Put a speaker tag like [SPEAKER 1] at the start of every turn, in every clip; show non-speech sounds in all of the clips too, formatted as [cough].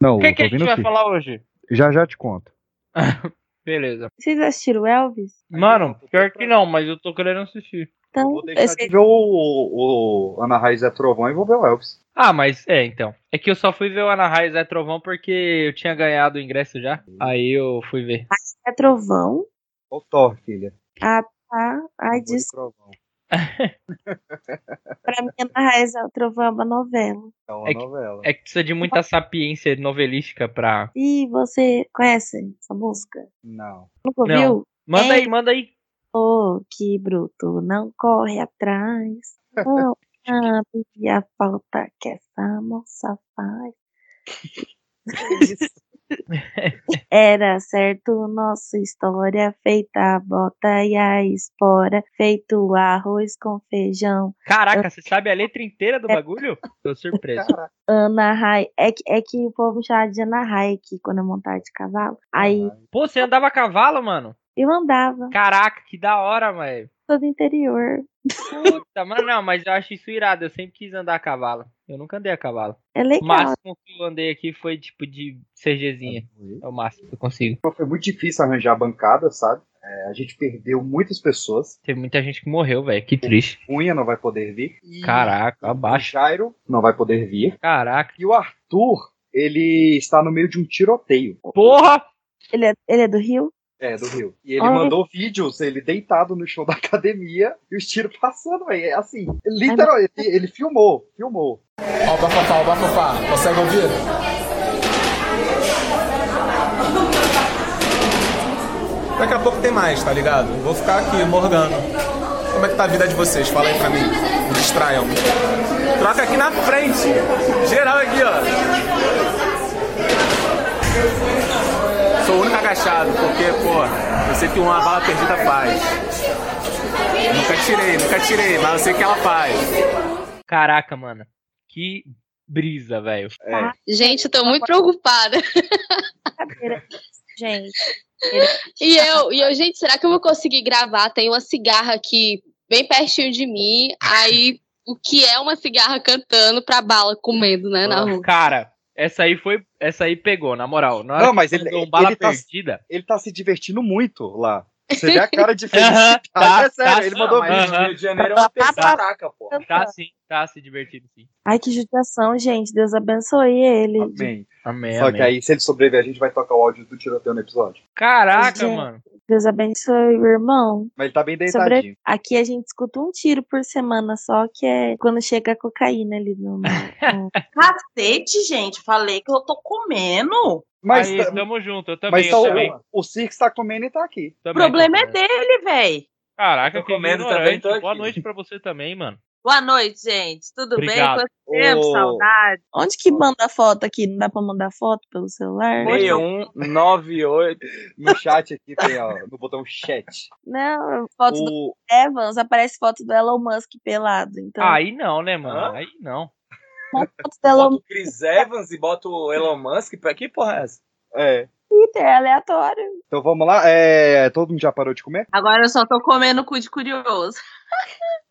[SPEAKER 1] Não,
[SPEAKER 2] O que,
[SPEAKER 1] eu
[SPEAKER 2] que
[SPEAKER 1] tô
[SPEAKER 2] a gente
[SPEAKER 1] vindo
[SPEAKER 2] vai
[SPEAKER 1] aqui.
[SPEAKER 2] falar hoje?
[SPEAKER 1] Já já te conto.
[SPEAKER 2] Beleza.
[SPEAKER 3] Vocês assistiram Elvis?
[SPEAKER 2] Mano, pior que não, mas eu tô querendo assistir.
[SPEAKER 3] Então,
[SPEAKER 4] Vou deixar
[SPEAKER 3] esse-
[SPEAKER 4] de ver o, o, o Ana Raiz é Trovão e vou ver o Elvis.
[SPEAKER 2] Ah, mas é, então. É que eu só fui ver o Ana Raiz é Trovão porque eu tinha ganhado o ingresso já. Aí eu fui ver.
[SPEAKER 3] é trovão.
[SPEAKER 4] Ou Thor, filha.
[SPEAKER 3] Tá? Ai,
[SPEAKER 4] Não vou de
[SPEAKER 3] disso.
[SPEAKER 4] Trovão.
[SPEAKER 3] Pra mim, Ana Raiz é o trovão é uma novela.
[SPEAKER 4] É uma
[SPEAKER 2] É que-
[SPEAKER 4] novela.
[SPEAKER 2] É que precisa de muita sapiência novelística pra.
[SPEAKER 3] E você conhece essa música?
[SPEAKER 4] Não.
[SPEAKER 2] Não.
[SPEAKER 3] Nunca ouviu?
[SPEAKER 2] Manda
[SPEAKER 3] É.
[SPEAKER 2] aí, manda aí.
[SPEAKER 3] Oh, que bruto, não corre atrás.
[SPEAKER 4] [laughs]
[SPEAKER 3] Não sabe a falta que essa moça faz. [laughs]
[SPEAKER 4] [laughs]
[SPEAKER 3] Era certo nossa história, feita a bota e a espora, feito arroz com feijão.
[SPEAKER 2] Caraca, você sabe a letra inteira do bagulho? Tô surpreso.
[SPEAKER 4] Caraca.
[SPEAKER 3] Ana Rai, é que, é que o povo me chama de Ana Rai aqui quando eu montava de cavalo. Aí
[SPEAKER 4] Caralho.
[SPEAKER 2] Pô, você andava a cavalo, mano?
[SPEAKER 3] eu andava,
[SPEAKER 2] Caraca, que da hora, velho.
[SPEAKER 3] todo interior.
[SPEAKER 2] Puta, mano, não, mas eu acho isso irado. Eu sempre quis andar a cavalo. Eu nunca andei a cavalo.
[SPEAKER 3] É
[SPEAKER 2] O
[SPEAKER 3] legal.
[SPEAKER 2] máximo que eu andei aqui foi tipo de CGzinha. É o máximo que eu consigo.
[SPEAKER 4] Então, Foi muito difícil arranjar a bancada, sabe? É, a gente perdeu muitas pessoas.
[SPEAKER 2] Teve muita gente que morreu, velho. Que triste.
[SPEAKER 4] Cunha não vai poder vir. E
[SPEAKER 2] Caraca,
[SPEAKER 4] O
[SPEAKER 2] abaixo.
[SPEAKER 4] Jairo não vai poder vir.
[SPEAKER 2] Caraca.
[SPEAKER 4] E o Arthur, ele está no meio de um tiroteio
[SPEAKER 2] Porra!
[SPEAKER 3] Ele é, ele é do Rio?
[SPEAKER 4] é, do Rio. E ele
[SPEAKER 2] Ah,
[SPEAKER 3] Olha.
[SPEAKER 4] mandou vídeos, ele deitado no chão da academia e os tiros passando, velho. É assim, literalmente, ele, ele filmou, filmou.
[SPEAKER 5] Ó, o bafafá, ó, o bafafá. Consegue ouvir? Daqui a pouco tem mais, tá ligado? Vou ficar aqui, morgando. Como é que tá a vida de vocês? Fala aí pra mim. Me distraiam. Troca aqui na frente. Geral aqui, ó. Sou o único agachado, porque, pô, eu sei que uma bala perdida faz. Nunca tirei, nunca tirei, mas eu sei que ela faz.
[SPEAKER 2] Caraca, mano. Que brisa, velho.
[SPEAKER 4] É,
[SPEAKER 6] Gente, eu tô muito preocupada.
[SPEAKER 3] Brincadeira. [laughs] Gente,
[SPEAKER 6] [laughs] E eu, e eu, gente, será que eu vou conseguir gravar? Tem uma cigarra aqui bem pertinho de mim. Aí, o que é uma cigarra cantando pra bala comendo,
[SPEAKER 7] É
[SPEAKER 6] né, na rua?
[SPEAKER 2] Cara, essa aí foi. Essa aí pegou, na moral. Na hora
[SPEAKER 4] Não,
[SPEAKER 2] que
[SPEAKER 4] mas
[SPEAKER 2] você
[SPEAKER 4] ele-
[SPEAKER 2] mandou um bala
[SPEAKER 4] ele tá- [laughs]
[SPEAKER 2] perdida.
[SPEAKER 4] ele tá se divertindo muito lá. Você vê a cara
[SPEAKER 2] [laughs]
[SPEAKER 4] de felicidade.
[SPEAKER 2] Aham, tá,
[SPEAKER 4] é sério,
[SPEAKER 2] tá,
[SPEAKER 4] ele mandou
[SPEAKER 2] mas-
[SPEAKER 4] vídeo.
[SPEAKER 2] Aham.
[SPEAKER 8] Rio de Janeiro é uma tessaraca, pô.
[SPEAKER 3] então
[SPEAKER 2] Tá sim, tá se divertindo sim.
[SPEAKER 3] Ai, que judiação, gente. Deus abençoe ele.
[SPEAKER 4] Amém.
[SPEAKER 2] Amém,
[SPEAKER 4] Só
[SPEAKER 2] É, amém.
[SPEAKER 4] que aí, se ele sobreviver, a gente vai tocar o áudio do tiroteio no episódio.
[SPEAKER 2] Caraca,
[SPEAKER 3] Gente.
[SPEAKER 2] mano.
[SPEAKER 3] Deus abençoe o irmão.
[SPEAKER 4] Mas ele tá bem
[SPEAKER 3] Sobre-
[SPEAKER 4] deitadinho.
[SPEAKER 3] Aqui a gente escuta um tiro por semana só, que é quando chega a cocaína ali no. no-
[SPEAKER 7] Cacete, gente, falei que eu tô comendo.
[SPEAKER 4] Mas, tá-
[SPEAKER 2] aí, tamo junto, eu também.
[SPEAKER 4] mas
[SPEAKER 2] eu
[SPEAKER 4] tá
[SPEAKER 2] também,
[SPEAKER 4] o, o Cirque tá comendo e tá aqui.
[SPEAKER 7] O
[SPEAKER 2] também,
[SPEAKER 7] problema é
[SPEAKER 2] também.
[SPEAKER 7] dele, véi.
[SPEAKER 2] Caraca,
[SPEAKER 8] Eu tô
[SPEAKER 2] que
[SPEAKER 8] comendo também,
[SPEAKER 2] ignorante.
[SPEAKER 8] tô aqui.
[SPEAKER 2] Boa noite pra você também, mano.
[SPEAKER 7] Boa noite, gente. Tudo
[SPEAKER 2] Obrigado.
[SPEAKER 7] bem? Quanto tempo,
[SPEAKER 4] Ô,
[SPEAKER 7] saudade.
[SPEAKER 3] Onde que manda foto aqui? Não dá pra mandar foto pelo celular?
[SPEAKER 8] 6198.
[SPEAKER 4] No chat aqui tem, ó, no botão chat.
[SPEAKER 3] Não, foto do
[SPEAKER 4] O,
[SPEAKER 3] Evans, aparece foto do Elon Musk pelado. Então,
[SPEAKER 7] Tá.
[SPEAKER 2] Aí não, né, mano?
[SPEAKER 8] Hã?
[SPEAKER 2] Aí não.
[SPEAKER 3] manda foto do
[SPEAKER 8] Bota
[SPEAKER 3] Elon
[SPEAKER 8] o Chris Evans e bota o Elon Musk. Pra que porra é essa?
[SPEAKER 4] é.
[SPEAKER 3] Musk, é aleatório.
[SPEAKER 4] Então vamos lá. É, todo mundo já parou de comer?
[SPEAKER 7] Agora eu só tô comendo cu de curioso.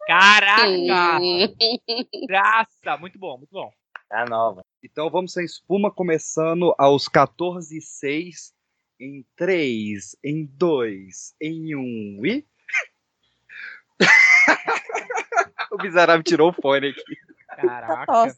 [SPEAKER 2] Caraca!
[SPEAKER 6] Hum.
[SPEAKER 2] Graça! Muito bom, muito bom.
[SPEAKER 8] Tá nova.
[SPEAKER 4] Então vamos sem espuma, começando aos 14 e 6, em 3, em 2, em 1 e... [laughs] o miserável tirou o fone aqui.
[SPEAKER 3] Tá
[SPEAKER 2] Caraca.
[SPEAKER 3] tosse.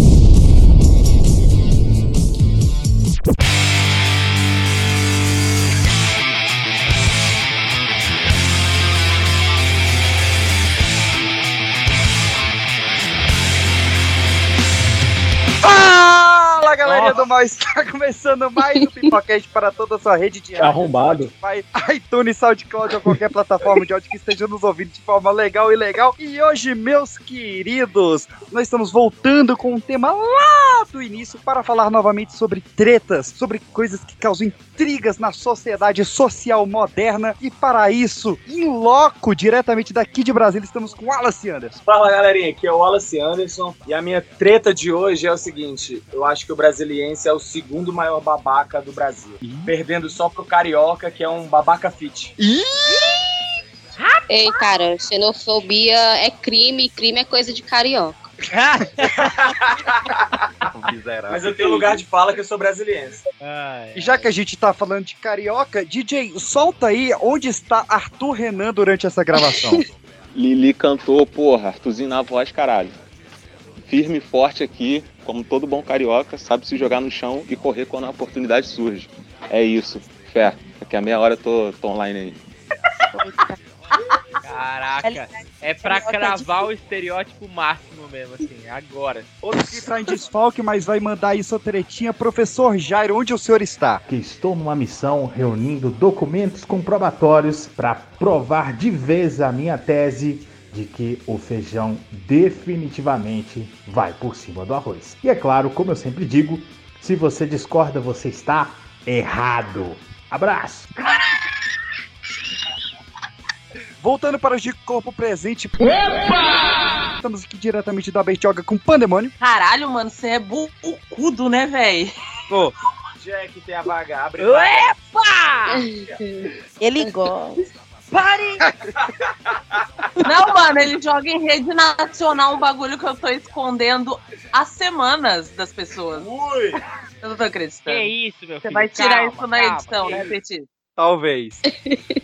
[SPEAKER 4] Fala, galerinha do mal! Está [laughs] começando mais um Pipocast para toda a sua rede de rádio,
[SPEAKER 8] Arrombado.
[SPEAKER 4] Spotify, iTunes, SoundCloud ou qualquer plataforma de áudio que esteja nos ouvindo de forma legal e legal. E hoje, meus queridos, nós estamos voltando com um tema lá do início para falar novamente sobre tretas, sobre coisas que causam intrigas na sociedade social moderna. E para isso, em loco, diretamente daqui de Brasília, estamos com Wallace Anderson.
[SPEAKER 8] Fala galerinha, aqui é o Wallace Anderson e a minha treta de hoje é o seguinte: eu acho que o brasileiro
[SPEAKER 9] Fluminense é o segundo maior babaca do Brasil. Perdendo só pro Carioca, que é um babaca fit.
[SPEAKER 6] Ei, cara, xenofobia é crime, crime é coisa de carioca.
[SPEAKER 4] Miserável.
[SPEAKER 9] Mas eu tenho lugar de fala que eu sou brasileiro.
[SPEAKER 2] Ai,
[SPEAKER 4] E já que a gente tá falando de carioca, DJ, solta aí onde está Arthur Renan durante essa
[SPEAKER 9] [laughs]
[SPEAKER 4] gravação.
[SPEAKER 1] Lili cantou, porra, Artuzinho na voz, caralho. Firme e forte aqui, como todo bom carioca, sabe se jogar no chão e correr quando a oportunidade surge. É isso, fé. Daqui a meia hora eu tô, tô online aí.
[SPEAKER 2] Caraca,
[SPEAKER 7] tá
[SPEAKER 2] é pra cravar o estereótipo máximo mesmo, assim, agora.
[SPEAKER 4] Outro que está em desfalque, mas vai mandar isso a tretinha. Professor Jairo, onde o senhor está?
[SPEAKER 10] que estou numa missão reunindo documentos comprobatórios para provar de vez a minha tese de que o feijão definitivamente vai por cima do arroz. E é claro, como eu sempre digo, se você discorda, você está errado. Abraço!
[SPEAKER 4] Voltando para o de corpo presente. Estamos aqui diretamente da Bertioga com Pandemônio.
[SPEAKER 7] Caralho, mano, você é bucudo, né, véi?
[SPEAKER 9] Jack é tem a vaga, abre.
[SPEAKER 6] Ah. [laughs]
[SPEAKER 3] Ele gosta.
[SPEAKER 7] Não, mano, ele joga em rede nacional um bagulho que eu tô escondendo há semanas das pessoas.
[SPEAKER 9] Ui!
[SPEAKER 7] Eu não tô acreditando.
[SPEAKER 2] Que isso, meu filho?
[SPEAKER 7] Você vai tirar
[SPEAKER 2] Calma,
[SPEAKER 7] isso na
[SPEAKER 2] calma,
[SPEAKER 7] edição,
[SPEAKER 2] que
[SPEAKER 7] né,
[SPEAKER 2] isso?
[SPEAKER 7] Petit?
[SPEAKER 4] Talvez.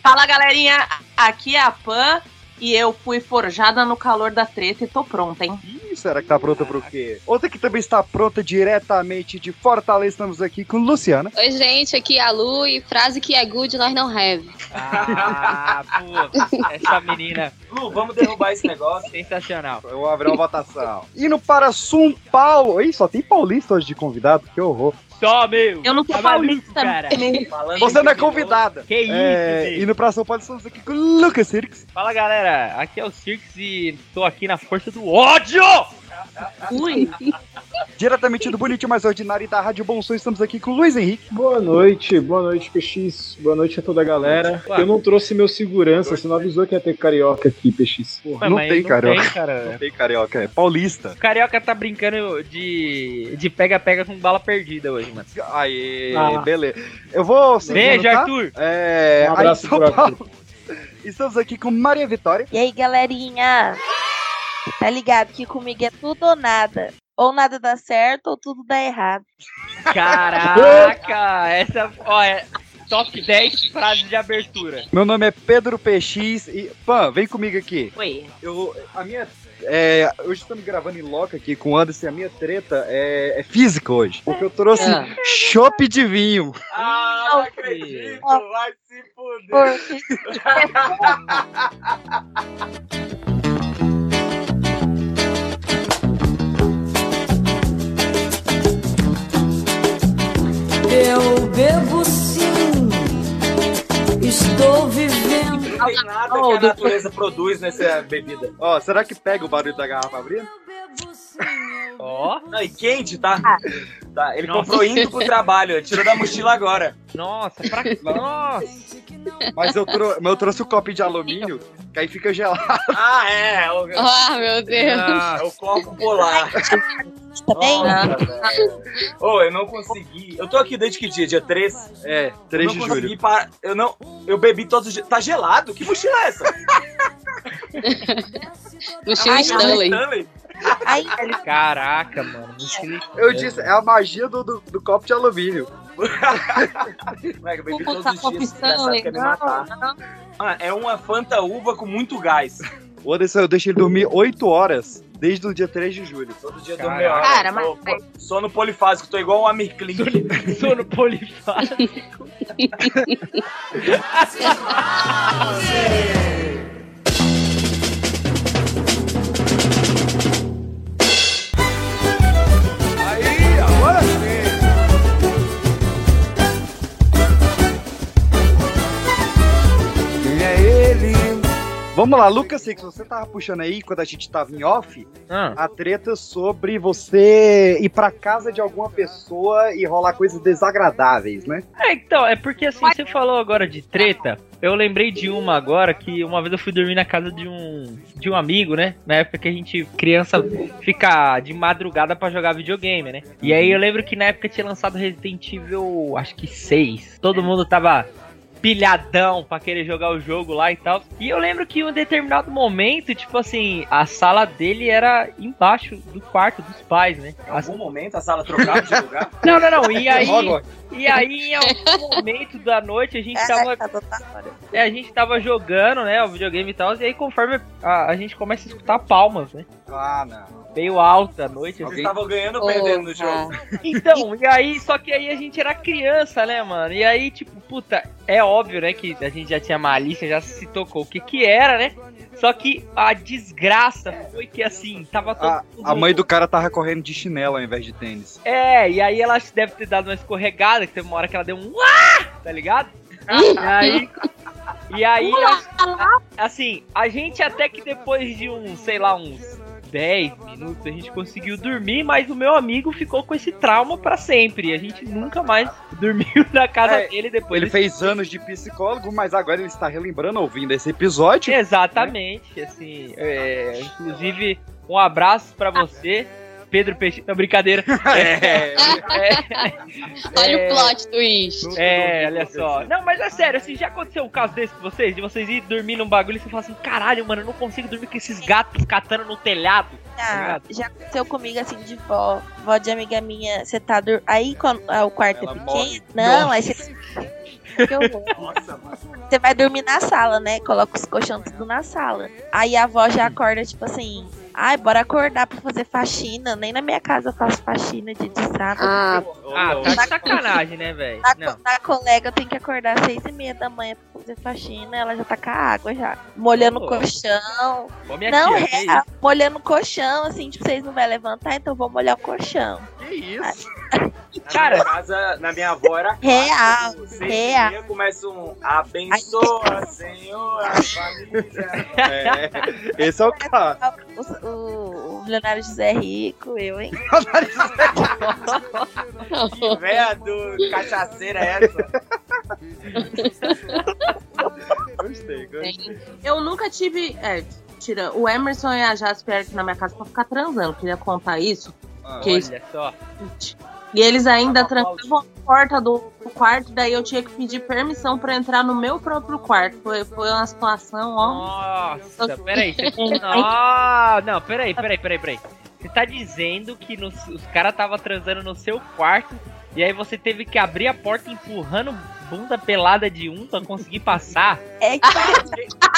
[SPEAKER 7] Fala, galerinha. Aqui é a Pan e eu fui forjada no calor da treta e tô pronta, hein?
[SPEAKER 4] Ih, será que tá pronta pro quê? Outra que também está pronta diretamente de Fortaleza. Estamos aqui com Luciana.
[SPEAKER 6] Oi, gente, aqui é a Lu e frase que é good nós não have.
[SPEAKER 2] Ah, pô, essa menina
[SPEAKER 9] Lu, vamos derrubar esse negócio.
[SPEAKER 2] sensacional.
[SPEAKER 4] Eu vou abrir uma
[SPEAKER 9] [laughs]
[SPEAKER 4] votação. Indo para São Paulo. Ih, só tem paulista hoje de convidado, que horror.
[SPEAKER 2] Só, meu!
[SPEAKER 7] Eu não sou
[SPEAKER 2] tá maluco,
[SPEAKER 7] paulista,
[SPEAKER 2] cara.
[SPEAKER 7] né?
[SPEAKER 9] Falando
[SPEAKER 4] Você
[SPEAKER 9] de
[SPEAKER 4] não é
[SPEAKER 9] piloto,
[SPEAKER 4] convidada.
[SPEAKER 2] Que isso,
[SPEAKER 4] É,
[SPEAKER 2] gente?
[SPEAKER 4] indo pra São Paulo, estamos aqui com Lucas Sirix.
[SPEAKER 2] Fala galera, aqui é o Cirques e tô aqui na força do ódio!
[SPEAKER 9] Ah,
[SPEAKER 7] Ui,
[SPEAKER 4] Diretamente do Bonitinho Mais Ordinário e da Rádio Bom Som, estamos aqui com Luiz Henrique.
[SPEAKER 11] Boa noite, boa noite, PX. Boa noite a toda a galera.
[SPEAKER 2] Claro.
[SPEAKER 11] Eu não trouxe é meu segurança, você não avisou que ia ter carioca aqui, PX. Porra.
[SPEAKER 4] não
[SPEAKER 2] mas
[SPEAKER 4] tem carioca.
[SPEAKER 2] tem, cara.
[SPEAKER 4] Ei, carioca, é paulista.
[SPEAKER 2] O carioca tá brincando de de pega-pega com bala perdida hoje, mano.
[SPEAKER 4] Aê,
[SPEAKER 11] Ah.
[SPEAKER 4] beleza. Eu vou seguindo,
[SPEAKER 2] Beijo,
[SPEAKER 4] tá?
[SPEAKER 2] Arthur!
[SPEAKER 4] É,
[SPEAKER 11] Um
[SPEAKER 4] aí em
[SPEAKER 11] abraço
[SPEAKER 4] São
[SPEAKER 11] pro Arthur.
[SPEAKER 4] Paulo. Estamos aqui com Maria Vitória.
[SPEAKER 3] E aí, galerinha? Tá ligado que comigo é tudo ou nada. Ou nada dá certo ou tudo dá errado.
[SPEAKER 9] [laughs]
[SPEAKER 2] Caraca! essa, ó, é top 10 frases de abertura.
[SPEAKER 4] Meu nome é Pedro PX e... Pan, vem comigo aqui.
[SPEAKER 7] ui.
[SPEAKER 4] Eu, a minha... é, hoje estamos gravando em loco aqui com o Anderson e a minha treta é, é física hoje. Porque eu trouxe
[SPEAKER 7] Ah.
[SPEAKER 4] chopp de vinho.
[SPEAKER 9] Ah, não acredito, vai se fuder.
[SPEAKER 3] Porque
[SPEAKER 12] Eu bebo sim, estou vivendo.
[SPEAKER 9] Não tem nada
[SPEAKER 7] Oh,
[SPEAKER 9] que a
[SPEAKER 7] do-
[SPEAKER 9] natureza produz nessa bebida.
[SPEAKER 4] Ó, será que pega o barulho da garrafa abrindo?
[SPEAKER 2] Ó,
[SPEAKER 9] Não, e quente, tá? Tá, ele
[SPEAKER 2] Nossa.
[SPEAKER 9] comprou indo pro trabalho, ele tirou da mochila agora.
[SPEAKER 2] nossa, pra
[SPEAKER 9] [laughs]
[SPEAKER 2] Nossa!
[SPEAKER 4] Mas eu, trou mas eu trouxe o copo de alumínio, que aí fica gelado.
[SPEAKER 9] Ah, é, é o,
[SPEAKER 6] [laughs] Ah, meu Deus.
[SPEAKER 9] é o copo polar.
[SPEAKER 3] também
[SPEAKER 9] Nossa, velho. Ô, eu não consegui. Eu tô aqui desde que dia? Dia 3?
[SPEAKER 4] É,
[SPEAKER 9] Eu
[SPEAKER 4] 3
[SPEAKER 9] não
[SPEAKER 4] de
[SPEAKER 9] consegui
[SPEAKER 4] julho.
[SPEAKER 9] parar- Eu não. Eu bebi todos os dias. Tá gelado? Que mochila é essa?
[SPEAKER 6] Mochila
[SPEAKER 7] Ai,
[SPEAKER 6] Stanley.
[SPEAKER 9] Stanley.
[SPEAKER 3] Aí,
[SPEAKER 2] Caraca, mano. mochila
[SPEAKER 4] Eu disse, é a magia do, do, do copo de alumínio.
[SPEAKER 9] Moleque, eu bebi
[SPEAKER 6] Vou
[SPEAKER 9] todos
[SPEAKER 6] contar
[SPEAKER 9] os dias.
[SPEAKER 6] confissão,
[SPEAKER 9] essa quer me matar. Ah, é uma Fanta uva com muito gás.
[SPEAKER 4] O Anderson, eu deixo ele dormir 8 horas desde o dia 3 de julho.
[SPEAKER 9] Todo dia do
[SPEAKER 2] Caraca.
[SPEAKER 9] meu
[SPEAKER 7] Cara, mas-
[SPEAKER 9] Sono polifásico, tô igual um Amir Klink.
[SPEAKER 2] de sono polifásico.
[SPEAKER 4] Aí, agora sim!
[SPEAKER 13] Quem é ele?
[SPEAKER 4] Vamos lá, Lucas Six, você tava puxando aí, quando a gente tava em off,
[SPEAKER 2] Ah.
[SPEAKER 4] a treta sobre você ir pra casa de alguma pessoa e rolar coisas desagradáveis, né?
[SPEAKER 2] É, então, é porque assim, você falou agora de treta. Eu lembrei de uma agora que uma vez eu fui dormir na casa de um de um amigo, né? Na época que a gente criança fica de madrugada pra jogar videogame, né? E aí eu lembro que na época tinha lançado Resident Evil, acho que 6. Todo mundo tava pilhadão pra querer jogar o jogo lá e tal. E eu lembro que em um determinado momento, tipo assim, a sala dele era embaixo do quarto dos pais, né?
[SPEAKER 8] Em algum momento a sala trocava de lugar?
[SPEAKER 2] Não, não, não. E aí, e aí em algum momento da noite a gente tava.
[SPEAKER 3] tá
[SPEAKER 2] É, a gente tava jogando, né? O videogame e tal. E aí conforme a, a gente começa a escutar palmas, né?
[SPEAKER 8] Ah, não.
[SPEAKER 2] Meio alta à noite.
[SPEAKER 8] Vocês
[SPEAKER 2] assim.
[SPEAKER 8] estavam ganhando ou perdendo no jogo?
[SPEAKER 2] Então, e aí, só que aí a gente era criança, né, mano? E aí, tipo, puta, é óbvio, né, que a gente já tinha malícia, já se tocou o que que era, né? Só que a desgraça foi que, assim, tava todo mundo-
[SPEAKER 4] A mãe do cara tava correndo de chinelo ao invés de tênis.
[SPEAKER 2] É, e aí ela deve ter dado uma escorregada, que teve uma hora que ela deu um uá, tá ligado? E aí... E aí, a- assim, a gente até que depois de um, sei lá, uns 10 minutos, a gente conseguiu dormir, mas o meu amigo ficou com esse trauma pra sempre. A gente nunca mais dormiu [laughs] na casa
[SPEAKER 4] É,
[SPEAKER 2] dele depois.
[SPEAKER 4] Ele fez anos de psicólogo, mas agora ele está relembrando ouvindo esse episódio. né?
[SPEAKER 2] Exatamente, assim, é, inclusive, um abraço pra você, Pedro Peixe. Não,
[SPEAKER 4] [laughs]
[SPEAKER 2] brincadeira.
[SPEAKER 4] É.
[SPEAKER 6] Olha
[SPEAKER 2] É.
[SPEAKER 6] o plot twist.
[SPEAKER 2] É, olha só. Não, mas é sério, assim, já aconteceu um caso desse com vocês? De vocês irem dormir num bagulho e você falar assim, caralho, mano, eu não consigo dormir com esses gatos catando no telhado.
[SPEAKER 3] Já, Tá, já aconteceu comigo assim de vó, vó de amiga minha, você tá dur... Aí quando ah, o quarto é pequeno.
[SPEAKER 14] morre.
[SPEAKER 3] Não,
[SPEAKER 14] Nossa.
[SPEAKER 3] aí você. [laughs] Que horror. Você vai dormir na sala, né? Coloca os colchão tudo na sala. Aí a avó já acorda, tipo assim. Ai, bora acordar pra fazer faxina. Nem na minha casa eu faço faxina de sábado.
[SPEAKER 6] Ah,
[SPEAKER 2] Ah, tá de sacanagem, né, velho?
[SPEAKER 3] Na,
[SPEAKER 2] Não.
[SPEAKER 3] co- na colega eu tenho que acordar às seis e meia da manhã pra fazer faxina, ela já tá com a água já. Molhando
[SPEAKER 2] Ô,
[SPEAKER 3] o colchão.
[SPEAKER 2] Ô, minha
[SPEAKER 3] não,
[SPEAKER 2] tia, que
[SPEAKER 3] é,
[SPEAKER 2] isso?
[SPEAKER 3] molhando o colchão, assim, tipo, vocês não vão levantar, então eu vou molhar o colchão.
[SPEAKER 8] Que isso?
[SPEAKER 2] Cara.
[SPEAKER 8] Na minha casa, na minha avó era clássico.
[SPEAKER 3] Real,
[SPEAKER 8] Seis e
[SPEAKER 3] real.
[SPEAKER 8] meia Começa um abençoa, Senhor, a família.
[SPEAKER 4] É, esse é
[SPEAKER 2] [laughs]
[SPEAKER 4] o cara.
[SPEAKER 3] O, o- o milionário José é Rico, eu, hein?
[SPEAKER 8] Que véia do cachaceira é essa?
[SPEAKER 4] Gostei, gostei.
[SPEAKER 7] Eu nunca tive. É, tira. O Emerson e a Jasper eram aqui na minha casa pra ficar transando. Queria contar isso.
[SPEAKER 9] Ah,
[SPEAKER 7] que isso.
[SPEAKER 2] Olha só.
[SPEAKER 7] E eles ainda trancavam a porta do do quarto, daí eu tinha que pedir permissão pra entrar no meu próprio quarto. Foi, foi uma situação, ó.
[SPEAKER 2] Nossa, peraí. Você... Ah, não, peraí, peraí, peraí, peraí. Você tá dizendo que no- os caras tava transando no seu quarto e aí você teve que abrir a porta empurrando bunda pelada de um pra conseguir passar?
[SPEAKER 3] É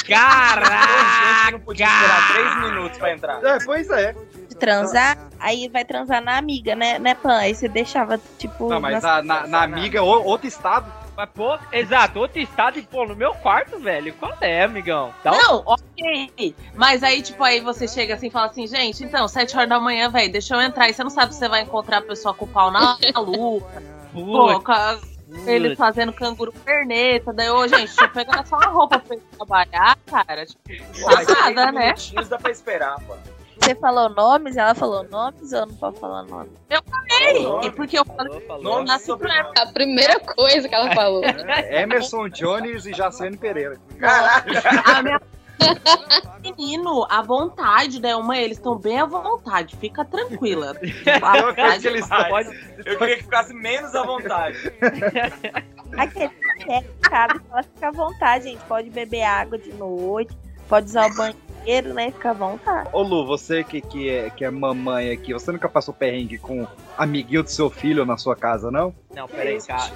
[SPEAKER 2] Caraca! Não podia
[SPEAKER 7] Ah.
[SPEAKER 8] esperar três minutos pra
[SPEAKER 2] um
[SPEAKER 8] entrar.
[SPEAKER 4] É, pois é.
[SPEAKER 3] De transar, aí vai transar na amiga, né, né, Pan? Aí você deixava, tipo.
[SPEAKER 4] Não, mas
[SPEAKER 3] nas-
[SPEAKER 4] na, na- na amiga, é o- outro estado.
[SPEAKER 2] [laughs] Mas, pô, exato, outro estado e pô, no meu quarto, velho. Qual é, amigão? Dá um-
[SPEAKER 7] Não, ok. Mas aí, tipo, aí você chega assim e fala assim, gente, então, sete horas da manhã, velho, deixa eu entrar. E você não sabe se você vai encontrar a pessoa com o pau na na luta. pô, com a- Ele fazendo canguru perneta, daí, ô, gente, deixa eu pegar só uma roupa pra ele trabalhar, cara. Tipo,
[SPEAKER 8] Pô, mas
[SPEAKER 7] passada,
[SPEAKER 8] três
[SPEAKER 7] né?
[SPEAKER 8] minutinhos dá pra esperar, pô.
[SPEAKER 3] Você falou nomes? Ela falou nomes ou não pode falar nome?
[SPEAKER 7] Eu falei! E porque eu falei
[SPEAKER 4] Nome
[SPEAKER 7] na Suprema.
[SPEAKER 6] A primeira coisa que ela falou.
[SPEAKER 4] É Emerson Jones e Jacene Pereira.
[SPEAKER 7] A minha... [laughs] Menino, à vontade, né? Uma, eles estão bem à vontade,
[SPEAKER 2] [laughs]
[SPEAKER 7] fica tranquila. À
[SPEAKER 8] Eu queria
[SPEAKER 7] vontade
[SPEAKER 8] que eles
[SPEAKER 7] demais.
[SPEAKER 8] Eu queria que ficasse menos à vontade.
[SPEAKER 3] Aquele que é picado, ela fica à vontade, gente. Pode beber água de noite, pode usar o banheiro, né? Fica à vontade.
[SPEAKER 4] Ô Lu, você que, que, é, que é mamãe aqui, você nunca passou perrengue com amiguinho do seu filho na sua casa, não?
[SPEAKER 2] Não, peraí, cara.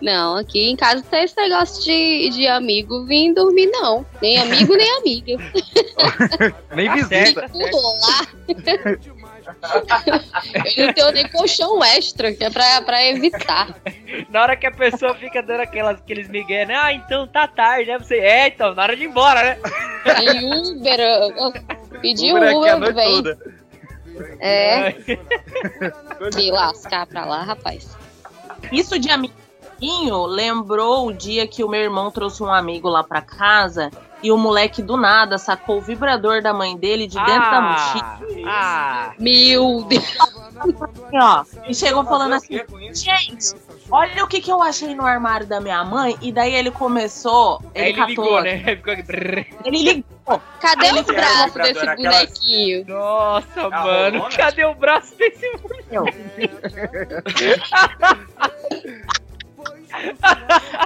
[SPEAKER 6] Não, aqui em casa não tem esse negócio de, de amigo vir dormir, não. Nem amigo, nem amiga.
[SPEAKER 4] Nem
[SPEAKER 6] Fica
[SPEAKER 4] visita.
[SPEAKER 6] tudo lá.
[SPEAKER 2] É.
[SPEAKER 6] Eu não tenho nem colchão extra, que é pra, pra evitar.
[SPEAKER 2] Na hora que a pessoa fica dando aquelas, aqueles migué, né? Ah, então tá tarde, né? Você, é, então, na hora de ir embora, né?
[SPEAKER 6] E Uber, eu- eu pedi
[SPEAKER 2] Uber
[SPEAKER 6] Uber,
[SPEAKER 2] aqui a noite
[SPEAKER 6] vem. É.
[SPEAKER 4] Que
[SPEAKER 6] lascar pra lá, rapaz.
[SPEAKER 7] Isso de amiguinho lembrou o dia que o meu irmão trouxe um amigo lá pra casa. e o moleque do nada sacou o vibrador da mãe dele de dentro da mochila.
[SPEAKER 2] Ah,
[SPEAKER 7] Meu Deus! Ó, e chegou falando assim: gente, olha o que, que eu achei no armário da minha mãe. E daí ele começou, ele,
[SPEAKER 2] Aí ele
[SPEAKER 7] catou.
[SPEAKER 2] ligou, né? [laughs] Ficou aqui, brrr.
[SPEAKER 7] Ele ligou.
[SPEAKER 6] Cadê
[SPEAKER 7] Aí
[SPEAKER 6] o
[SPEAKER 7] ele
[SPEAKER 6] braço
[SPEAKER 7] pegou o
[SPEAKER 6] desse
[SPEAKER 7] vibrador, aquelas-
[SPEAKER 6] bonequinho?
[SPEAKER 2] Nossa, mano, cadê o braço desse moleque?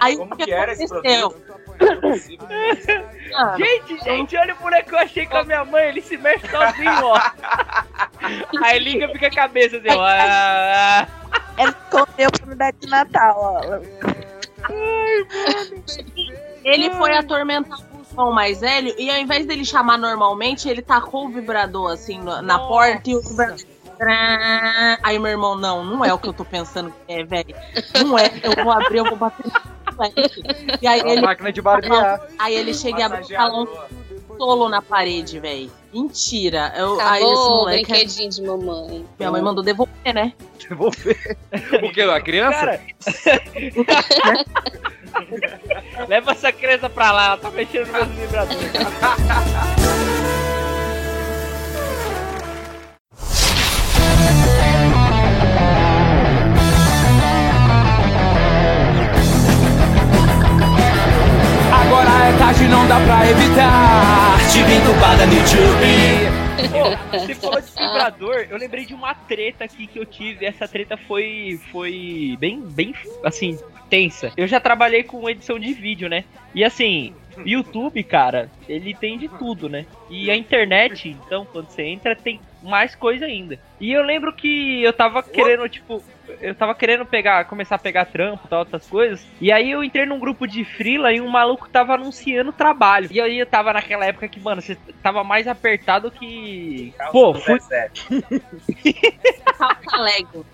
[SPEAKER 7] Aí
[SPEAKER 2] Como
[SPEAKER 7] o que,
[SPEAKER 2] que era esse
[SPEAKER 7] aconteceu? Ah,
[SPEAKER 2] gente, gente, olha o moleque que eu achei com a minha mãe, ele se mexe sozinho, ó. [laughs] Aí liga fica a cabeça assim, ó. Ah, ah.
[SPEAKER 3] Ela escondeu pra me dar de Natal, ó.
[SPEAKER 6] Ah,
[SPEAKER 7] Ele foi atormentar o irmão mais velho e ao invés dele chamar normalmente, ele tacou o vibrador assim na, na porta e o vibrador. Tcharam! Aí meu irmão, não, não é o que eu tô pensando que é, velho. Não é, eu vou abrir, eu vou bater. no moleque. E aí
[SPEAKER 4] É uma
[SPEAKER 7] ele.
[SPEAKER 4] máquina de barbear.
[SPEAKER 7] Aí ele chega e abre um salão tolo na parede, velho. Mentira. Eu, aí esse
[SPEAKER 6] Acabou o
[SPEAKER 7] moleque. é
[SPEAKER 6] brinquedinho de mamãe.
[SPEAKER 7] Minha mãe mandou devolver, né?
[SPEAKER 4] O que? A criança?
[SPEAKER 2] [laughs] Leva essa criança pra lá, ela tá mexendo no meu vibrador.
[SPEAKER 15] Agora é tarde, não dá pra evitar. Tive entubada no YouTube.
[SPEAKER 2] Pô, você falou de vibrador, eu lembrei de uma treta aqui que eu tive. Essa treta foi, foi bem, bem, assim, tensa. Eu já trabalhei com edição de vídeo, né? E assim, YouTube, cara, ele tem de tudo, né? E a internet, então, quando você entra, tem mais coisa ainda. E eu lembro que eu tava querendo, tipo, eu tava querendo pegar, começar a pegar trampo e tal, outras coisas. E aí eu entrei num grupo de frila e um maluco tava anunciando trabalho. E aí eu tava naquela época que, mano, você tava mais apertado que. Pô, fui.
[SPEAKER 7] Lego.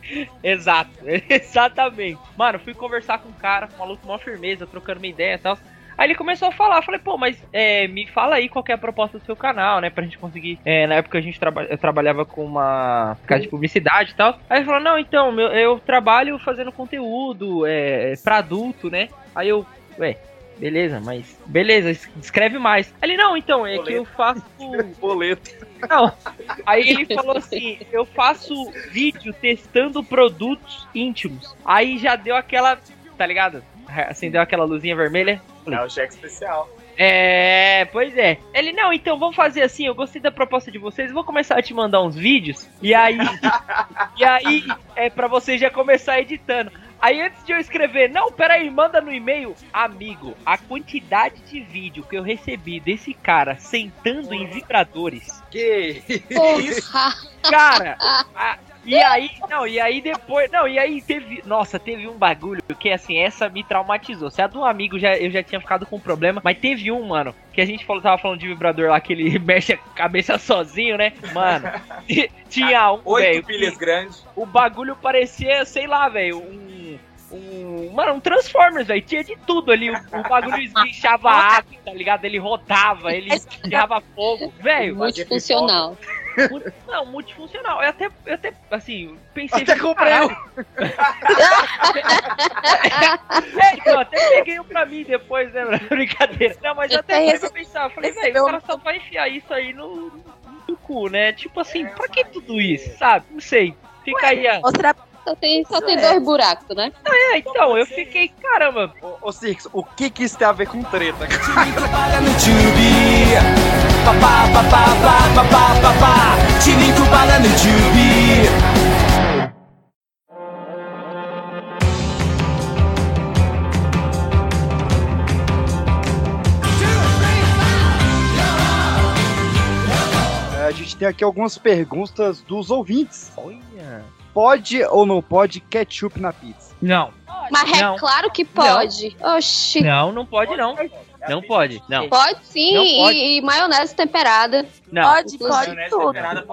[SPEAKER 2] Exato, [laughs] exatamente. Mano, fui conversar com um cara, com um maluco, uma firmeza, trocando uma ideia e tal. Aí ele começou a falar, eu falei, pô, mas é, me fala aí qual que é a proposta do seu canal, né? Pra gente conseguir. é, na época a gente traba eu trabalhava com uma casa de publicidade e tal. Aí ele falou, não, então, meu- eu trabalho fazendo conteúdo é, pra adulto, né? Aí eu, ué, beleza, mas. Beleza, es- escreve mais. Aí ele, não, então, é que eu faço.
[SPEAKER 4] Boleto.
[SPEAKER 2] Não. [laughs] Aí ele falou assim: eu faço vídeo testando produtos íntimos. Aí já deu aquela. Tá ligado? Acendeu aquela luzinha vermelha.
[SPEAKER 8] É o cheque especial.
[SPEAKER 2] É, pois é. Ele, não, então vamos fazer assim, eu gostei da proposta de vocês, vou começar a te mandar uns vídeos,
[SPEAKER 8] [laughs]
[SPEAKER 2] e aí. e aí, é pra você já começar editando. Aí antes de eu escrever, não, peraí, manda no e-mail. Amigo, a quantidade de vídeo que eu recebi desse cara sentando em vibradores.
[SPEAKER 4] Que
[SPEAKER 2] isso? Cara, a- e aí, não, e aí depois, não, e aí teve, nossa, teve um bagulho que assim, essa me traumatizou. Se a do amigo já eu já tinha ficado com problema, mas teve um, mano, que a gente falou, tava falando de vibrador lá que ele [laughs] mexe a cabeça sozinho, né? Mano, [laughs] tinha um,
[SPEAKER 8] Oito
[SPEAKER 2] velho.
[SPEAKER 8] pilhas
[SPEAKER 2] que
[SPEAKER 8] grandes.
[SPEAKER 2] O bagulho parecia, sei lá, velho, um um, mano, um Transformers, velho, tinha de tudo ali. O, o bagulho esguichava água, tá ligado? Ele rodava, ele tirava fogo, velho.
[SPEAKER 6] Multifuncional.
[SPEAKER 2] Multi- Não, multifuncional. Eu até, eu até assim, pensei.
[SPEAKER 6] Até comprei um.
[SPEAKER 2] caralho. é, então, até peguei um pra mim depois, né? [laughs] mano? Brincadeira. Não, mas eu até parei pra pensar. Falei, velho, o cara só vai enfiar isso aí no, no cu, né? Tipo assim, pra que tudo isso, sabe? Não sei. Fica aí a.
[SPEAKER 6] Só tem, só tem dois buracos, né?
[SPEAKER 2] É, então, eu fiquei, caramba.
[SPEAKER 4] Ô, Cirx, o que que isso tem a ver com treta?
[SPEAKER 15] Para no YouTube. Papá, papá, papá, papá, papá. Tive entubada no YouTube.
[SPEAKER 4] É, a gente tem aqui algumas perguntas dos ouvintes. Pode ou não pode ketchup na pizza?
[SPEAKER 2] Não.
[SPEAKER 6] Mas é claro que pode. Oxi.
[SPEAKER 2] Não, não pode, não. Não pode, não.
[SPEAKER 6] Pode sim,
[SPEAKER 2] Não
[SPEAKER 6] e-
[SPEAKER 2] pode.
[SPEAKER 6] E, maionese temperada.
[SPEAKER 2] Não.
[SPEAKER 6] Pode, pode
[SPEAKER 9] né,
[SPEAKER 2] Maionese
[SPEAKER 6] tudo.
[SPEAKER 2] temperada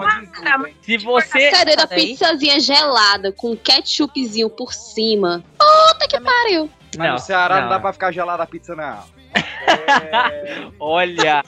[SPEAKER 2] Se você.
[SPEAKER 6] Caramba, pizzazinha gelada com ketchupzinho por cima. Puta que pariu.
[SPEAKER 4] Mas
[SPEAKER 2] Não,
[SPEAKER 4] no Ceará não.
[SPEAKER 2] não.
[SPEAKER 4] dá pra ficar gelada a pizza, não.
[SPEAKER 2] Olha!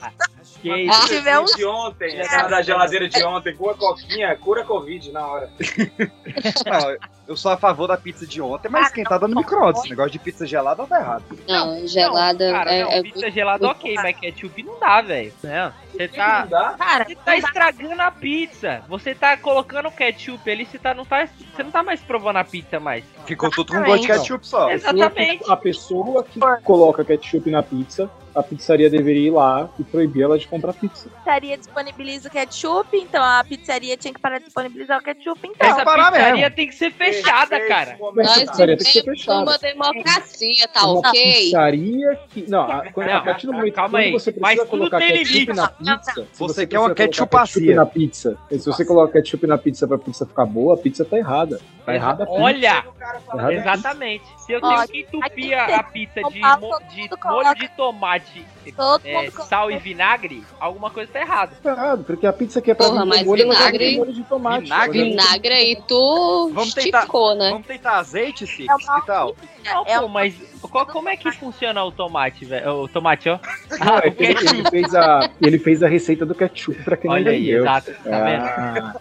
[SPEAKER 2] que é
[SPEAKER 8] Mas
[SPEAKER 2] isso?
[SPEAKER 8] tiver um- de ontem, aquela da geladeira de ontem, com a coquinha, cura Covid na hora.
[SPEAKER 4] Não, Eu sou a favor da pizza de ontem, mas esquentada no micro-ondas. Esse negócio de pizza gelada tá errado.
[SPEAKER 6] Não, gelada.
[SPEAKER 2] Cara,
[SPEAKER 6] é,
[SPEAKER 2] não,
[SPEAKER 6] é
[SPEAKER 2] pizza gelada ok, mas ketchup não dá, velho. Não, Você tá,
[SPEAKER 7] não dá?
[SPEAKER 2] Cara, [laughs] você tá estragando a pizza. Você tá colocando ketchup ali, você tá, não tá, você não tá mais provando a pizza mais.
[SPEAKER 4] Ficou tudo
[SPEAKER 2] com gosto de ketchup só. Exatamente.
[SPEAKER 10] A pessoa que coloca ketchup na pizza, a pizzaria deveria ir lá e proibir ela de comprar pizza.
[SPEAKER 3] pizzaria disponibiliza o ketchup, então a pizzaria tinha que parar de disponibilizar o ketchup, então.
[SPEAKER 2] Essa pizzaria tem que ser fechada, cara.
[SPEAKER 10] Mas essa pizzaria tem que ser
[SPEAKER 6] uma
[SPEAKER 2] é
[SPEAKER 10] fechada.
[SPEAKER 6] democracia, tá
[SPEAKER 10] Uma
[SPEAKER 6] ok?
[SPEAKER 10] pizzaria que. Não, a, quando-
[SPEAKER 2] Não,
[SPEAKER 10] a partir do momento que
[SPEAKER 2] calma aí.
[SPEAKER 10] você precisa
[SPEAKER 2] Mas tudo
[SPEAKER 10] colocar
[SPEAKER 2] tem
[SPEAKER 10] ketchup
[SPEAKER 2] limite.
[SPEAKER 10] na pizza. se
[SPEAKER 4] Você quer uma
[SPEAKER 10] precisa colocar
[SPEAKER 4] ketchupacia.
[SPEAKER 10] ketchup na pizza. e Se você coloca ketchup na pizza pra pizza ficar boa, a pizza tá errada. Tá errada a pizza.
[SPEAKER 2] Olha!
[SPEAKER 10] Tá errada a pizza.
[SPEAKER 8] assim,
[SPEAKER 2] Exatamente. Se eu tenho
[SPEAKER 3] Ó,
[SPEAKER 2] que entupir
[SPEAKER 3] aqui tem
[SPEAKER 2] a, a pizza de,
[SPEAKER 3] tomar,
[SPEAKER 2] mo-
[SPEAKER 3] todo
[SPEAKER 2] de
[SPEAKER 3] mundo
[SPEAKER 2] molho
[SPEAKER 3] coloca.
[SPEAKER 2] de tomate,
[SPEAKER 3] Todo
[SPEAKER 2] é,
[SPEAKER 3] mundo coloca.
[SPEAKER 2] sal e vinagre, alguma coisa tá errada.
[SPEAKER 10] Tá errado, porque a pizza que é pra
[SPEAKER 6] Porra,
[SPEAKER 10] vir com
[SPEAKER 6] mas
[SPEAKER 10] molho, ela
[SPEAKER 6] vinagre-
[SPEAKER 10] vem com molho de tomate.
[SPEAKER 4] Vinagre?
[SPEAKER 6] Vinagre aí, tu
[SPEAKER 4] Vamos tentar-
[SPEAKER 6] esticou, né?
[SPEAKER 4] Vamos tentar azeite, Six, que tal?
[SPEAKER 2] Não,
[SPEAKER 3] É um
[SPEAKER 2] pô, mas qual- como é que funciona o tomate, velho? O tomate, ó.
[SPEAKER 10] Não,
[SPEAKER 2] o
[SPEAKER 10] é
[SPEAKER 2] [laughs]
[SPEAKER 10] que ele, ele fez a, ele fez a receita do ketchup pra quem
[SPEAKER 2] Olha
[SPEAKER 10] não
[SPEAKER 2] aí,
[SPEAKER 10] entendeu.
[SPEAKER 2] exato, tá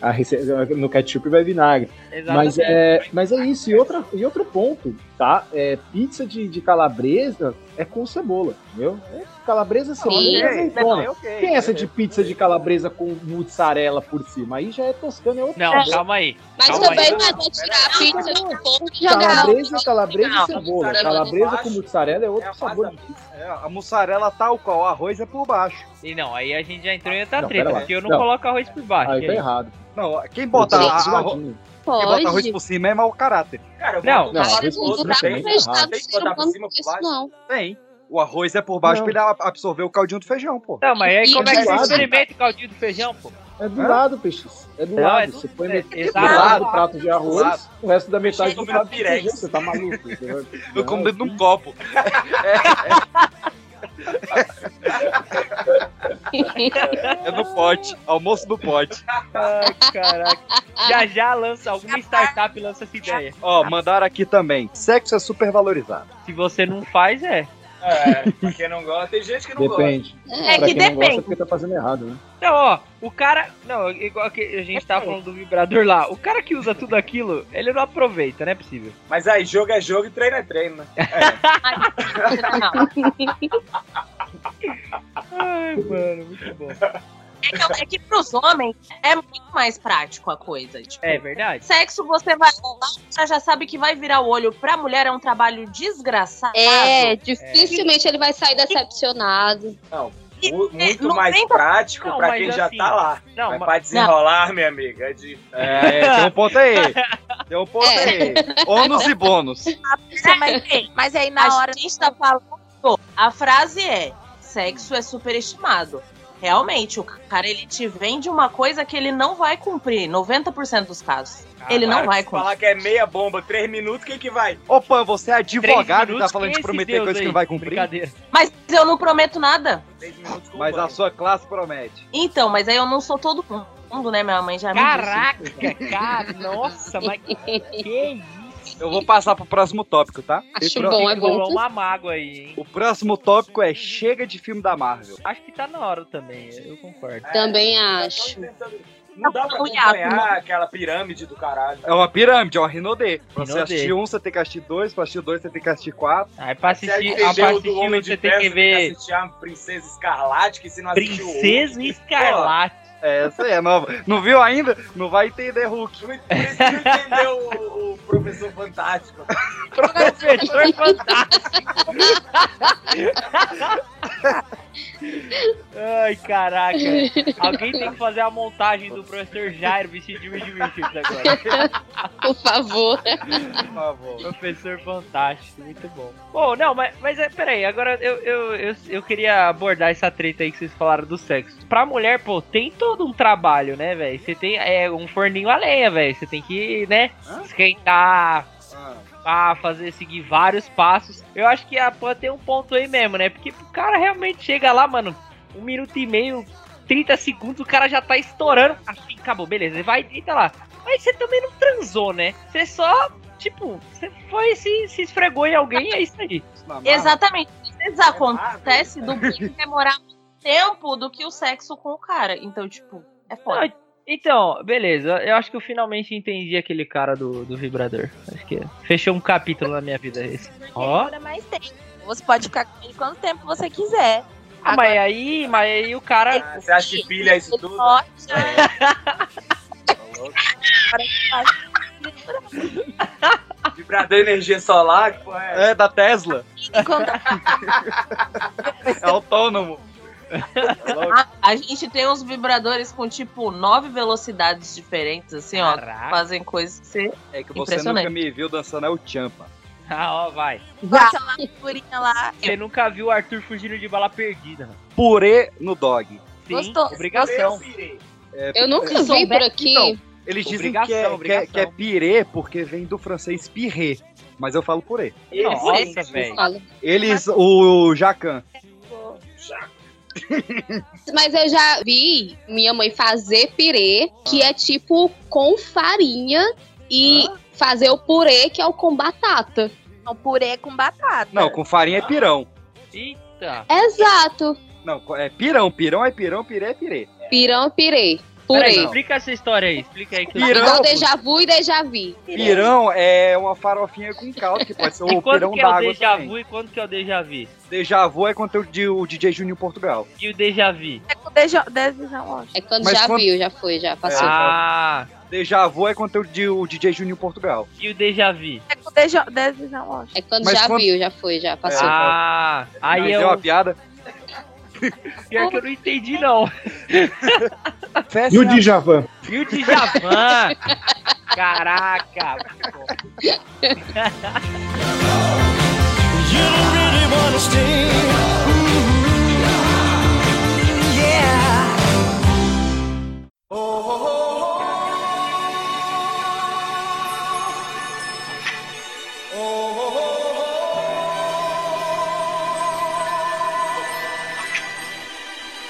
[SPEAKER 10] Ah, a receita, no ketchup vai vinagre.
[SPEAKER 2] Exatamente.
[SPEAKER 10] Mas é, mas é isso. E, outra, e outro ponto, tá? É, pizza de, de calabresa é com cebola, entendeu? É calabresa, cebola um
[SPEAKER 6] Sim.
[SPEAKER 10] e azeitona.
[SPEAKER 4] É ok,
[SPEAKER 10] Tem essa de pizza de calabresa com mussarela por cima. Aí já é toscana, é outra
[SPEAKER 2] Não,
[SPEAKER 10] coisa.
[SPEAKER 2] calma aí.
[SPEAKER 6] Mas
[SPEAKER 2] calma
[SPEAKER 6] também
[SPEAKER 2] aí.
[SPEAKER 6] não é tirar a pizza do fogo e jogar.
[SPEAKER 10] Calabresa, calabresa e cebola.
[SPEAKER 6] mussarela
[SPEAKER 10] Calabresa
[SPEAKER 4] embaixo.
[SPEAKER 10] com mussarela é outro sabor.
[SPEAKER 4] É, a mussarela tal qual, o arroz é por baixo.
[SPEAKER 2] E não, aí a gente já entrou em outra
[SPEAKER 10] Não, pera
[SPEAKER 2] treta,
[SPEAKER 10] lá.
[SPEAKER 2] porque eu não,
[SPEAKER 10] Não.
[SPEAKER 2] coloco arroz por baixo.
[SPEAKER 10] Aí
[SPEAKER 2] e
[SPEAKER 10] tá
[SPEAKER 2] aí?
[SPEAKER 10] errado. é
[SPEAKER 4] Não, quem bota,
[SPEAKER 10] Tem que
[SPEAKER 4] a-
[SPEAKER 10] ser
[SPEAKER 4] arro-
[SPEAKER 10] geladinho.
[SPEAKER 4] quem bota arroz
[SPEAKER 6] Pode.
[SPEAKER 4] por cima é mau caráter.
[SPEAKER 8] Cara, eu
[SPEAKER 2] Não,
[SPEAKER 8] boto
[SPEAKER 10] não,
[SPEAKER 8] pra-
[SPEAKER 10] arroz com
[SPEAKER 8] outro tem,
[SPEAKER 10] mussarela é
[SPEAKER 8] cara.
[SPEAKER 10] errado.
[SPEAKER 8] Tem que botar por cima, por baixo.
[SPEAKER 6] não.
[SPEAKER 4] Tem. O arroz é por baixo pra
[SPEAKER 10] Não.
[SPEAKER 4] ele a- absorver o caldinho do feijão, pô.
[SPEAKER 2] Não, mas aí
[SPEAKER 6] E
[SPEAKER 2] como é que você
[SPEAKER 10] gelado?
[SPEAKER 2] experimenta o caldinho do feijão, pô?
[SPEAKER 10] É do
[SPEAKER 4] Hã?
[SPEAKER 10] lado, peixes. É do
[SPEAKER 2] Não,
[SPEAKER 10] lado.
[SPEAKER 2] é do-
[SPEAKER 10] Você põe
[SPEAKER 2] é-
[SPEAKER 10] metade do
[SPEAKER 2] exato.
[SPEAKER 10] lado do prato de arroz,
[SPEAKER 4] Exato.
[SPEAKER 10] o resto da metade
[SPEAKER 4] Peixe
[SPEAKER 10] do
[SPEAKER 4] come
[SPEAKER 10] prato
[SPEAKER 4] na
[SPEAKER 10] de
[SPEAKER 4] pirex.
[SPEAKER 10] feijão. Você tá maluco. Você vai-
[SPEAKER 4] Eu como
[SPEAKER 10] Não,
[SPEAKER 4] dentro de um [laughs] copo. É no pote. Almoço no pote.
[SPEAKER 2] Ai, caraca. Já já lança, alguma startup lança essa ideia.
[SPEAKER 4] Ó, mandaram aqui também. Sexo é super valorizado.
[SPEAKER 2] Se você não faz, é.
[SPEAKER 8] É, pra quem não gosta, tem gente que não
[SPEAKER 10] Depende.
[SPEAKER 6] É,
[SPEAKER 10] pra
[SPEAKER 7] que
[SPEAKER 10] quem não gosta,
[SPEAKER 7] depende.
[SPEAKER 10] é porque tá fazendo errado, né?
[SPEAKER 2] Não, ó, o cara. Não, igual que a gente tava falando do vibrador lá. O cara que usa tudo aquilo, ele não aproveita, não é possível.
[SPEAKER 8] gosta. Mas aí, jogo é jogo e treino é treino, né?
[SPEAKER 7] é
[SPEAKER 2] Ai, mano, muito bom.
[SPEAKER 7] É que, é que pros homens é muito mais prático a coisa. Tipo,
[SPEAKER 2] É verdade?
[SPEAKER 7] Sexo, você vai lá, você já sabe que vai virar o olho pra mulher, é um trabalho desgraçado.
[SPEAKER 6] É, dificilmente ele vai sair decepcionado.
[SPEAKER 8] Mu- Muito
[SPEAKER 7] não
[SPEAKER 8] mais
[SPEAKER 7] tem-
[SPEAKER 8] prático
[SPEAKER 2] Não,
[SPEAKER 8] pra
[SPEAKER 2] mas
[SPEAKER 8] quem já
[SPEAKER 2] assim,
[SPEAKER 8] tá lá.
[SPEAKER 2] Não,
[SPEAKER 8] mas
[SPEAKER 2] ma-
[SPEAKER 8] pra desenrolar, minha amiga, é de...
[SPEAKER 4] É, tem um ponto aí. Tem um ponto aí. Ônus e bônus.
[SPEAKER 3] Nossa, mas,
[SPEAKER 2] [laughs]
[SPEAKER 3] mas aí na
[SPEAKER 7] a
[SPEAKER 3] hora.
[SPEAKER 7] gente tá falando. A frase é: sexo é superestimado. Realmente, o cara ele te vende uma coisa que ele não vai cumprir, 90% dos casos. ele não
[SPEAKER 8] Claro que
[SPEAKER 7] vai
[SPEAKER 8] se
[SPEAKER 7] cumprir.
[SPEAKER 8] falar que é meia bomba, três minutos, quem que vai?
[SPEAKER 4] Ô, Pan, você é
[SPEAKER 2] Três
[SPEAKER 4] advogado e tá
[SPEAKER 2] minutos,
[SPEAKER 4] falando
[SPEAKER 2] quem é
[SPEAKER 4] de
[SPEAKER 2] esse
[SPEAKER 4] prometer
[SPEAKER 2] Deus
[SPEAKER 4] coisa que
[SPEAKER 2] aí?
[SPEAKER 4] não vai cumprir?
[SPEAKER 2] Brincadeira.
[SPEAKER 8] é
[SPEAKER 7] Mas eu não prometo nada.
[SPEAKER 8] Três minutos com
[SPEAKER 4] Mas
[SPEAKER 8] banho.
[SPEAKER 4] a sua classe promete.
[SPEAKER 7] Então, mas aí eu não sou todo mundo, né? Minha
[SPEAKER 8] Tá
[SPEAKER 7] mãe já me disse.
[SPEAKER 2] Caraca, cara, nossa, mas
[SPEAKER 6] [laughs]
[SPEAKER 2] que é isso?
[SPEAKER 4] Eu vou passar pro próximo tópico, tá?
[SPEAKER 6] Acho
[SPEAKER 4] E pro-
[SPEAKER 6] bom, é bom.
[SPEAKER 2] Rolou uma mágoa aí, hein?
[SPEAKER 4] O próximo tópico é chega de filme da Marvel.
[SPEAKER 2] Acho que tá na hora também, eu concordo.
[SPEAKER 6] Também
[SPEAKER 8] Tô
[SPEAKER 6] acho.
[SPEAKER 8] tentando- Não dá pra
[SPEAKER 7] Não, Iago,
[SPEAKER 8] acompanhar aquela pirâmide do caralho.
[SPEAKER 4] É uma pirâmide, é uma Rinodê. Pra você
[SPEAKER 2] Rinodê.
[SPEAKER 4] assistir um, você tem que assistir dois. Pra assistir dois, você tem que assistir quatro.
[SPEAKER 2] Aí pra
[SPEAKER 8] Se aí
[SPEAKER 2] assistir,
[SPEAKER 8] você
[SPEAKER 2] a
[SPEAKER 8] vê
[SPEAKER 2] pra
[SPEAKER 8] o do
[SPEAKER 2] assistir
[SPEAKER 8] Homem
[SPEAKER 2] um,
[SPEAKER 8] de
[SPEAKER 2] você
[SPEAKER 8] Ferro,
[SPEAKER 2] tem que
[SPEAKER 8] Tem
[SPEAKER 2] ver
[SPEAKER 8] que assistir a Princesa Escarlate, que se não assistiu
[SPEAKER 2] Princesa Escarlate.
[SPEAKER 4] É, essa aí é nova. Não viu ainda? Não vai entender Hulk.
[SPEAKER 8] Por isso que não entendeu o, o Professor Fantástico.
[SPEAKER 2] Professor Fantástico. Ai, caraca. Alguém tem que fazer a montagem do professor Jairo vestido de Reed Richards agora.
[SPEAKER 6] Por favor.
[SPEAKER 4] Por favor.
[SPEAKER 2] Professor Fantástico, muito bom. Bom, não, mas, mas é, peraí, agora eu, eu, eu, eu queria abordar essa treta aí que vocês falaram do sexo. Pra mulher, pô, tem todo um trabalho, né, velho? Você tem é, um forninho a lenha, velho. Você tem que, né, esquentar, a fazer seguir vários passos. Eu acho que a Pan tem um ponto aí mesmo, né? Porque o cara realmente chega lá, mano, um minuto e meio, 30 segundos, o cara já tá estourando. Assim, acabou, beleza. Ele vai e deita lá. Mas você também não transou, né? Você só, tipo, você foi e se, se esfregou em alguém e é isso aí.
[SPEAKER 7] Exatamente. Às
[SPEAKER 8] [laughs]
[SPEAKER 7] vezes acontece do bicho demorar mais tempo do que o sexo com o cara. Então, tipo, é foda.
[SPEAKER 2] Não, Então, beleza. Eu acho que eu finalmente entendi aquele cara do, do vibrador. Acho que fechou um capítulo na minha vida esse. Ó.
[SPEAKER 3] Agora mais tempo. Você pode ficar com ele quanto tempo você quiser.
[SPEAKER 2] Ah, mas aí, mas aí o cara.
[SPEAKER 8] Você acha que pilha isso tudo? É. Vibrador energia solar? que porra é?
[SPEAKER 4] É, da Tesla.
[SPEAKER 8] É autônomo.
[SPEAKER 7] A, a gente tem uns vibradores com tipo nove velocidades diferentes, assim, ó.
[SPEAKER 2] Caraca.
[SPEAKER 7] Fazem coisas que você.
[SPEAKER 4] É que você
[SPEAKER 7] Impressionante.
[SPEAKER 4] nunca me viu dançando é o Champa.
[SPEAKER 2] Ah, ó, vai.
[SPEAKER 3] Bota lá a figurinha lá.
[SPEAKER 2] Você nunca viu o Arthur fugindo de bala perdida, mano.
[SPEAKER 4] Purê no dog.
[SPEAKER 2] Sim,
[SPEAKER 3] Gostoso,
[SPEAKER 2] obrigação.
[SPEAKER 4] É,
[SPEAKER 6] Eu nunca vi por aqui.
[SPEAKER 4] Eles dizem
[SPEAKER 2] Obrigação,
[SPEAKER 4] que é, que, é,
[SPEAKER 2] obrigação.
[SPEAKER 4] que é pirê porque vem do francês pirê, mas eu falo purê.
[SPEAKER 2] Nossa, velho.
[SPEAKER 6] Olha.
[SPEAKER 4] Eles, o Jacan.
[SPEAKER 6] Mas eu já vi minha mãe fazer pirê, que é tipo com farinha, e
[SPEAKER 4] Ah.
[SPEAKER 6] fazer o purê, que é o com batata.
[SPEAKER 3] Não, um purê com batata.
[SPEAKER 4] Não, com farinha é pirão.
[SPEAKER 2] Eita.
[SPEAKER 6] Exato.
[SPEAKER 4] Não, co- é pirão, pirão é pirão, pirê é pirê.
[SPEAKER 6] Pirão é pirê.
[SPEAKER 2] Peraí,
[SPEAKER 6] Purê.
[SPEAKER 2] explica essa história aí. Explica aí que eu-
[SPEAKER 4] Pirão.
[SPEAKER 6] Igual déjà vu e déjà vu.
[SPEAKER 4] Pirão é uma farofinha com caldo, que
[SPEAKER 2] [laughs]
[SPEAKER 4] pode ser
[SPEAKER 2] E
[SPEAKER 4] o
[SPEAKER 2] quanto
[SPEAKER 4] pirão
[SPEAKER 2] que é o
[SPEAKER 4] d'água
[SPEAKER 2] déjà
[SPEAKER 4] também.
[SPEAKER 2] vu e quanto que é o déjà vu?
[SPEAKER 4] Déjà vu é quando tem o di- o DJ Juninho Portugal.
[SPEAKER 2] E o déjà vu?
[SPEAKER 3] É com dejo- desejo, ó.
[SPEAKER 6] É quando
[SPEAKER 4] Mas
[SPEAKER 6] já
[SPEAKER 4] quando-
[SPEAKER 6] viu, já foi, já passou.
[SPEAKER 2] Ah,
[SPEAKER 4] Déjà vu é quando tem o di- o DJ Juninho Portugal.
[SPEAKER 2] e o déjà vu?
[SPEAKER 3] É com dejo- desejo, ó.
[SPEAKER 6] É quando
[SPEAKER 4] Mas
[SPEAKER 6] já
[SPEAKER 4] quando-
[SPEAKER 6] viu, já foi, já
[SPEAKER 4] É,
[SPEAKER 6] passou.
[SPEAKER 2] Ah, aí
[SPEAKER 4] Entendeu
[SPEAKER 2] eu...
[SPEAKER 4] a é piada?
[SPEAKER 2] Pior que eu não entendi, não.
[SPEAKER 4] Festa
[SPEAKER 16] E o
[SPEAKER 4] é a-
[SPEAKER 16] Djavan?
[SPEAKER 2] Viu, Djavan? Caraca.
[SPEAKER 15] You don't really wanna stay. Mhm. Yeah. Oh, oh, oh. Oh, oh, oh.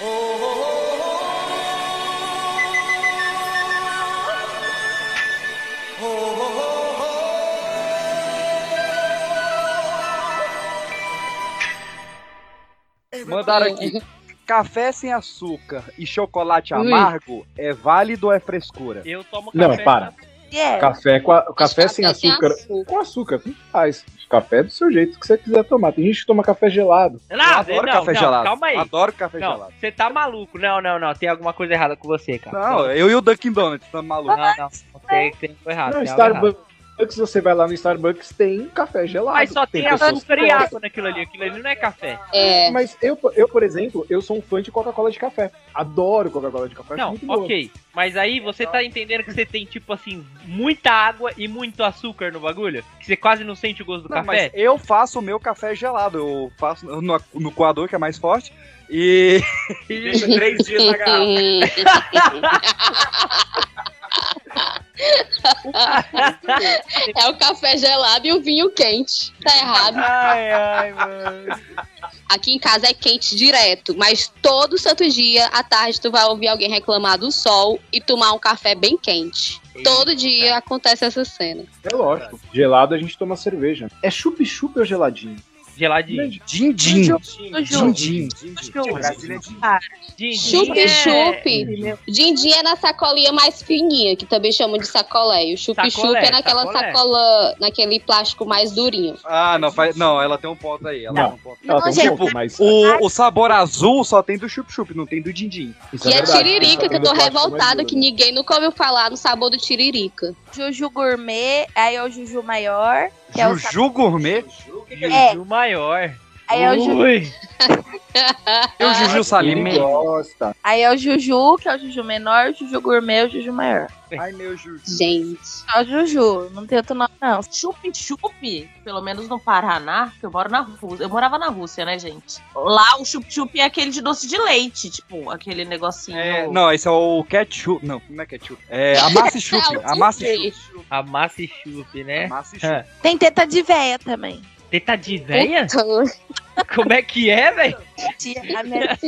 [SPEAKER 15] Oh, oh, oh. Oh, oh, oh.
[SPEAKER 4] Mandaram aqui. Café sem açúcar e chocolate
[SPEAKER 6] Ui.
[SPEAKER 4] amargo é válido ou é frescura?
[SPEAKER 2] Eu tomo café...
[SPEAKER 10] Não, para.
[SPEAKER 3] Yeah.
[SPEAKER 8] Tá.
[SPEAKER 10] Café, com a- café sem
[SPEAKER 6] Café sem
[SPEAKER 10] açúcar.
[SPEAKER 6] açúcar.
[SPEAKER 10] Com açúcar, tanto faz. Café é do seu jeito que você quiser tomar. Tem gente que toma café gelado.
[SPEAKER 2] Não,
[SPEAKER 4] Eu adoro
[SPEAKER 2] não,
[SPEAKER 4] café
[SPEAKER 2] não,
[SPEAKER 4] gelado.
[SPEAKER 2] calma aí.
[SPEAKER 4] Adoro café
[SPEAKER 2] Não,
[SPEAKER 4] gelado.
[SPEAKER 2] você tá maluco. Não, não, não. Tem alguma coisa errada com você, cara.
[SPEAKER 4] Não, eu e o Dunkin' Donuts tá estamos malucos.
[SPEAKER 2] não, não. não, Tem, tem algo errado.
[SPEAKER 10] não,
[SPEAKER 2] Ah, tem algo errado.
[SPEAKER 10] Starbucks, você vai lá no Starbucks, tem café gelado.
[SPEAKER 2] Mas só tem
[SPEAKER 10] pessoas que
[SPEAKER 2] açúcar e
[SPEAKER 10] gostam.
[SPEAKER 2] água naquilo ali. Aquilo ali não é café.
[SPEAKER 6] É.
[SPEAKER 10] Mas eu, eu, por exemplo, eu sou um fã de Coca-Cola de café. Adoro Coca-Cola de café. acho
[SPEAKER 2] Não,
[SPEAKER 10] muito boa.
[SPEAKER 2] ok. Mas aí você tá entendendo que você tem, tipo assim, muita água e muito açúcar no bagulho? Que você quase não sente o gosto do
[SPEAKER 4] Não, mas
[SPEAKER 2] café?
[SPEAKER 4] eu faço o meu café gelado. Eu faço no, no coador, que é mais forte. E.
[SPEAKER 8] E deixa três dias na
[SPEAKER 9] [laughs]
[SPEAKER 8] garrafa.
[SPEAKER 6] é o café gelado e o vinho quente. Tá errado.
[SPEAKER 4] ai, ai, mano.
[SPEAKER 6] Aqui em casa é quente direto, mas todo santo dia à tarde tu vai ouvir alguém reclamar do sol e tomar um café bem quente. Todo dia acontece essa cena.
[SPEAKER 10] É lógico. Gelado a gente toma cerveja. É chup-chup ou geladinho?
[SPEAKER 2] Geladinho.
[SPEAKER 4] [laughs] Din, din. Din, din.
[SPEAKER 8] Brasília de
[SPEAKER 2] Din- din é-
[SPEAKER 6] Chup-chup. Dindim é na sacolinha mais fininha, que também chamam de sacolé. E o chup-chup
[SPEAKER 2] Sacolé,
[SPEAKER 6] é naquela
[SPEAKER 2] sacolé.
[SPEAKER 6] sacola, naquele plástico mais durinho.
[SPEAKER 4] Ah, não, faz, não, ela tem um ponto aí. Ela
[SPEAKER 10] Não.
[SPEAKER 4] tem um ponto.
[SPEAKER 10] Ela toma
[SPEAKER 3] gente.
[SPEAKER 10] um pouco, mas.
[SPEAKER 2] Ah,
[SPEAKER 4] O, o sabor azul só tem do chup-chup, não tem do din-din.
[SPEAKER 10] Isso
[SPEAKER 6] E é
[SPEAKER 10] verdade, isso
[SPEAKER 6] tiririca,
[SPEAKER 10] é
[SPEAKER 6] que eu tô
[SPEAKER 10] verdade,
[SPEAKER 6] revoltada
[SPEAKER 10] mas-
[SPEAKER 6] que ninguém nunca ouviu falar no sabor do tiririca.
[SPEAKER 3] Juju gourmet, aí é o Juju maior. Que é o sa-
[SPEAKER 4] Juju gourmet
[SPEAKER 2] Juju é maior.
[SPEAKER 3] aí,
[SPEAKER 8] Uh.
[SPEAKER 3] é o Juju,
[SPEAKER 2] Ui.
[SPEAKER 4] e o Juju Salim.
[SPEAKER 10] Ele gosta.
[SPEAKER 3] aí é o Juju, que é o Juju menor, o Juju gourmet e o Juju maior.
[SPEAKER 4] Ai, meu Juju.
[SPEAKER 6] [laughs] Gente.
[SPEAKER 3] Só o Juju, não tem outro nome, não.
[SPEAKER 7] Chup-chup, pelo menos no Paraná, que eu moro na Rússia. Eu morava na Rússia, né, gente? Lá o chup-chup é aquele de doce de leite, tipo, aquele negocinho.
[SPEAKER 4] É, não, esse é o ketchup. Não, não é ketchup. [laughs] É amasse chup.
[SPEAKER 6] É, eu
[SPEAKER 4] Amasse
[SPEAKER 6] sei.
[SPEAKER 4] chup.
[SPEAKER 2] Amassa e chup, né?
[SPEAKER 4] Amasse
[SPEAKER 2] É.
[SPEAKER 4] chup.
[SPEAKER 3] Tem teta de véia também.
[SPEAKER 2] Teta tá de
[SPEAKER 3] [laughs]
[SPEAKER 2] véia?
[SPEAKER 6] Então,
[SPEAKER 2] Como é que é, velho?
[SPEAKER 3] A minha [laughs]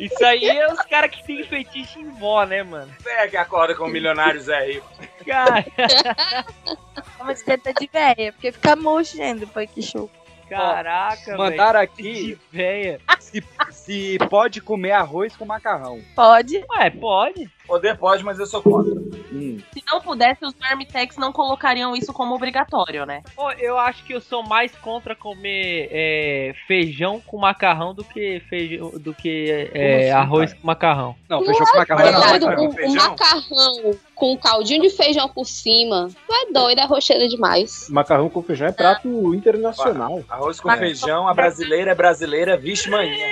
[SPEAKER 2] Isso aí é os caras que tem feitiço em vó, né, mano?
[SPEAKER 8] Quem é que acorda com o milionário Zé Rico?
[SPEAKER 2] Cara,
[SPEAKER 3] chama de teta de véia, porque fica murcho, gente, depois que chupa.
[SPEAKER 2] caraca, velho.
[SPEAKER 4] Mandaram
[SPEAKER 2] De
[SPEAKER 4] aqui
[SPEAKER 2] véia.
[SPEAKER 4] se, se pode comer arroz com macarrão.
[SPEAKER 3] Pode.
[SPEAKER 2] Ué, pode.
[SPEAKER 8] Poder pode, mas eu sou contra.
[SPEAKER 7] Se não pudesse, os marmitex não colocariam isso como obrigatório, né?
[SPEAKER 2] Pô, eu acho que eu sou mais contra comer é, feijão com macarrão do que feijão, do que é,
[SPEAKER 6] Como assim,
[SPEAKER 2] arroz com macarrão.
[SPEAKER 4] Não,
[SPEAKER 6] feijão com
[SPEAKER 4] é
[SPEAKER 6] macarrão Cuidado, o, o um macarrão com um caldinho de feijão por cima. Tu é doido, é rocheira demais.
[SPEAKER 10] Macarrão com feijão é prato internacional.
[SPEAKER 8] Arroz com feijão, a brasileira é brasileira, vixe manhã.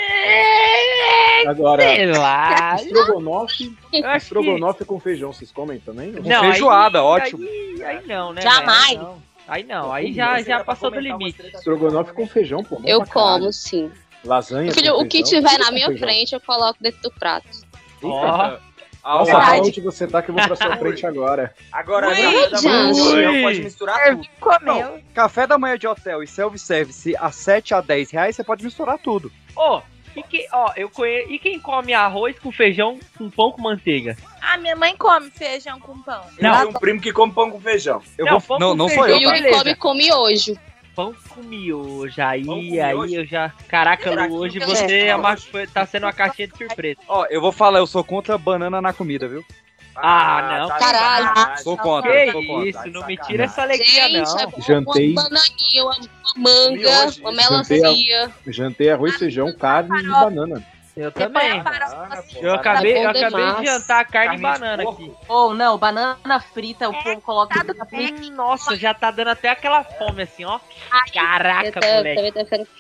[SPEAKER 10] Agora,
[SPEAKER 8] [laughs]
[SPEAKER 6] É,
[SPEAKER 8] sei lá.
[SPEAKER 10] estrogonofe,
[SPEAKER 2] Eu acho que-
[SPEAKER 10] estrogonofe com feijão, vocês comem também?
[SPEAKER 2] Não, aí- aí- Aí, não, né?
[SPEAKER 6] Jamais.
[SPEAKER 2] velho? Aí não. Aí não, aí já,
[SPEAKER 10] Você
[SPEAKER 2] já passou do limite.
[SPEAKER 10] Estrogonofe com feijão, pô. bom
[SPEAKER 6] Eu
[SPEAKER 10] pra caralho.
[SPEAKER 6] como, sim.
[SPEAKER 10] Lasanha
[SPEAKER 6] Filho,
[SPEAKER 10] com
[SPEAKER 6] o que
[SPEAKER 10] feijão,
[SPEAKER 6] tiver
[SPEAKER 10] tudo
[SPEAKER 6] na
[SPEAKER 10] com
[SPEAKER 6] minha
[SPEAKER 10] feijão.
[SPEAKER 6] frente, eu coloco dentro do prato.
[SPEAKER 10] Ó.
[SPEAKER 8] Ó,
[SPEAKER 10] Nossa,
[SPEAKER 8] verdade.
[SPEAKER 10] pra onde você tá que eu vou pra sua
[SPEAKER 6] [laughs]
[SPEAKER 10] frente agora.
[SPEAKER 8] Agora,
[SPEAKER 4] Ui,
[SPEAKER 8] café da manhã,
[SPEAKER 4] gente.
[SPEAKER 8] feijão, pode misturar tudo.
[SPEAKER 4] Não, café da manhã de hotel e self-service a 7 a 10 reais, você pode misturar tudo.
[SPEAKER 2] Ô, e, que, ó, eu conhe... e quem come arroz com feijão com pão com manteiga?
[SPEAKER 3] Ah, minha mãe come feijão com pão.
[SPEAKER 8] Eu tenho um primo que come pão com feijão.
[SPEAKER 2] Eu Não, vou- pão não, com não sou
[SPEAKER 6] E o que come com miojo.
[SPEAKER 2] Pão com miojo, aí, aí eu já... Caraca, Lu, hoje você é uma... foi- tá sendo uma caixinha de surpresa.
[SPEAKER 4] Ó, eu vou falar, eu sou contra banana na comida, viu?
[SPEAKER 2] Ah, não.
[SPEAKER 6] Caralho.
[SPEAKER 4] Sou contra, sou
[SPEAKER 2] Que
[SPEAKER 4] contra.
[SPEAKER 2] isso, não me tira essa alegria,
[SPEAKER 6] Gente, é
[SPEAKER 2] não.
[SPEAKER 6] bom.
[SPEAKER 10] Jantei.
[SPEAKER 6] Uma bananinha, uma uma manga, uma
[SPEAKER 10] Jantei,
[SPEAKER 6] melancia.
[SPEAKER 10] a- jantei arroz, feijão, carne e banana.
[SPEAKER 2] Eu
[SPEAKER 7] também.
[SPEAKER 10] Eu acabei- eu acabei de
[SPEAKER 2] jantar carne e banana
[SPEAKER 7] aqui. Ou não, banana frita, o povo coloca na
[SPEAKER 2] Hum, Nossa, já tá dando até aquela fome assim, ó. Caraca, moleque.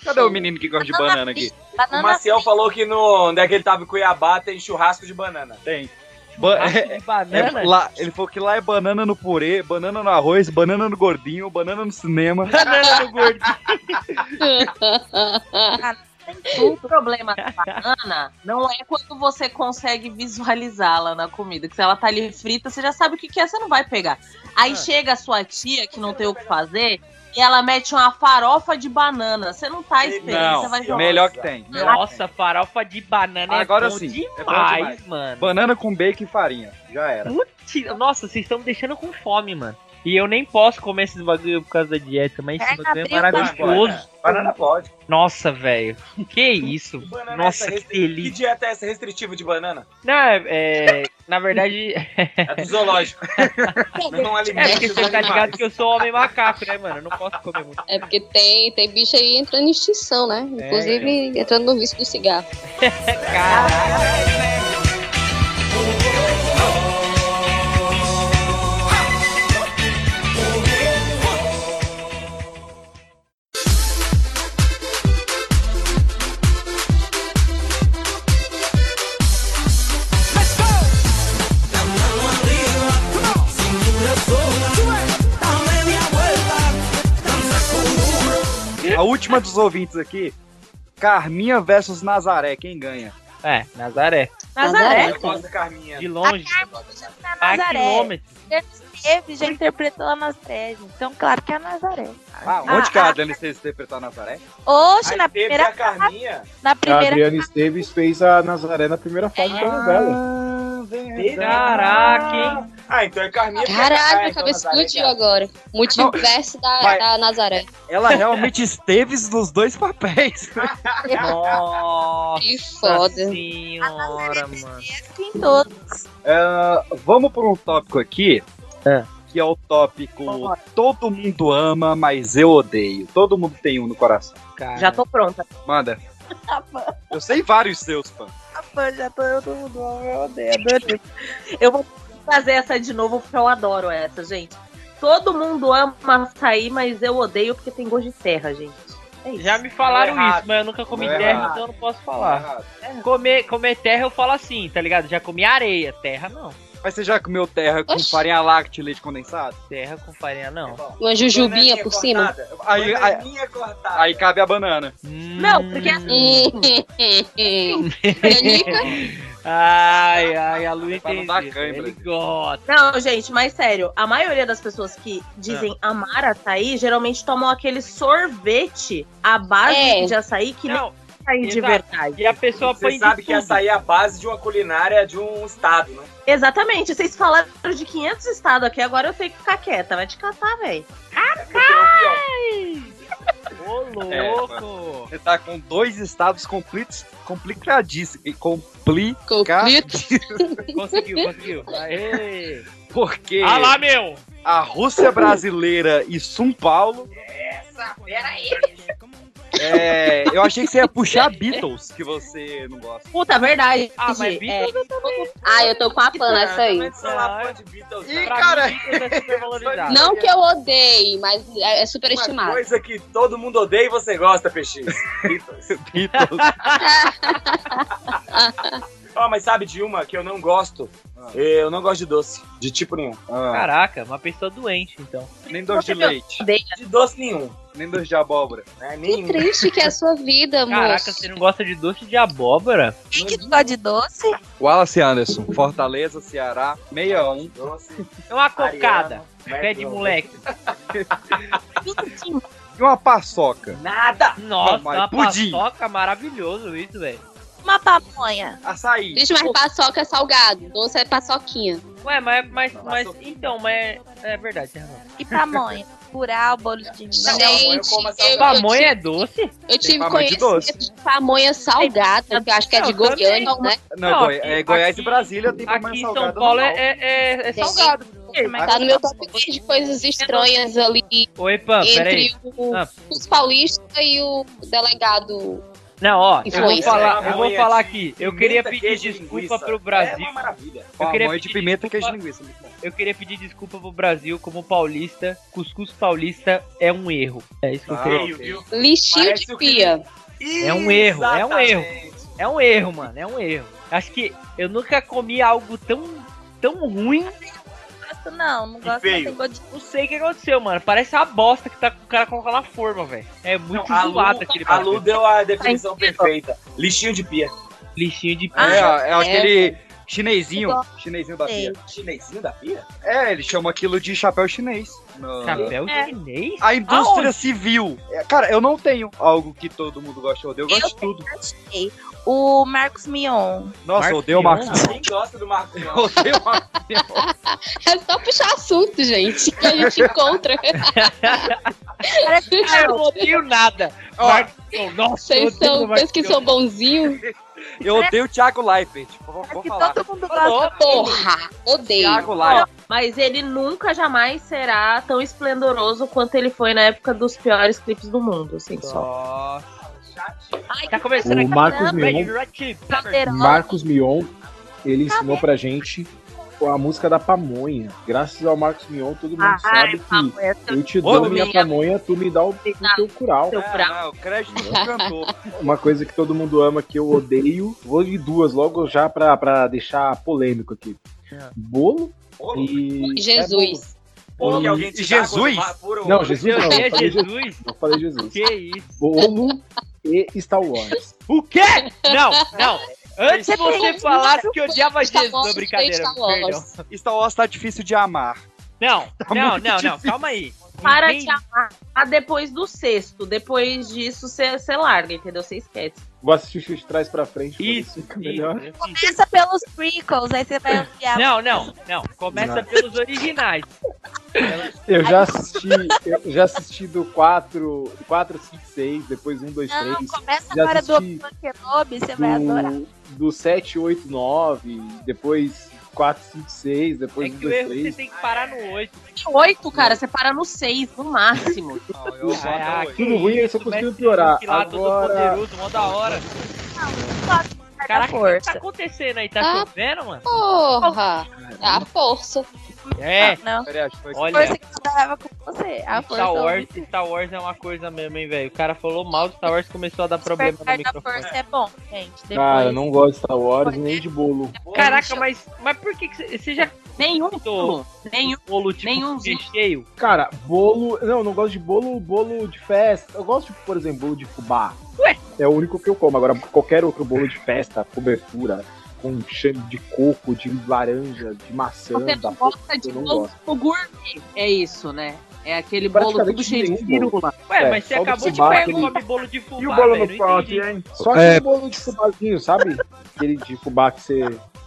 [SPEAKER 4] Cadê o menino que gosta de banana
[SPEAKER 8] aqui? O
[SPEAKER 2] Banana
[SPEAKER 8] Maciel falou que no, onde é que ele tava em Cuiabá tem churrasco de banana.
[SPEAKER 4] Tem. Ba-
[SPEAKER 2] Ah,
[SPEAKER 4] é- é lá- ele falou que lá é banana no purê, banana no arroz, banana no gordinho, banana no cinema.
[SPEAKER 2] Banana no gordinho.
[SPEAKER 6] [laughs]
[SPEAKER 7] O problema da banana não é quando você consegue visualizá-la na comida. Que se ela tá ali frita, você já sabe o que, que é, você não vai pegar.
[SPEAKER 2] Ah.
[SPEAKER 7] Aí chega a sua tia, que não tem o que fazer, e ela mete uma farofa de banana. Você não tá esperando, você vai
[SPEAKER 4] Não, melhor que tem. melhor que
[SPEAKER 2] Nossa, farofa de banana
[SPEAKER 4] Agora
[SPEAKER 2] é bom
[SPEAKER 4] sim,
[SPEAKER 2] demais,
[SPEAKER 4] é bom demais.
[SPEAKER 2] mano.
[SPEAKER 4] tem. Banana com bacon e farinha, já era.
[SPEAKER 2] Putz, nossa, vocês estão me deixando com fome, mano. E eu nem posso comer esses bagulho por causa da dieta, mas esse bagulho é maravilhoso.
[SPEAKER 8] Banana pode.
[SPEAKER 2] Nossa, velho. Que isso?
[SPEAKER 8] Banana é essa
[SPEAKER 2] Nossa, que
[SPEAKER 8] restri- Que
[SPEAKER 2] delícia.
[SPEAKER 8] dieta é essa restritiva de
[SPEAKER 2] [laughs]
[SPEAKER 8] banana?
[SPEAKER 2] Não, é, é, na verdade. É
[SPEAKER 8] do zoológico. né? Não alimenta
[SPEAKER 2] É porque
[SPEAKER 8] os
[SPEAKER 2] você tá
[SPEAKER 8] animais.
[SPEAKER 2] ligado que eu sou homem macaco, né, mano? Eu não posso comer muito.
[SPEAKER 6] É porque tem, tem bicho aí entrando em extinção, né? Inclusive entrando no vício do cigarro.
[SPEAKER 8] Ah,
[SPEAKER 2] né?
[SPEAKER 4] A última dos ouvintes aqui, Carminha versus Nazaré, quem ganha?
[SPEAKER 2] É, Nazaré.
[SPEAKER 6] tá
[SPEAKER 3] Nazaré.
[SPEAKER 8] Eu gosto da Carminha.
[SPEAKER 2] De longe. Ah,
[SPEAKER 3] A é Nazaré.
[SPEAKER 2] quilômetro.
[SPEAKER 3] Já esteve, já interpretou a Nazaré. gente. Então, claro que é a Nazaré.
[SPEAKER 4] Ah, onde que a Adriana esteve interpretar Nazaré?
[SPEAKER 3] Oxe, na
[SPEAKER 8] Teve
[SPEAKER 3] primeira.
[SPEAKER 8] a Carminha.
[SPEAKER 3] Na
[SPEAKER 10] A
[SPEAKER 3] primeira.
[SPEAKER 10] Adriana Esteves fez a Nazaré na primeira
[SPEAKER 4] É.
[SPEAKER 10] fase
[SPEAKER 6] É.
[SPEAKER 10] da novela.
[SPEAKER 8] Teve.
[SPEAKER 2] Caraca, hein?
[SPEAKER 8] Ah, então é Carminha. porque é
[SPEAKER 6] Caralho,
[SPEAKER 8] Nazaré,
[SPEAKER 6] minha
[SPEAKER 8] então
[SPEAKER 6] cabeça
[SPEAKER 8] Nazaré,
[SPEAKER 6] explodiu agora. Multiverso da,
[SPEAKER 4] Vai.
[SPEAKER 6] da Nazaré.
[SPEAKER 4] Ela realmente esteve nos dois papéis.
[SPEAKER 2] Nossa
[SPEAKER 6] Que foda.
[SPEAKER 2] senhora, mano.
[SPEAKER 3] Em todos.
[SPEAKER 4] Ah, vamos por um tópico aqui. Que é o tópico todo mundo ama, mas eu odeio. Todo mundo tem um no coração.
[SPEAKER 7] Já tô pronta.
[SPEAKER 4] [laughs] Manda. Tá Eu sei vários seus, fã.
[SPEAKER 7] Rapaz, já
[SPEAKER 3] tá
[SPEAKER 7] tô eu todo eu odeio, adorei. Eu vou fazer essa de novo porque eu adoro essa, gente. Todo mundo ama açaí, mas eu odeio porque tem gosto de terra, gente. É
[SPEAKER 2] Já me falaram
[SPEAKER 7] Errado.
[SPEAKER 2] isso, mas eu nunca comi
[SPEAKER 7] Errado.
[SPEAKER 2] terra, então eu não posso falar. Comer, comer terra eu falo assim, tá ligado? Já comi areia, terra não.
[SPEAKER 4] Mas você já comeu terra com farinha láctea e leite condensado?
[SPEAKER 2] Terra com farinha não.
[SPEAKER 6] Uma jujubinha por cima.
[SPEAKER 4] Aí, aí,
[SPEAKER 8] é
[SPEAKER 4] aí cabe a banana.
[SPEAKER 2] Hum.
[SPEAKER 7] Não, porque
[SPEAKER 6] Hum. [laughs] assim.
[SPEAKER 2] ai, ai, a Lu
[SPEAKER 4] Pra não
[SPEAKER 2] entendeu.
[SPEAKER 4] dar cãibra.
[SPEAKER 2] Ele gosta.
[SPEAKER 7] Não, gente, mas sério, a maioria das pessoas que
[SPEAKER 2] É.
[SPEAKER 7] dizem amar açaí geralmente tomam aquele sorvete à base
[SPEAKER 6] É.
[SPEAKER 7] de açaí que
[SPEAKER 2] não
[SPEAKER 7] é açaí de
[SPEAKER 2] Exato.
[SPEAKER 7] verdade.
[SPEAKER 2] E a pessoa
[SPEAKER 8] Você
[SPEAKER 2] põe
[SPEAKER 8] sabe
[SPEAKER 2] de
[SPEAKER 8] que
[SPEAKER 2] tudo.
[SPEAKER 8] essa aí é a base de uma culinária de um estado, né?
[SPEAKER 7] Exatamente, vocês falaram de 500 estados aqui, agora eu tenho que ficar quieta, vai te catar, velho.
[SPEAKER 8] É porque é o pior.
[SPEAKER 2] louco!
[SPEAKER 4] Você tá com dois estados conflitos, complicadíssimos. e
[SPEAKER 6] Hum.
[SPEAKER 4] Complicadíssimos.
[SPEAKER 2] Conseguiu, conseguiu. Aê!
[SPEAKER 4] Porque
[SPEAKER 2] Ah lá, meu!
[SPEAKER 4] a Rússia brasileira e São Paulo.
[SPEAKER 2] Essa, pera aí!
[SPEAKER 4] é, eu achei que você ia puxar Beatles, que você não gosta.
[SPEAKER 7] Puta, verdade.
[SPEAKER 2] Ah, mas
[SPEAKER 7] Gigi,
[SPEAKER 2] Beatles eu também.
[SPEAKER 6] Ah, eu tô com a pana essa aí.
[SPEAKER 4] Ih,
[SPEAKER 2] Pra
[SPEAKER 4] cara,
[SPEAKER 2] mim, Beatles é supervalorizado.
[SPEAKER 6] Não que eu odeie, mas é, é
[SPEAKER 8] Uma
[SPEAKER 6] superestimado.
[SPEAKER 8] coisa que todo mundo odeia e você gosta,
[SPEAKER 4] [laughs]
[SPEAKER 8] peixinho. Ó, Ah, mas sabe de uma que eu não gosto? Eu não gosto de doce, de tipo nenhum.
[SPEAKER 2] Caraca, uma pessoa doente, então.
[SPEAKER 4] Nem doce de leite.
[SPEAKER 8] De doce nenhum.
[SPEAKER 4] Nem doce de abóbora.
[SPEAKER 8] É,
[SPEAKER 6] Que triste que é a sua vida,
[SPEAKER 2] Caraca,
[SPEAKER 6] moço.
[SPEAKER 2] você não gosta de doce de abóbora?
[SPEAKER 3] Quem que não gosta de doce?
[SPEAKER 4] Wallace Anderson, Fortaleza, Ceará, 61.
[SPEAKER 2] É uma cocada.
[SPEAKER 8] né?
[SPEAKER 2] Pé de
[SPEAKER 4] Ariana.
[SPEAKER 2] moleque.
[SPEAKER 4] E uma paçoca.
[SPEAKER 8] Nada! é
[SPEAKER 2] Nossa,
[SPEAKER 4] Não, mas
[SPEAKER 2] uma
[SPEAKER 4] pudim.
[SPEAKER 2] paçoca maravilhoso isso, velho.
[SPEAKER 3] Uma pamonha.
[SPEAKER 4] Açaí.
[SPEAKER 6] Triste, mas paçoca é salgado. Doce é paçoquinha.
[SPEAKER 2] Ué, mas, mas, mas então, mas é verdade, tem razão.
[SPEAKER 3] E pamonha? Curau, bolo de mel.
[SPEAKER 6] Gente, eu, eu
[SPEAKER 2] Pamonha
[SPEAKER 6] tive,
[SPEAKER 2] é doce?
[SPEAKER 6] eu tive
[SPEAKER 4] pamonha de
[SPEAKER 6] conhecimento de pamonha salgada, que eu acho que é de
[SPEAKER 2] Não, também.
[SPEAKER 6] Goiânia, né?
[SPEAKER 4] Não,
[SPEAKER 2] Não,
[SPEAKER 4] Goi-
[SPEAKER 2] aqui-
[SPEAKER 4] é Goiás
[SPEAKER 2] aqui-
[SPEAKER 4] e Brasília tem pamonha
[SPEAKER 2] Aqui em São
[SPEAKER 4] salgada
[SPEAKER 2] Paulo
[SPEAKER 4] normal.
[SPEAKER 2] é, é, é
[SPEAKER 6] Gente,
[SPEAKER 2] salgado.
[SPEAKER 6] Tá no meu top 10 de coisas estranhas ali
[SPEAKER 2] Oi, Pan, peraí.
[SPEAKER 6] entre o-
[SPEAKER 2] Ah.
[SPEAKER 6] os paulistas e o delegado.
[SPEAKER 2] Não, ó, eu
[SPEAKER 6] Isso
[SPEAKER 2] vou
[SPEAKER 6] aí.
[SPEAKER 2] falar, eu vou
[SPEAKER 8] Pamonha
[SPEAKER 2] falar
[SPEAKER 8] de
[SPEAKER 2] aqui. Eu queria pedir
[SPEAKER 8] queijo e
[SPEAKER 2] desculpa
[SPEAKER 8] linguiça.
[SPEAKER 2] pro Brasil.
[SPEAKER 8] É uma maravilha.
[SPEAKER 2] Eu queria
[SPEAKER 4] Pamonha de
[SPEAKER 2] pedir
[SPEAKER 4] pimenta, queijo e
[SPEAKER 2] desculpa-
[SPEAKER 4] linguiça. muito bom.
[SPEAKER 2] Eu queria pedir desculpa pro Brasil como paulista. Cuscuz paulista é um erro. É isso que eu
[SPEAKER 4] Ah,
[SPEAKER 2] queria.
[SPEAKER 4] ok.
[SPEAKER 6] Lixinho
[SPEAKER 8] Parece
[SPEAKER 6] de
[SPEAKER 8] o
[SPEAKER 6] pia.
[SPEAKER 2] É um erro, é um erro.
[SPEAKER 8] Exatamente.
[SPEAKER 2] É um erro, mano, é um erro. Acho que eu nunca comi algo tão, tão ruim.
[SPEAKER 3] Gosto Não, não gosto. Não
[SPEAKER 8] feio.
[SPEAKER 3] tem gosto de
[SPEAKER 2] Não sei o que aconteceu, mano. Parece uma bosta que tá, o cara colocou na forma, velho. É
[SPEAKER 8] Não,
[SPEAKER 2] muito
[SPEAKER 8] a Lu,
[SPEAKER 2] zoado aquele
[SPEAKER 8] a Lu
[SPEAKER 2] bagulho.
[SPEAKER 8] deu a definição perfeita. Lixinho de pia.
[SPEAKER 2] Lixinho de pia.
[SPEAKER 4] É, ó, é aquele chinesinho. Chinesinho da pia.
[SPEAKER 8] Chinesinho da pia?
[SPEAKER 4] É, eles chamam aquilo de chapéu chinês. No-
[SPEAKER 2] Chapéu
[SPEAKER 7] É.
[SPEAKER 2] chinês?
[SPEAKER 4] A indústria civil. É, Cara, eu não tenho algo que todo mundo gosta. Eu odeio, eu gosto
[SPEAKER 3] Eu
[SPEAKER 4] de tudo.
[SPEAKER 3] achei. O Marcos Mion.
[SPEAKER 4] Nossa, eu
[SPEAKER 2] Marcos
[SPEAKER 4] odeio o
[SPEAKER 2] Mion?
[SPEAKER 4] Marcos.
[SPEAKER 8] Quem gosta do Marcos
[SPEAKER 4] [laughs] Eu
[SPEAKER 8] Mion?
[SPEAKER 4] odeio o Marcos.
[SPEAKER 6] É só puxar assunto, gente, que a gente encontra.
[SPEAKER 3] Parece que
[SPEAKER 2] Ah, eu não odeio nada.
[SPEAKER 4] Ó.
[SPEAKER 2] Marcos, oh, nossa, eu
[SPEAKER 6] Vocês
[SPEAKER 2] odeio
[SPEAKER 6] são,
[SPEAKER 2] Marcos
[SPEAKER 6] vocês que são bonzinhos.
[SPEAKER 4] Eu odeio o Thiago Leifert. Vou,
[SPEAKER 3] parece
[SPEAKER 4] vou
[SPEAKER 3] que
[SPEAKER 4] falar.
[SPEAKER 3] todo mundo
[SPEAKER 2] Falou,
[SPEAKER 3] gosta.
[SPEAKER 6] Porra, odeio.
[SPEAKER 4] Thiago Leifert.
[SPEAKER 7] Mas ele nunca jamais será tão esplendoroso quanto ele foi na época dos piores clipes do mundo, assim, só.
[SPEAKER 4] Nossa.
[SPEAKER 3] Ai,
[SPEAKER 2] Tá
[SPEAKER 3] que
[SPEAKER 2] começando
[SPEAKER 3] caramba,
[SPEAKER 2] aqui.
[SPEAKER 10] Marcos
[SPEAKER 2] Red
[SPEAKER 10] Mion.
[SPEAKER 2] Hot Chili Peppers.
[SPEAKER 3] caldeirão.
[SPEAKER 10] Marcos Mion, ele ensinou pra gente a música da pamonha. Graças ao Marcos Mion, todo mundo
[SPEAKER 7] Ah,
[SPEAKER 10] sabe que
[SPEAKER 7] é,
[SPEAKER 10] eu te
[SPEAKER 4] Ô,
[SPEAKER 10] dou minha
[SPEAKER 7] minha-
[SPEAKER 10] pamonha, tu me dá o, o teu curau.
[SPEAKER 7] Seu bravo.
[SPEAKER 4] Ah, o crédito do cantor.
[SPEAKER 10] Uma coisa que todo mundo ama, que eu odeio. Vou de duas logo já pra, pra deixar polêmico aqui. Bolo e.
[SPEAKER 6] Jesus.
[SPEAKER 8] Pô, que alguém te
[SPEAKER 4] E
[SPEAKER 8] dá quando
[SPEAKER 4] Jesus?
[SPEAKER 8] vai por um-
[SPEAKER 10] Não, Jesus não.
[SPEAKER 2] Que
[SPEAKER 10] Eu
[SPEAKER 2] é
[SPEAKER 10] falei, Je-
[SPEAKER 2] Jesus?
[SPEAKER 10] eu falei Jesus.
[SPEAKER 2] Que isso?
[SPEAKER 10] Bolo e Star Wars.
[SPEAKER 2] O quê? Não, não. Antes
[SPEAKER 3] Você
[SPEAKER 2] você
[SPEAKER 3] tem-
[SPEAKER 2] falasse que odiava
[SPEAKER 6] Star
[SPEAKER 2] Jesus. Não,
[SPEAKER 6] Wars,
[SPEAKER 2] brincadeira.
[SPEAKER 6] Star Wars.
[SPEAKER 2] Perdão.
[SPEAKER 4] Star Wars tá difícil de amar.
[SPEAKER 2] Não,
[SPEAKER 10] Tá
[SPEAKER 2] não,
[SPEAKER 4] muito
[SPEAKER 2] não, não.
[SPEAKER 4] difícil.
[SPEAKER 2] Calma aí.
[SPEAKER 7] Para
[SPEAKER 2] Ninguém-
[SPEAKER 7] te amar ah, depois do sexto. Depois disso, você larga, entendeu? Você esquece.
[SPEAKER 10] Vou assistir isso de trás pra frente. pra ver
[SPEAKER 2] Isso,
[SPEAKER 10] se fica melhor.
[SPEAKER 2] isso, isso.
[SPEAKER 3] Começa pelos prequels, aí você vai ampliar.
[SPEAKER 2] Não, não, não. Começa
[SPEAKER 10] Não.
[SPEAKER 2] pelos originais. É
[SPEAKER 10] Eu já assisti, eu já assisti do 4, 4, 5, 6, depois 1, 2,
[SPEAKER 3] Não,
[SPEAKER 10] 3.
[SPEAKER 3] começa
[SPEAKER 10] Já
[SPEAKER 3] agora do
[SPEAKER 10] assisti
[SPEAKER 3] Obi-Wan Kenobi, você vai adorar.
[SPEAKER 10] Do, do 7, 8, 9, depois 4, 5, 6,
[SPEAKER 2] É
[SPEAKER 10] depois 1,
[SPEAKER 2] que o
[SPEAKER 10] 2,
[SPEAKER 2] erro você
[SPEAKER 10] 3.
[SPEAKER 2] tem que parar no 8.
[SPEAKER 7] Oito, cara, você para no seis, no máximo.
[SPEAKER 4] Não, eu adoro
[SPEAKER 2] Caraca,
[SPEAKER 4] ele.
[SPEAKER 10] Tudo ruim, eu
[SPEAKER 2] isso,
[SPEAKER 10] só consigo
[SPEAKER 2] mestre
[SPEAKER 10] piorar.
[SPEAKER 2] Luke lá, todo
[SPEAKER 10] Agora-
[SPEAKER 2] poderoso, mó da hora. Caraca, o que tá
[SPEAKER 3] força.
[SPEAKER 2] acontecendo aí? Tá
[SPEAKER 6] Ah.
[SPEAKER 2] chovendo, mano?
[SPEAKER 6] Porra. A força.
[SPEAKER 2] É.
[SPEAKER 3] Não,
[SPEAKER 4] Peraí, acho que foi-
[SPEAKER 2] Olha.
[SPEAKER 3] Ah, força que eu tava com você. A força.
[SPEAKER 2] Star Wars, Star Wars é uma coisa mesmo, hein, velho. O cara falou mal do Star Wars começou a dar problema no
[SPEAKER 3] Despertar da
[SPEAKER 2] microfone.
[SPEAKER 3] força é bom, gente. Depois...
[SPEAKER 10] Cara, eu não gosto de Star Wars nem de bolo.
[SPEAKER 2] Caraca, mas, mas por que que você você já
[SPEAKER 7] Nenhum,
[SPEAKER 2] Tô.
[SPEAKER 7] nenhum.
[SPEAKER 2] bolo tipo
[SPEAKER 7] Nenhum
[SPEAKER 2] recheio?
[SPEAKER 10] Cara, bolo. Não, eu não gosto de bolo, bolo de festa. Eu gosto, por exemplo, bolo de fubá.
[SPEAKER 2] Ué?
[SPEAKER 10] É o único que eu como. Agora, qualquer outro bolo de festa, cobertura, com cheiro de coco, de laranja, de maçã,
[SPEAKER 7] Você
[SPEAKER 10] da
[SPEAKER 2] um
[SPEAKER 7] não gosta de
[SPEAKER 10] eu não
[SPEAKER 7] bolo
[SPEAKER 10] gosto.
[SPEAKER 7] tipo gourmet. É isso, né? É aquele bolo tudo
[SPEAKER 10] Praticamente
[SPEAKER 7] cheio de
[SPEAKER 10] nenhum bolo.
[SPEAKER 7] firula.
[SPEAKER 2] Ué,
[SPEAKER 10] É,
[SPEAKER 2] mas você
[SPEAKER 10] só do
[SPEAKER 2] acabou de
[SPEAKER 10] fubá,
[SPEAKER 2] falar que
[SPEAKER 10] aquele-
[SPEAKER 2] come bolo de fubá,
[SPEAKER 4] E o bolo
[SPEAKER 2] velho,
[SPEAKER 4] no
[SPEAKER 2] não
[SPEAKER 4] pote,
[SPEAKER 2] entendi.
[SPEAKER 4] hein?
[SPEAKER 10] Só aquele bolo de fubazinho, sabe? Aquele de fubá que você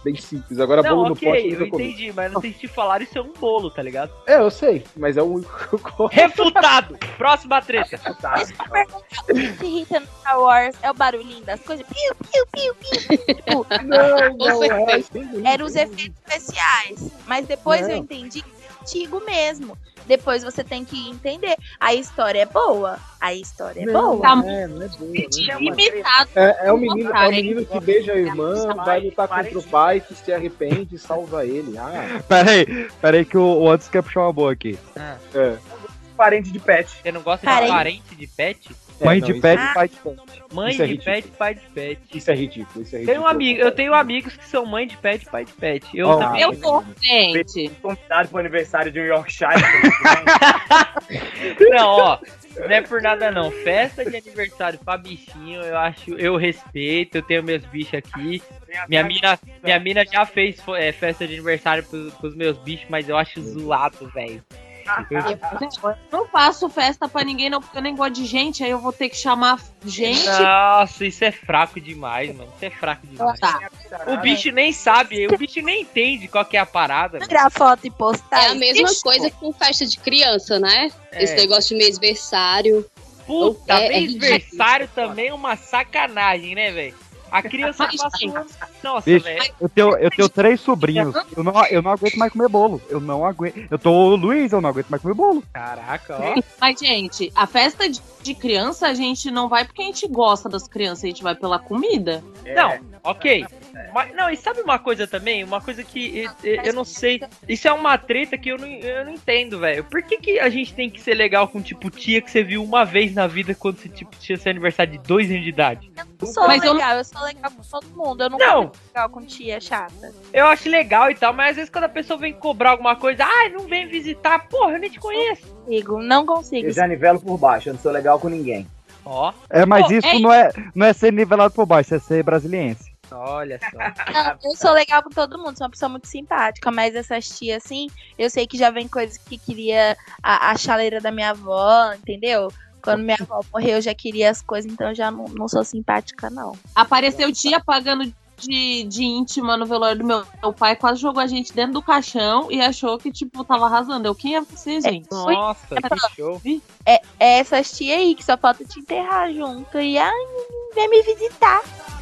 [SPEAKER 10] bem simples. Agora
[SPEAKER 2] não,
[SPEAKER 10] bolo
[SPEAKER 2] ok,
[SPEAKER 10] no pote nunca
[SPEAKER 2] eu
[SPEAKER 10] comi.
[SPEAKER 2] entendi, mas não tem se te falar, isso é um bolo, tá ligado?
[SPEAKER 10] É, eu sei, mas é o único que eu como.
[SPEAKER 2] [laughs] Refutado! Próxima treta.
[SPEAKER 3] Se irrita no Star Wars é o barulhinho das coisas. Piu, piu, piu, piu. Tipo,
[SPEAKER 10] Não, não, é isso.
[SPEAKER 3] Eram os efeitos especiais. Mas depois
[SPEAKER 10] Não.
[SPEAKER 3] eu entendi que é antigo mesmo. Depois você tem que entender. A história é boa. A história é
[SPEAKER 10] Não,
[SPEAKER 8] Tá
[SPEAKER 2] Tá né?
[SPEAKER 3] boa.
[SPEAKER 10] não é, não é boa, não é boa.
[SPEAKER 3] Limitado.
[SPEAKER 10] É, é o menino, é o menino que beija a irmã, vai lutar contra o pai, que se arrepende e salva ele. Ah,
[SPEAKER 17] [laughs] Peraí, peraí que o, o Anderson quer puxar uma boa aqui.
[SPEAKER 10] é.
[SPEAKER 8] Parente de pet.
[SPEAKER 2] Você não gosta
[SPEAKER 8] Parente.
[SPEAKER 2] de parente de pet?
[SPEAKER 17] Mãe
[SPEAKER 10] não,
[SPEAKER 17] de
[SPEAKER 10] isso
[SPEAKER 17] pet,
[SPEAKER 2] Ah.
[SPEAKER 10] é-
[SPEAKER 17] pai de
[SPEAKER 2] Mãe
[SPEAKER 10] Isso é
[SPEAKER 2] de
[SPEAKER 10] ridículo.
[SPEAKER 2] pet, pai de pet.
[SPEAKER 10] Isso é ridículo, isso é ridículo.
[SPEAKER 2] Tenho um amigo, eu tenho amigos que são mãe de pet, pai de pet. Eu
[SPEAKER 10] Oh,
[SPEAKER 2] também.
[SPEAKER 10] eu
[SPEAKER 2] sou,
[SPEAKER 8] gente. Convidado pro aniversário de um Yorkshire.
[SPEAKER 2] Não, ó. Não é por nada não. Festa de aniversário pra bichinho, eu acho, eu respeito, eu tenho meus bichos aqui. [laughs] Minha mina, minha mina já fez fo- é, festa de aniversário pros, pros meus bichos, mas eu acho zoado, velho. Eu-
[SPEAKER 7] Eu não faço festa pra ninguém, não, porque eu nem gosto de gente, aí eu vou ter que chamar gente.
[SPEAKER 2] Nossa, isso é fraco demais, mano. Isso é fraco demais.
[SPEAKER 7] Tá.
[SPEAKER 2] O bicho nem sabe, o bicho nem entende qual que é a parada. mano.
[SPEAKER 3] Tirar foto e postar.
[SPEAKER 6] É a mesma
[SPEAKER 3] Ixi,
[SPEAKER 6] coisa com festa de criança, né?
[SPEAKER 2] É.
[SPEAKER 6] Esse negócio de mêsversário.
[SPEAKER 2] Puta,
[SPEAKER 6] É- é
[SPEAKER 2] aniversário também é uma sacanagem, né, velho? A criança passa um ano.
[SPEAKER 6] é
[SPEAKER 2] Nossa,
[SPEAKER 17] Bicho,
[SPEAKER 2] velho.
[SPEAKER 17] eu tenho, eu tenho três sobrinhos. Eu não, eu não aguento mais comer bolo. Eu não aguento. Eu tô o Luiz, eu não aguento mais comer bolo.
[SPEAKER 2] Caraca,
[SPEAKER 7] Mas, gente, a festa de, de criança a gente não vai porque a gente gosta das crianças, a gente vai pela comida.
[SPEAKER 8] É,
[SPEAKER 2] Não, ok. Mas, não, e sabe uma coisa também? Uma coisa que e- e- eu, não sei. Isso é uma treta que eu não, eu não entendo, velho. Por que, que a gente tem que ser legal com, tipo, tia que você viu uma vez na vida quando você, tipo, tinha seu aniversário de dois anos de idade?
[SPEAKER 3] Eu sou
[SPEAKER 2] Mas eu
[SPEAKER 3] legal, eu, sou legal com todo mundo. Eu não,
[SPEAKER 2] Não.
[SPEAKER 3] sou legal com tia chata.
[SPEAKER 2] Eu acho legal e tal, mas às vezes quando a pessoa vem cobrar alguma coisa, ah, não vem visitar, porra, eu nem te conheço.
[SPEAKER 3] Consigo, não consigo.
[SPEAKER 8] Eu já nivelo por baixo, eu não sou legal com ninguém.
[SPEAKER 2] Ó.
[SPEAKER 17] É, mas
[SPEAKER 3] Pô,
[SPEAKER 17] isso
[SPEAKER 3] é-
[SPEAKER 17] não, é, não é ser nivelado por baixo, é ser brasiliense.
[SPEAKER 2] Olha só.
[SPEAKER 3] Não, eu sou legal com todo mundo, sou uma pessoa muito simpática, mas essas tias, assim, eu sei que já vem coisa que queria a, a chaleira da minha avó, entendeu? Quando minha avó morreu, eu já queria as coisas, então eu já não, não sou simpática, não.
[SPEAKER 7] Apareceu tia pagando de, de íntima no velório do meu, meu pai, quase jogou a gente dentro do caixão e achou que, tipo, tava arrasando. Eu, quem é você, gente?
[SPEAKER 2] Nossa, que show.
[SPEAKER 3] É, é essas tias aí que só falta te enterrar junto. E ai, vem me visitar.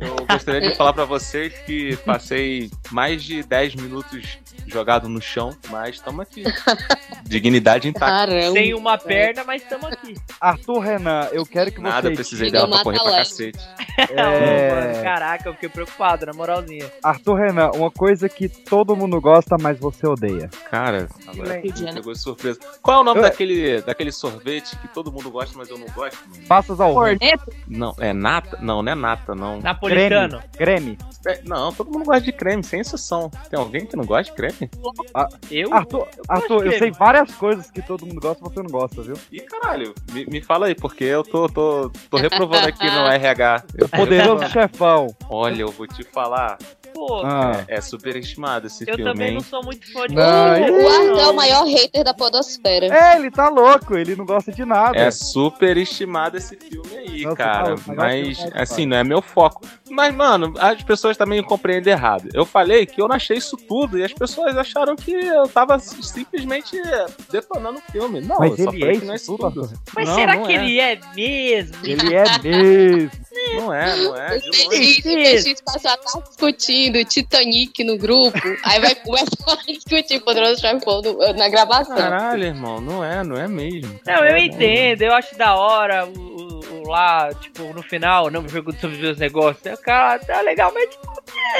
[SPEAKER 1] Eu gostaria de falar pra vocês que passei mais de 10 minutos jogado no chão, mas estamos aqui.
[SPEAKER 7] [laughs]
[SPEAKER 1] Dignidade intacta.
[SPEAKER 6] É um
[SPEAKER 2] Sem uma perna, mas estamos
[SPEAKER 6] [laughs]
[SPEAKER 2] aqui.
[SPEAKER 17] Arthur Renan, eu quero que
[SPEAKER 1] Nada,
[SPEAKER 17] vocês.
[SPEAKER 1] eu precisei dela pra correr pra cacete.
[SPEAKER 17] É.
[SPEAKER 2] Mano, Caraca, eu fiquei preocupado, na moralzinha.
[SPEAKER 17] Arthur Renan, uma coisa que todo mundo gosta, mas você odeia.
[SPEAKER 1] Cara, Agora pegou de surpresa. Qual é o nome daquele, daquele sorvete que todo mundo gosta, mas eu não gosto?
[SPEAKER 17] Passas ao
[SPEAKER 1] Não, é nata? Não, não é nata, não.
[SPEAKER 17] Napolitano. Creme.
[SPEAKER 1] É, não, todo mundo gosta de creme, sem exceção. Tem alguém que não gosta de creme?
[SPEAKER 2] Eu?
[SPEAKER 17] Arthur, Arthur, Ah,
[SPEAKER 1] de
[SPEAKER 17] eu sei
[SPEAKER 1] creme.
[SPEAKER 17] várias coisas que todo mundo gosta, você não gosta, viu?
[SPEAKER 1] Ih, caralho, me, me fala aí, porque eu tô, tô, tô reprovando aqui
[SPEAKER 2] [laughs]
[SPEAKER 1] no RH. Eu tô
[SPEAKER 17] Poderoso
[SPEAKER 1] reprovando.
[SPEAKER 17] chefão.
[SPEAKER 1] Olha, eu vou te falar.
[SPEAKER 2] Pô,
[SPEAKER 17] Ah.
[SPEAKER 1] É, é superestimado esse
[SPEAKER 2] eu
[SPEAKER 1] filme,
[SPEAKER 2] também
[SPEAKER 1] hein?
[SPEAKER 2] não sou muito fã de
[SPEAKER 17] Não,
[SPEAKER 2] filme.
[SPEAKER 17] e-
[SPEAKER 6] O Arthur é o maior hater da podosfera.
[SPEAKER 17] É, ele tá louco, ele não gosta de nada.
[SPEAKER 1] É superestimado esse filme aí, cara.
[SPEAKER 17] fala,
[SPEAKER 1] mas, assim, não é meu foco. Mas, mano, as pessoas também compreendem errado. Eu falei que eu não achei isso tudo e as pessoas acharam que eu tava simplesmente detonando o filme. Não,
[SPEAKER 17] Mas
[SPEAKER 1] eu só
[SPEAKER 17] ele
[SPEAKER 1] falei
[SPEAKER 17] é
[SPEAKER 1] que não é
[SPEAKER 17] isso
[SPEAKER 1] isso
[SPEAKER 17] tudo,
[SPEAKER 1] tudo.
[SPEAKER 2] Mas
[SPEAKER 1] Não,
[SPEAKER 2] será
[SPEAKER 1] não
[SPEAKER 2] que ele é mesmo?
[SPEAKER 17] Ele é mesmo.
[SPEAKER 1] Não é, não é. de
[SPEAKER 6] Tem
[SPEAKER 1] longe.
[SPEAKER 6] gente que a gente passa a tarde tá discutindo Titanic no grupo, aí vai [laughs] começar a discutir Poderoso Chefão no- na gravação.
[SPEAKER 1] Caralho, irmão, não é, não é mesmo.
[SPEAKER 2] Não, eu entendo, eu acho da hora o, né, o- o lá, tipo, no final, não me pergunto sobre os meus negócios. Eu, Cara, tá legal, mas tipo,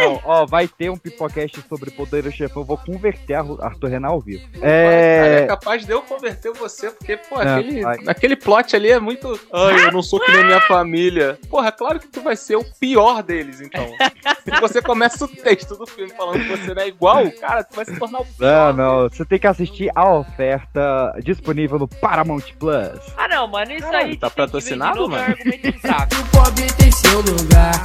[SPEAKER 4] Não, ó, vai ter um pipocast sobre poder do chefão. Eu vou converter a Ru- Arthur Renan ao vivo. É.
[SPEAKER 9] Cara, é capaz de eu converter você, porque, pô,
[SPEAKER 4] Não,
[SPEAKER 9] aquele,
[SPEAKER 4] vai.
[SPEAKER 9] aquele plot ali é muito. Ai, eu não sou que nem minha família. Porra, claro que tu vai ser o pior
[SPEAKER 2] [laughs]
[SPEAKER 9] deles, então. Se você começa o texto do filme falando que você não é igual, cara, tu vai se tornar o
[SPEAKER 4] Não, não. Você tem que assistir a oferta disponível no Paramount Plus.
[SPEAKER 2] Ah, não, mano, isso aí. tipo,
[SPEAKER 9] Tá
[SPEAKER 2] é um
[SPEAKER 9] patrocinado, mano? [laughs]
[SPEAKER 18] O pobre tem seu lugar.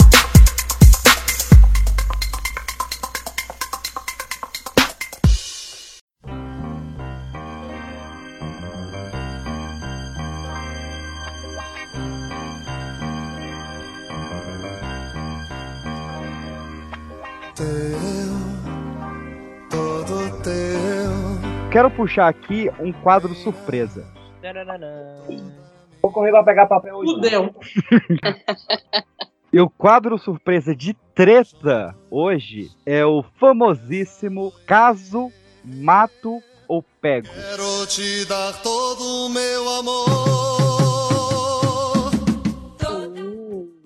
[SPEAKER 1] Todo teu.
[SPEAKER 4] Quero puxar aqui um quadro surpresa.
[SPEAKER 19] Vou correr pra pegar papel hoje.
[SPEAKER 7] Fudeu.
[SPEAKER 4] E o quadro surpresa de treta hoje é o famosíssimo Caso Mato ou Pego.
[SPEAKER 1] Quero te dar todo o meu amor.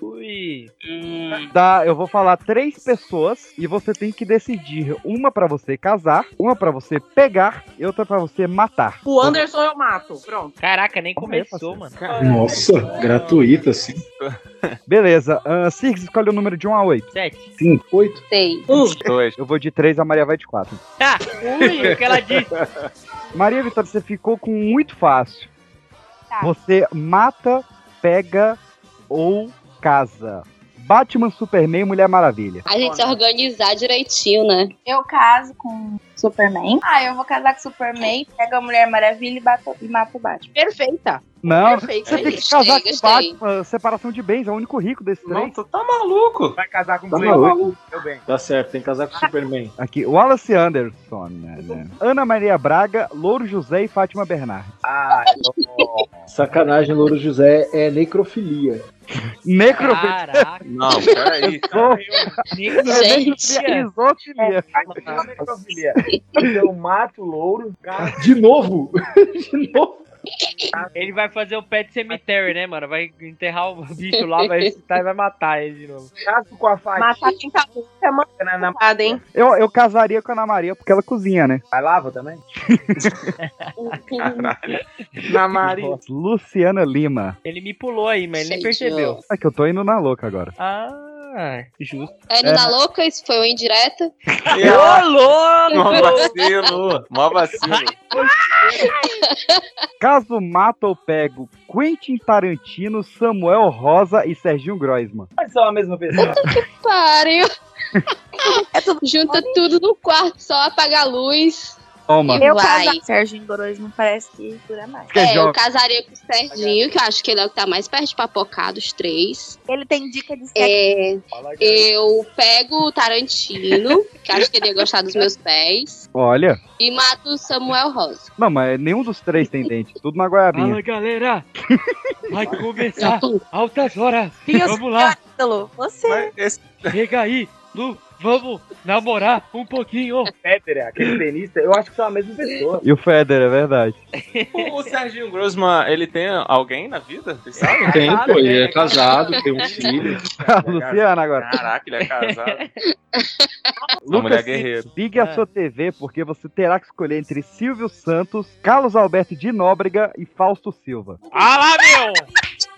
[SPEAKER 2] Ui. Hum.
[SPEAKER 4] Dá, eu vou falar três pessoas e você tem que decidir uma pra você casar, uma pra você pegar e outra pra você matar.
[SPEAKER 7] O Anderson eu mato. Pronto.
[SPEAKER 2] Caraca, nem começou, mano.
[SPEAKER 10] Nossa, gratuito assim.
[SPEAKER 4] Beleza, ah, Sirx escolhe o número de 1 a 8.
[SPEAKER 2] Sete.
[SPEAKER 4] 5, 8,
[SPEAKER 6] Sei.
[SPEAKER 4] 2. Eu vou de 3, a Maria vai de 4.
[SPEAKER 2] Ah, ui, o que ela [laughs] disse.
[SPEAKER 4] Maria Vitória, você ficou com muito fácil. Você mata, pega ou casa. Batman, Superman, Mulher Maravilha.
[SPEAKER 6] A gente se organizar direitinho, né?
[SPEAKER 3] Eu caso com Superman. Ah, eu vou casar com Superman, pego a Mulher Maravilha e, bato, e mato o Batman.
[SPEAKER 7] Perfeita.
[SPEAKER 4] Não,
[SPEAKER 7] Perfeito,
[SPEAKER 4] você tem que
[SPEAKER 7] gostei,
[SPEAKER 4] casar com o
[SPEAKER 7] gostei.
[SPEAKER 4] Batman. Separação de bens, é o único rico desse trem.
[SPEAKER 9] tu tá maluco.
[SPEAKER 19] Vai casar com o
[SPEAKER 10] Tá
[SPEAKER 19] Blade.
[SPEAKER 10] maluco.
[SPEAKER 19] Meu bem.
[SPEAKER 10] Tá certo, tem que casar com o Superman.
[SPEAKER 4] Aqui, Wallace Anderson. né, né? Ana Maria Braga, Louro José e Fátima Bernardes.
[SPEAKER 19] Ah,
[SPEAKER 10] Sacanagem, Louro José é necrofilia.
[SPEAKER 2] é?
[SPEAKER 4] Necrofilia.
[SPEAKER 2] Caraca.
[SPEAKER 9] Não, peraí.
[SPEAKER 4] [laughs]
[SPEAKER 2] Ah,
[SPEAKER 6] Gente.
[SPEAKER 4] Isofilia.
[SPEAKER 9] Tá.
[SPEAKER 19] eu mato o louro, cara,
[SPEAKER 10] De novo? De novo?
[SPEAKER 2] Ele vai fazer o pet cemetery, né, mano? Vai enterrar o bicho lá, [laughs] vai ressuscitar e vai matar ele de novo.
[SPEAKER 19] caso com a fatia
[SPEAKER 7] Matar quem tá é mano.
[SPEAKER 19] na, na
[SPEAKER 7] hein?
[SPEAKER 4] Eu, eu casaria com a Ana Maria porque ela cozinha, né?
[SPEAKER 19] Vai lava também?
[SPEAKER 9] Na Mari.
[SPEAKER 4] Luciana Lima.
[SPEAKER 2] Ele me pulou aí, mas ele nem
[SPEAKER 6] Gente,
[SPEAKER 2] percebeu.
[SPEAKER 4] É que eu tô indo na louca agora.
[SPEAKER 2] Ah, justo.
[SPEAKER 6] É indo da louca, isso foi um indireto.
[SPEAKER 2] Ô, louco!
[SPEAKER 9] [laughs] Mó vacilo. Mó vacilo.
[SPEAKER 4] Caso mata ou pego Quentin Tarantino, Samuel Rosa e Serginho Groisman.
[SPEAKER 19] Mas são a mesma pessoa.
[SPEAKER 6] Pariu. [laughs] Junta tudo no quarto, só apaga a luz.
[SPEAKER 4] Toma.
[SPEAKER 6] Eu
[SPEAKER 3] Eu
[SPEAKER 6] Vai.
[SPEAKER 3] caso com Sérgio Engoroso, não parece que dura mais.
[SPEAKER 4] Que
[SPEAKER 6] é, eu
[SPEAKER 4] jovem.
[SPEAKER 6] casaria com o Serginho, que eu acho que ele é o que tá mais perto de papocar dos três.
[SPEAKER 3] Ele tem dica de sexo.
[SPEAKER 6] É, eu pego o Tarantino, que acho que ele ia gostar dos meus pés.
[SPEAKER 4] Olha.
[SPEAKER 6] E mato o Samuel Rosa.
[SPEAKER 4] Não, mas nenhum dos três tem dente. Tudo na goiabinha.
[SPEAKER 2] Fala, galera! Vai
[SPEAKER 7] Ah.
[SPEAKER 2] começar altas horas! Vamos lá,
[SPEAKER 3] Ítalo, Você.
[SPEAKER 9] Mas esse-
[SPEAKER 2] chega aí! Lu, vamos namorar um pouquinho!
[SPEAKER 19] Federer, é aquele tenista, eu acho que são a mesma pessoa.
[SPEAKER 4] E o Federer, é verdade.
[SPEAKER 9] o, o Serginho Grossman, ele tem alguém na vida? Vocês sabem?
[SPEAKER 10] Tem,
[SPEAKER 2] Casado,
[SPEAKER 4] [laughs]
[SPEAKER 10] pô, ele é
[SPEAKER 2] né?
[SPEAKER 10] casado, tem um filho.
[SPEAKER 4] A Luciana agora.
[SPEAKER 9] Caraca, ele é casado. Uma mulher é
[SPEAKER 4] Lucas,
[SPEAKER 9] guerreira.
[SPEAKER 4] ligue a sua TV porque você terá que escolher entre Silvio Santos, Carlos Alberto de Nóbrega e Fausto Silva.
[SPEAKER 2] Ah lá, meu!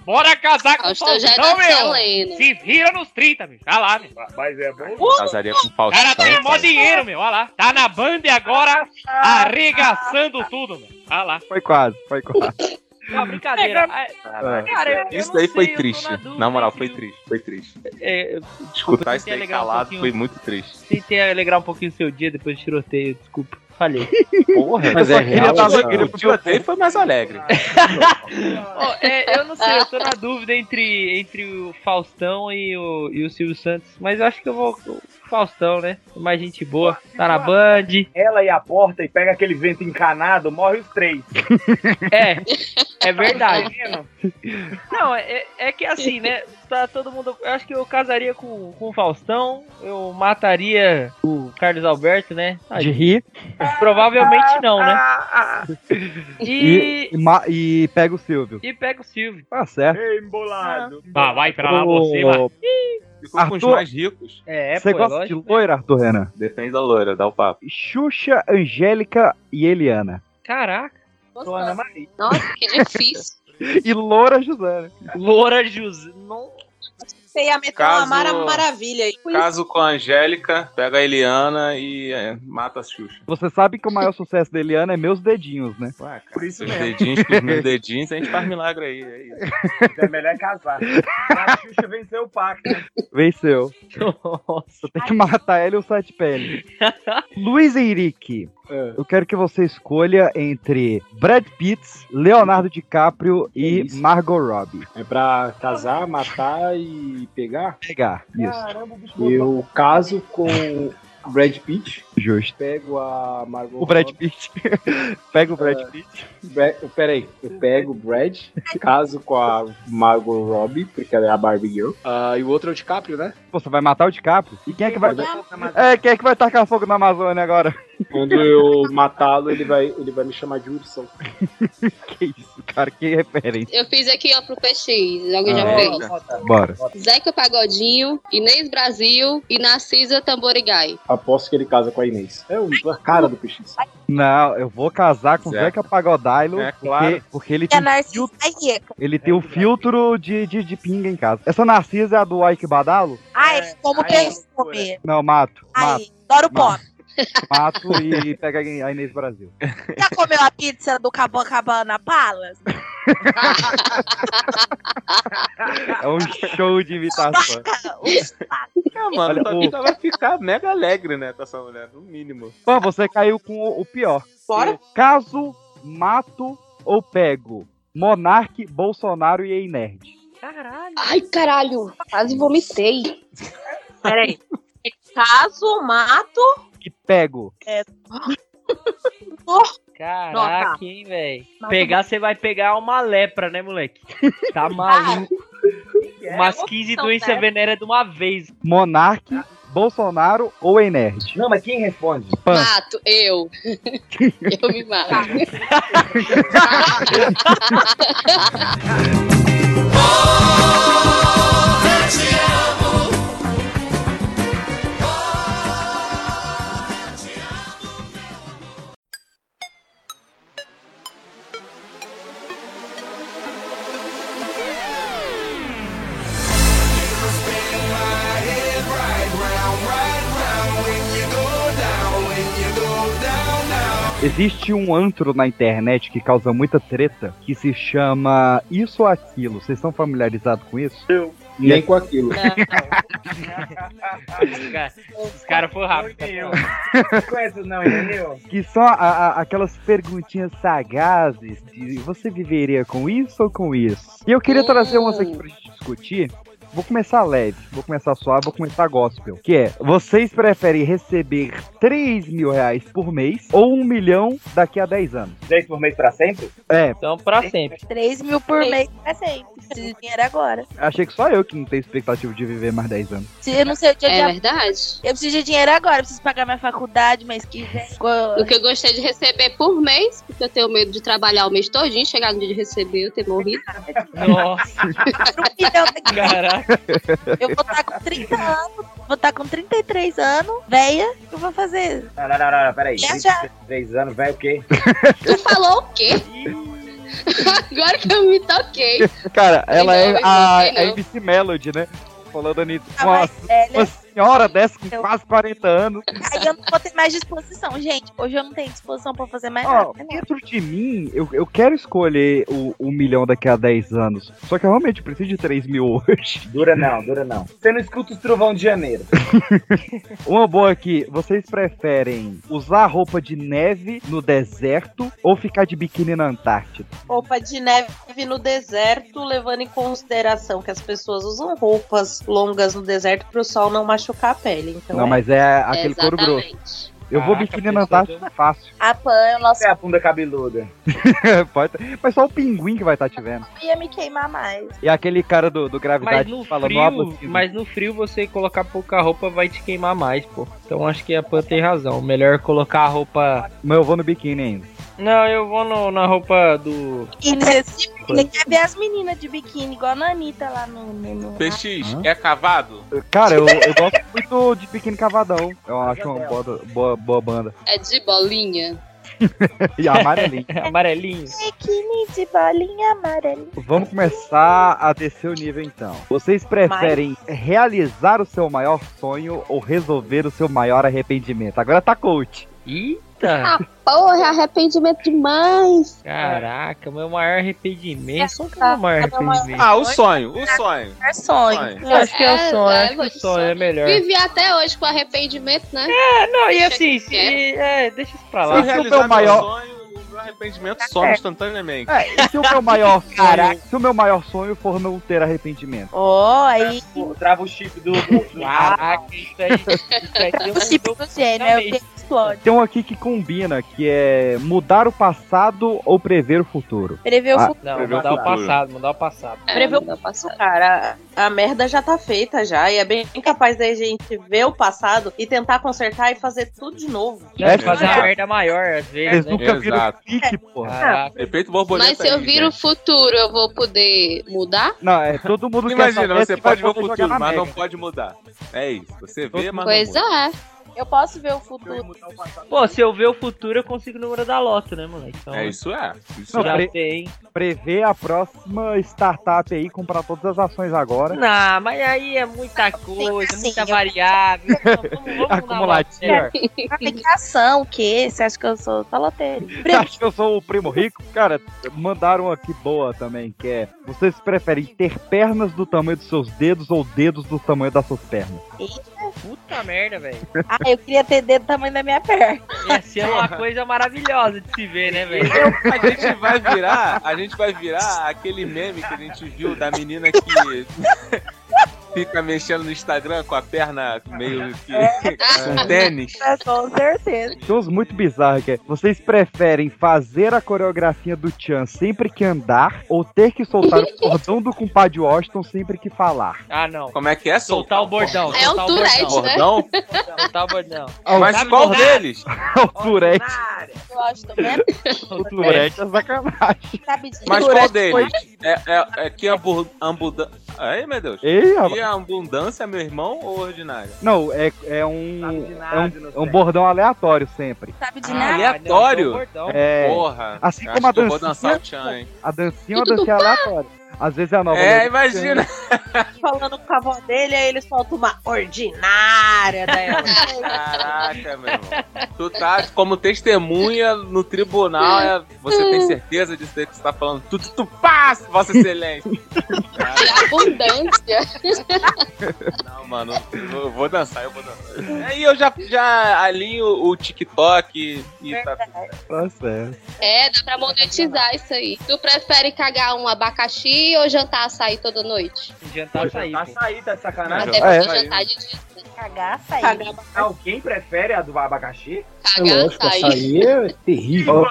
[SPEAKER 2] Bora casar com o
[SPEAKER 6] Faustão já é
[SPEAKER 2] Faustão,
[SPEAKER 6] da
[SPEAKER 2] meu!
[SPEAKER 6] Selena.
[SPEAKER 2] Se vira nos 30, bicho! Ah lá, meu!
[SPEAKER 19] Mas é bom.
[SPEAKER 9] Casaria com o
[SPEAKER 1] um
[SPEAKER 9] Faustão.
[SPEAKER 2] cara tem mó dinheiro, meu! Olha lá! Tá na band agora, arregaçando tudo, meu! Olha lá!
[SPEAKER 4] Foi quase, foi quase.
[SPEAKER 2] Não, brincadeira!
[SPEAKER 9] Caraca.
[SPEAKER 2] Cara, eu- eu
[SPEAKER 9] Isso
[SPEAKER 2] não
[SPEAKER 9] daí
[SPEAKER 2] sei,
[SPEAKER 9] foi
[SPEAKER 2] eu tô
[SPEAKER 9] triste.
[SPEAKER 2] na dúvida
[SPEAKER 9] Na moral,
[SPEAKER 2] entre
[SPEAKER 9] foi
[SPEAKER 2] o-
[SPEAKER 9] triste. Foi triste.
[SPEAKER 2] É, eu- desculpa,
[SPEAKER 9] Escutar
[SPEAKER 2] eu
[SPEAKER 9] isso
[SPEAKER 2] tentei
[SPEAKER 9] daí
[SPEAKER 2] alegar um
[SPEAKER 9] calado
[SPEAKER 2] pouquinho-
[SPEAKER 9] foi muito triste.
[SPEAKER 2] tentei alegrar um pouquinho o seu dia depois do tiroteio, desculpa. Falhei.
[SPEAKER 9] Porra,
[SPEAKER 10] Mas é real,
[SPEAKER 9] dar
[SPEAKER 10] cara.
[SPEAKER 9] alegria pro tiroteio foi mais alegre.
[SPEAKER 2] Ó, é, eu não sei, eu tô na dúvida entre, entre o Faustão e o, e o Silvio Santos, mas eu acho que eu vou com o Faustão, né? Mais gente boa. Tá na Band.
[SPEAKER 19] Ela e a porta e pega aquele vento encanado, morre os três.
[SPEAKER 2] É, é verdade.
[SPEAKER 19] Imagina.
[SPEAKER 2] Não, é, é que assim, né? Tá todo mundo. Eu acho que eu casaria com, com o Faustão, eu mataria o Carlos Alberto, né? Ah,
[SPEAKER 4] De rir.
[SPEAKER 2] provavelmente não, né?
[SPEAKER 4] E,
[SPEAKER 2] E.
[SPEAKER 4] e, ma- e pega o Silvio.
[SPEAKER 2] E pega o Silvio.
[SPEAKER 4] Tá certo.
[SPEAKER 19] Embolado.
[SPEAKER 2] Ah, vai pra
[SPEAKER 4] Ô,
[SPEAKER 9] Ficou com os mais ricos.
[SPEAKER 2] É,
[SPEAKER 4] Você gosta de loira, Arthur Renan?
[SPEAKER 9] Depende da loira, dá o papo.
[SPEAKER 4] Xuxa, Angélica e Eliana.
[SPEAKER 2] Caraca.
[SPEAKER 7] Sou
[SPEAKER 2] é
[SPEAKER 7] Ana Maria.
[SPEAKER 6] Nossa, que difícil.
[SPEAKER 4] E Loura José. né?
[SPEAKER 2] Loura José.
[SPEAKER 7] Sei a meter
[SPEAKER 9] Caso-
[SPEAKER 7] uma mara maravilha aí.
[SPEAKER 9] Caso com a Angélica, pega a Eliana e é, mata a Xuxa.
[SPEAKER 4] Você sabe que o maior sucesso da Eliana é meus dedinhos, né?
[SPEAKER 9] Por isso Ah. Os dedinhos, com os
[SPEAKER 19] [laughs]
[SPEAKER 9] meus dedinhos, a gente faz milagre aí. É isso.
[SPEAKER 19] Então
[SPEAKER 20] É melhor casar. A Xuxa venceu o pacto.
[SPEAKER 4] Venceu. Nossa, tem que matar ela e o site
[SPEAKER 2] [laughs]
[SPEAKER 4] pele. Luiz Henrique,
[SPEAKER 9] É.
[SPEAKER 4] eu quero que você escolha entre Brad Pitt, Leonardo DiCaprio
[SPEAKER 2] É
[SPEAKER 4] e Margot Robbie.
[SPEAKER 10] É pra casar, matar e pegar?
[SPEAKER 4] Pegar,
[SPEAKER 10] Caramba, isso. Eu caso com o Brad Pitt,
[SPEAKER 4] Justo.
[SPEAKER 10] pego a Margot
[SPEAKER 4] O Brad
[SPEAKER 10] Robbie.
[SPEAKER 4] Pitt. [laughs] Pega o Brad
[SPEAKER 9] É.
[SPEAKER 10] Ah,
[SPEAKER 4] Pitt.
[SPEAKER 10] Bra- Peraí, eu pego o Brad, caso com a Margot Robbie, porque ela é a Barbie Girl. Ah, e o outro é o DiCaprio, né?
[SPEAKER 4] Pô, Você vai matar o DiCaprio? E quem é que vai.
[SPEAKER 10] Vai
[SPEAKER 4] É, quem é que vai tacar fogo na Amazônia agora?
[SPEAKER 10] Quando eu matá-lo, ele vai, ele vai me chamar de Ursão.
[SPEAKER 4] que isso, cara, que referência.
[SPEAKER 6] Eu fiz aqui, ó, pro PX. Alguém já
[SPEAKER 4] Ah,
[SPEAKER 9] né?
[SPEAKER 6] fez?
[SPEAKER 4] Bora.
[SPEAKER 6] Zeca Pagodinho, Inês Brasil e Narcisa Tamborigai.
[SPEAKER 10] Aposto que ele casa com a Inês. É o- a cara do peixe.
[SPEAKER 4] Não, eu vou casar com o Zeca Pagodailo.
[SPEAKER 10] É, claro.
[SPEAKER 4] Porque, porque ele
[SPEAKER 3] E a
[SPEAKER 4] tem,
[SPEAKER 3] Narcisa Aieca.
[SPEAKER 4] ele tem o filtro de, de, de pinga em casa. Essa Narcisa é a do Ike Badalo?
[SPEAKER 3] Ai, como perfume.
[SPEAKER 4] Não, mato.
[SPEAKER 3] Aí, adoro pop.
[SPEAKER 4] Mato, mato e pega a Inês Brasil.
[SPEAKER 3] Já comeu a pizza do Cabana Palace?
[SPEAKER 4] É um show de imitação.
[SPEAKER 3] [laughs]
[SPEAKER 9] Ah, mano,
[SPEAKER 4] Olha,
[SPEAKER 9] tua
[SPEAKER 4] o-
[SPEAKER 9] vida vai ficar mega alegre, né, com essa mulher, no mínimo.
[SPEAKER 4] Pô, você caiu com o, o pior.
[SPEAKER 9] Bora.
[SPEAKER 4] Caso, mato ou pego? Monarque, Bolsonaro e Ei Nerd.
[SPEAKER 7] Caralho.
[SPEAKER 6] Ai, caralho, quase vomitei.
[SPEAKER 7] Peraí. [laughs] Caso, mato.
[SPEAKER 4] Pego.
[SPEAKER 7] É.
[SPEAKER 2] Caraca, hein, velho.
[SPEAKER 7] Mata-
[SPEAKER 2] Pegar, você vai pegar uma lepra, né, moleque? Tá maluco. Umas 15 doenças venéreas de uma vez.
[SPEAKER 4] Monarque, Bolsonaro ou Ei Nerd?
[SPEAKER 20] Não, mas quem responde?
[SPEAKER 4] Pan.
[SPEAKER 6] Mato, eu. [laughs] Eu me mato.
[SPEAKER 7] Tá,
[SPEAKER 4] Existe um antro na internet que causa muita treta que se chama Isso ou Aquilo. Vocês estão familiarizados com isso? Eu.
[SPEAKER 10] Nem com aquilo.
[SPEAKER 2] Os caras foram rápidos.
[SPEAKER 20] Conhece não, entendeu?
[SPEAKER 4] que são a- a- aquelas perguntinhas sagazes de você viveria com isso ou com isso? E eu queria trazer umas aqui pra gente discutir. Vou começar leve, vou começar suave, vou começar gospel. Que é, vocês preferem receber 3 mil reais por mês ou 1 milhão daqui a 10 anos?
[SPEAKER 20] 10 por mês pra sempre?
[SPEAKER 4] É,
[SPEAKER 2] Então, pra
[SPEAKER 3] [laughs]
[SPEAKER 2] sempre.
[SPEAKER 3] 3 mil por mês pra sempre. Preciso de dinheiro agora.
[SPEAKER 4] achei que só eu que não tenho expectativa de viver mais 10 anos.
[SPEAKER 3] Se eu não sei o dia
[SPEAKER 6] É
[SPEAKER 3] de
[SPEAKER 6] verdade.
[SPEAKER 3] Eu preciso de dinheiro agora, eu preciso pagar minha faculdade mês [laughs] que vem.
[SPEAKER 6] O que eu gostei de receber por mês, porque eu tenho medo de trabalhar o mês todinho, chegar no dia de receber, eu ter morrido.
[SPEAKER 2] Nossa. Caraca.
[SPEAKER 3] Eu vou estar com 30 anos, vou estar com 33 anos, véia, o que eu vou fazer?
[SPEAKER 20] Não, não, não, não, não peraí.
[SPEAKER 3] Já, já.
[SPEAKER 20] 33 anos, velho, o quê?
[SPEAKER 6] Tu falou o quê? [laughs] Agora que eu me toquei.
[SPEAKER 4] Cara, ela é
[SPEAKER 6] Não, eu
[SPEAKER 4] a,
[SPEAKER 6] não sei,
[SPEAKER 4] a
[SPEAKER 6] não.
[SPEAKER 4] MC Melody, né? Falando nisso,
[SPEAKER 3] A
[SPEAKER 4] uma,
[SPEAKER 3] tá mais velha.
[SPEAKER 4] uma senhora dessa com quase 40 anos.
[SPEAKER 3] Aí eu não vou ter mais disposição, gente. Hoje eu não tenho disposição pra fazer mais
[SPEAKER 4] Ó,
[SPEAKER 3] nada. né?
[SPEAKER 4] dentro de mim, eu, eu quero escolher o, o milhão daqui a 10 anos. Só que eu realmente preciso de 3 mil [laughs] hoje.
[SPEAKER 20] Dura não, dura não. Você não escuta os trovão de janeiro.
[SPEAKER 4] [laughs] Uma boa aqui, vocês preferem usar roupa de neve no deserto ou ficar de biquíni na Antártida?
[SPEAKER 7] Roupa de neve no deserto, levando em consideração que as pessoas usam roupas longas no deserto pro sol não machucar a pele. Então
[SPEAKER 4] Não, mas é aquele couro grosso. Eu
[SPEAKER 20] Ah,
[SPEAKER 4] vou
[SPEAKER 20] tá
[SPEAKER 4] biquíni na Antártida fácil.
[SPEAKER 3] A Pan, eu nossa,
[SPEAKER 20] É a bunda cabeluda.
[SPEAKER 4] [laughs] Pode tá- Mas só o pinguim que vai estar te vendo.
[SPEAKER 3] eu ia me queimar mais.
[SPEAKER 4] E aquele cara do, do
[SPEAKER 2] Mas
[SPEAKER 4] gravidade
[SPEAKER 2] no,
[SPEAKER 4] que fala "Não há
[SPEAKER 2] frio,
[SPEAKER 4] motivo".
[SPEAKER 2] mas no frio você colocar pouca roupa vai te queimar mais, pô. Então acho que a Pan tem razão. Melhor colocar a roupa.
[SPEAKER 4] Mas eu vou no biquíni ainda.
[SPEAKER 2] Não, eu vou no- na roupa do.
[SPEAKER 3] Ele quer ver as meninas de biquíni, igual a Nanita lá no. no- no-
[SPEAKER 9] PX, é cavado?
[SPEAKER 4] Cara, eu, eu
[SPEAKER 2] [laughs]
[SPEAKER 4] gosto muito de Pequeno Cavadão. Eu acho uma boa, boa, boa banda. [laughs]
[SPEAKER 6] É de bolinha.
[SPEAKER 4] E amarelinho.
[SPEAKER 2] [laughs] Amarelinho.
[SPEAKER 3] Biquíni de bolinha amarela.
[SPEAKER 4] Vamos começar a descer o nível então. Vocês preferem realizar o seu maior sonho ou resolver o seu maior arrependimento? Agora tá coach.
[SPEAKER 2] Eita!
[SPEAKER 6] Porra, arrependimento demais.
[SPEAKER 2] Caraca, meu maior arrependimento. Qual que é o meu maior arrependimento?
[SPEAKER 6] Ah, o sonho,
[SPEAKER 9] o
[SPEAKER 6] sonho.
[SPEAKER 3] É sonho.
[SPEAKER 2] Eu acho que é o
[SPEAKER 6] É,
[SPEAKER 2] sonho,
[SPEAKER 6] é,
[SPEAKER 2] acho que o sonho é melhor.
[SPEAKER 6] Vivi até hoje com arrependimento, né?
[SPEAKER 2] É, não, e assim,
[SPEAKER 6] Chega
[SPEAKER 2] se,
[SPEAKER 6] que é.
[SPEAKER 2] é, deixa isso pra
[SPEAKER 9] Se
[SPEAKER 2] lá.
[SPEAKER 9] eu realizar meu sonho, o meu arrependimento some instantaneamente.
[SPEAKER 4] É, e se o meu
[SPEAKER 2] [laughs]
[SPEAKER 4] maior sonho, se o meu maior sonho for não ter arrependimento?
[SPEAKER 3] Ó, aí.
[SPEAKER 2] Trava o chip do. Caraca, isso aí. um
[SPEAKER 3] O
[SPEAKER 2] Tipo
[SPEAKER 3] chip do
[SPEAKER 2] assim, né,
[SPEAKER 3] gênio, é o que explode.
[SPEAKER 4] Tem um aqui que combina, que é mudar o passado ou prever o futuro.
[SPEAKER 3] Prever o
[SPEAKER 4] Ah,
[SPEAKER 3] futuro.
[SPEAKER 2] Não,
[SPEAKER 4] prever
[SPEAKER 2] mudar o
[SPEAKER 4] futuro.
[SPEAKER 2] passado, mudar o passado.
[SPEAKER 6] É,
[SPEAKER 7] Prever o passado, cara. A, a merda já tá feita já. E é bem capaz da gente ver o passado e tentar consertar e fazer tudo de novo.
[SPEAKER 2] É fazer uma merda maior, às vezes.
[SPEAKER 4] É
[SPEAKER 9] Eles nunca viram
[SPEAKER 2] Exato.
[SPEAKER 4] pique, porra.
[SPEAKER 2] Caraca.
[SPEAKER 9] Efeito borboleta.
[SPEAKER 6] Mas se eu
[SPEAKER 9] aí,
[SPEAKER 6] vir o futuro, eu vou poder mudar?
[SPEAKER 4] Não, é todo mundo
[SPEAKER 9] Imagina,
[SPEAKER 4] saber
[SPEAKER 9] você
[SPEAKER 4] se vai
[SPEAKER 9] pode ver o
[SPEAKER 4] poder jogar
[SPEAKER 9] futuro,
[SPEAKER 4] na
[SPEAKER 9] mas não
[SPEAKER 4] Mega.
[SPEAKER 9] pode mudar. É isso. Você vê, mas
[SPEAKER 6] pois
[SPEAKER 9] não muda.
[SPEAKER 6] é.
[SPEAKER 3] Eu posso ver o futuro.
[SPEAKER 2] Pô, se eu ver o futuro, eu consigo o número da loto, né, moleque? Então,
[SPEAKER 9] É, isso é. Isso
[SPEAKER 4] Não,
[SPEAKER 2] já
[SPEAKER 4] pre-
[SPEAKER 2] tem.
[SPEAKER 4] Prever a próxima startup aí, comprar todas as ações agora.
[SPEAKER 2] Não, mas aí é muita coisa, muita variável.
[SPEAKER 4] Acumulativa.
[SPEAKER 3] Tem que ação, o quê? Você acha que eu sou faloteiro?
[SPEAKER 4] Você acha que eu sou o primo rico? Cara, mandaram aqui boa também, que é vocês preferem ter pernas do tamanho dos seus dedos ou dedos do tamanho das suas pernas?
[SPEAKER 2] Puta merda, velho.
[SPEAKER 3] Ah, eu queria ter dedo do tamanho da minha perna.
[SPEAKER 2] Ia ser uma coisa maravilhosa de se ver, né, velho?
[SPEAKER 9] [laughs] A gente vai virar, a gente vai virar aquele meme que a gente viu da menina que [laughs] fica mexendo no Instagram com a perna meio que com um tênis.
[SPEAKER 3] É, com certeza.
[SPEAKER 4] Tem uns muito bizarros que é, vocês preferem fazer a coreografia do Chan sempre que andar ou ter que soltar [laughs] o cordão do compadre Washington sempre que falar? [laughs]
[SPEAKER 2] Ah, não.
[SPEAKER 9] Como é que é?
[SPEAKER 2] Soltar o bordão.
[SPEAKER 9] É
[SPEAKER 2] soltar
[SPEAKER 9] um Tourette,
[SPEAKER 2] bordão.
[SPEAKER 9] né? Bordão?
[SPEAKER 2] Soltar o bordão.
[SPEAKER 9] Mas
[SPEAKER 2] Sabe
[SPEAKER 9] qual
[SPEAKER 2] bordão?
[SPEAKER 9] deles?
[SPEAKER 4] o Tourette.
[SPEAKER 3] Eu acho também.
[SPEAKER 4] O Tourette é sacanagem.
[SPEAKER 3] Sabe disso?
[SPEAKER 9] Mas qual deles? É, é, é que abundância. Ai, meu Deus.
[SPEAKER 4] Ei, rapaz.
[SPEAKER 9] que abundância, meu irmão, ou ordinária?
[SPEAKER 4] Não, é, é um.
[SPEAKER 9] nada,
[SPEAKER 4] é
[SPEAKER 9] não
[SPEAKER 4] um, é um
[SPEAKER 9] sei.
[SPEAKER 4] bordão aleatório sempre.
[SPEAKER 3] Sabe de
[SPEAKER 2] Ah,
[SPEAKER 9] nada? aleatório?
[SPEAKER 4] É.
[SPEAKER 9] Porra.
[SPEAKER 4] Assim
[SPEAKER 9] Tá Eu
[SPEAKER 4] como a
[SPEAKER 9] acho que eu vou
[SPEAKER 4] dancinha.
[SPEAKER 9] dançar o Tchan, hein?
[SPEAKER 4] A dancinha é uma dancinha aleatória. Às vezes é a nova.
[SPEAKER 9] É,
[SPEAKER 4] dancinha.
[SPEAKER 9] imagina.
[SPEAKER 7] Falando com a avó dele, aí ele solta uma ordinária dela.
[SPEAKER 9] Caraca, meu irmão. Tu tá como testemunha no tribunal. é- você tem certeza disso daí que você tá falando? Tu, tu, tu passa, Vossa Excelência.
[SPEAKER 6] Abundância. [laughs]
[SPEAKER 9] Não, mano, eu vou dançar, eu vou dançar. Aí eu já, já alinho o TikTok
[SPEAKER 2] É,
[SPEAKER 9] e tá.
[SPEAKER 3] né?
[SPEAKER 4] Tá certo.
[SPEAKER 6] É, dá pra monetizar isso aí. Tu prefere cagar um abacaxi ou jantar açaí toda noite?
[SPEAKER 2] Jantar sair.
[SPEAKER 21] Tá sair, tá de sacanagem.
[SPEAKER 6] Até porque jantar de dia.
[SPEAKER 3] Cagar, sair.
[SPEAKER 21] Alguém prefere a do abacaxi?
[SPEAKER 10] É lógico, açaí é terrível.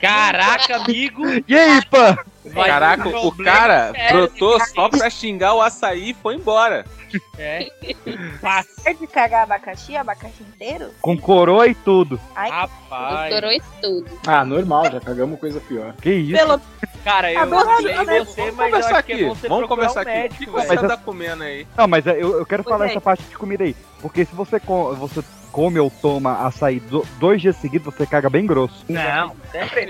[SPEAKER 2] Caraca, amigo.
[SPEAKER 4] E aí, pã?
[SPEAKER 2] Vai
[SPEAKER 9] Caraca,
[SPEAKER 2] ter um
[SPEAKER 9] o
[SPEAKER 2] problema
[SPEAKER 9] cara
[SPEAKER 2] sério.
[SPEAKER 9] brotou só pra xingar o açaí e foi embora.
[SPEAKER 2] É.
[SPEAKER 3] Pode de cagar abacaxi, abacaxi inteiro?
[SPEAKER 4] Com coroa e tudo.
[SPEAKER 3] Ai,
[SPEAKER 2] Rapaz.
[SPEAKER 6] Estourou isso tudo.
[SPEAKER 10] Ah, normal, já cagamos coisa pior.
[SPEAKER 4] Que isso?
[SPEAKER 2] Cara, eu
[SPEAKER 9] Adorado,
[SPEAKER 2] sei
[SPEAKER 9] adorado.
[SPEAKER 2] você,
[SPEAKER 9] Vamos
[SPEAKER 2] mas eu
[SPEAKER 9] conversar
[SPEAKER 2] acho que é
[SPEAKER 9] aqui.
[SPEAKER 2] bom você
[SPEAKER 9] Vamos
[SPEAKER 2] procurar
[SPEAKER 9] conversar
[SPEAKER 2] um
[SPEAKER 9] aqui.
[SPEAKER 2] médico,
[SPEAKER 9] O que que
[SPEAKER 2] velho.
[SPEAKER 9] você anda comendo aí?
[SPEAKER 4] Não, mas eu, eu quero
[SPEAKER 2] Pois
[SPEAKER 4] falar
[SPEAKER 2] é.
[SPEAKER 4] essa parte de comida aí. Porque se você, com- você come ou toma açaí do- dois dias seguidos, você caga bem grosso.
[SPEAKER 2] Não,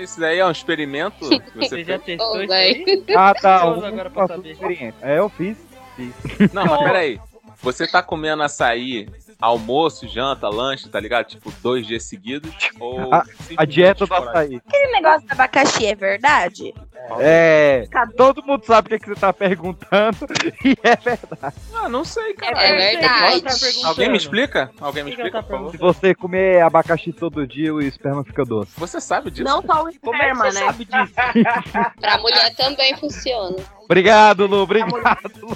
[SPEAKER 9] Isso daí é um experimento que você
[SPEAKER 2] já
[SPEAKER 9] fez?
[SPEAKER 2] testou isso
[SPEAKER 6] véi.
[SPEAKER 2] aí?
[SPEAKER 4] Ah, tá.
[SPEAKER 2] Curioso
[SPEAKER 4] um-
[SPEAKER 2] agora
[SPEAKER 4] um
[SPEAKER 2] pra
[SPEAKER 4] assunto
[SPEAKER 2] saber.
[SPEAKER 4] diferente. É, eu fiz. fiz.
[SPEAKER 9] Não, mas peraí. Você tá comendo açaí, almoço, janta, lanche, tá ligado? Tipo, dois dias seguidos? Ou
[SPEAKER 17] Ah.
[SPEAKER 4] A, a
[SPEAKER 9] simplesmente
[SPEAKER 4] dieta do
[SPEAKER 9] esporádico?
[SPEAKER 4] açaí.
[SPEAKER 3] Aquele negócio do abacaxi é verdade?
[SPEAKER 4] É. Todo mundo sabe o que, é que você tá perguntando. E é verdade.
[SPEAKER 9] Ah, não sei, cara.
[SPEAKER 6] É verdade.
[SPEAKER 9] Alguém me explica? Alguém me
[SPEAKER 2] Que que ela tá
[SPEAKER 9] explica, por favor?
[SPEAKER 4] Se você comer abacaxi todo dia, o esperma fica doce.
[SPEAKER 9] Você sabe disso?
[SPEAKER 7] Não só
[SPEAKER 2] Como
[SPEAKER 7] o
[SPEAKER 2] é que
[SPEAKER 7] esperma,
[SPEAKER 2] você
[SPEAKER 7] né?
[SPEAKER 2] sabe disso?
[SPEAKER 6] Pra mulher também funciona.
[SPEAKER 4] Obrigado, Lu. Obrigado,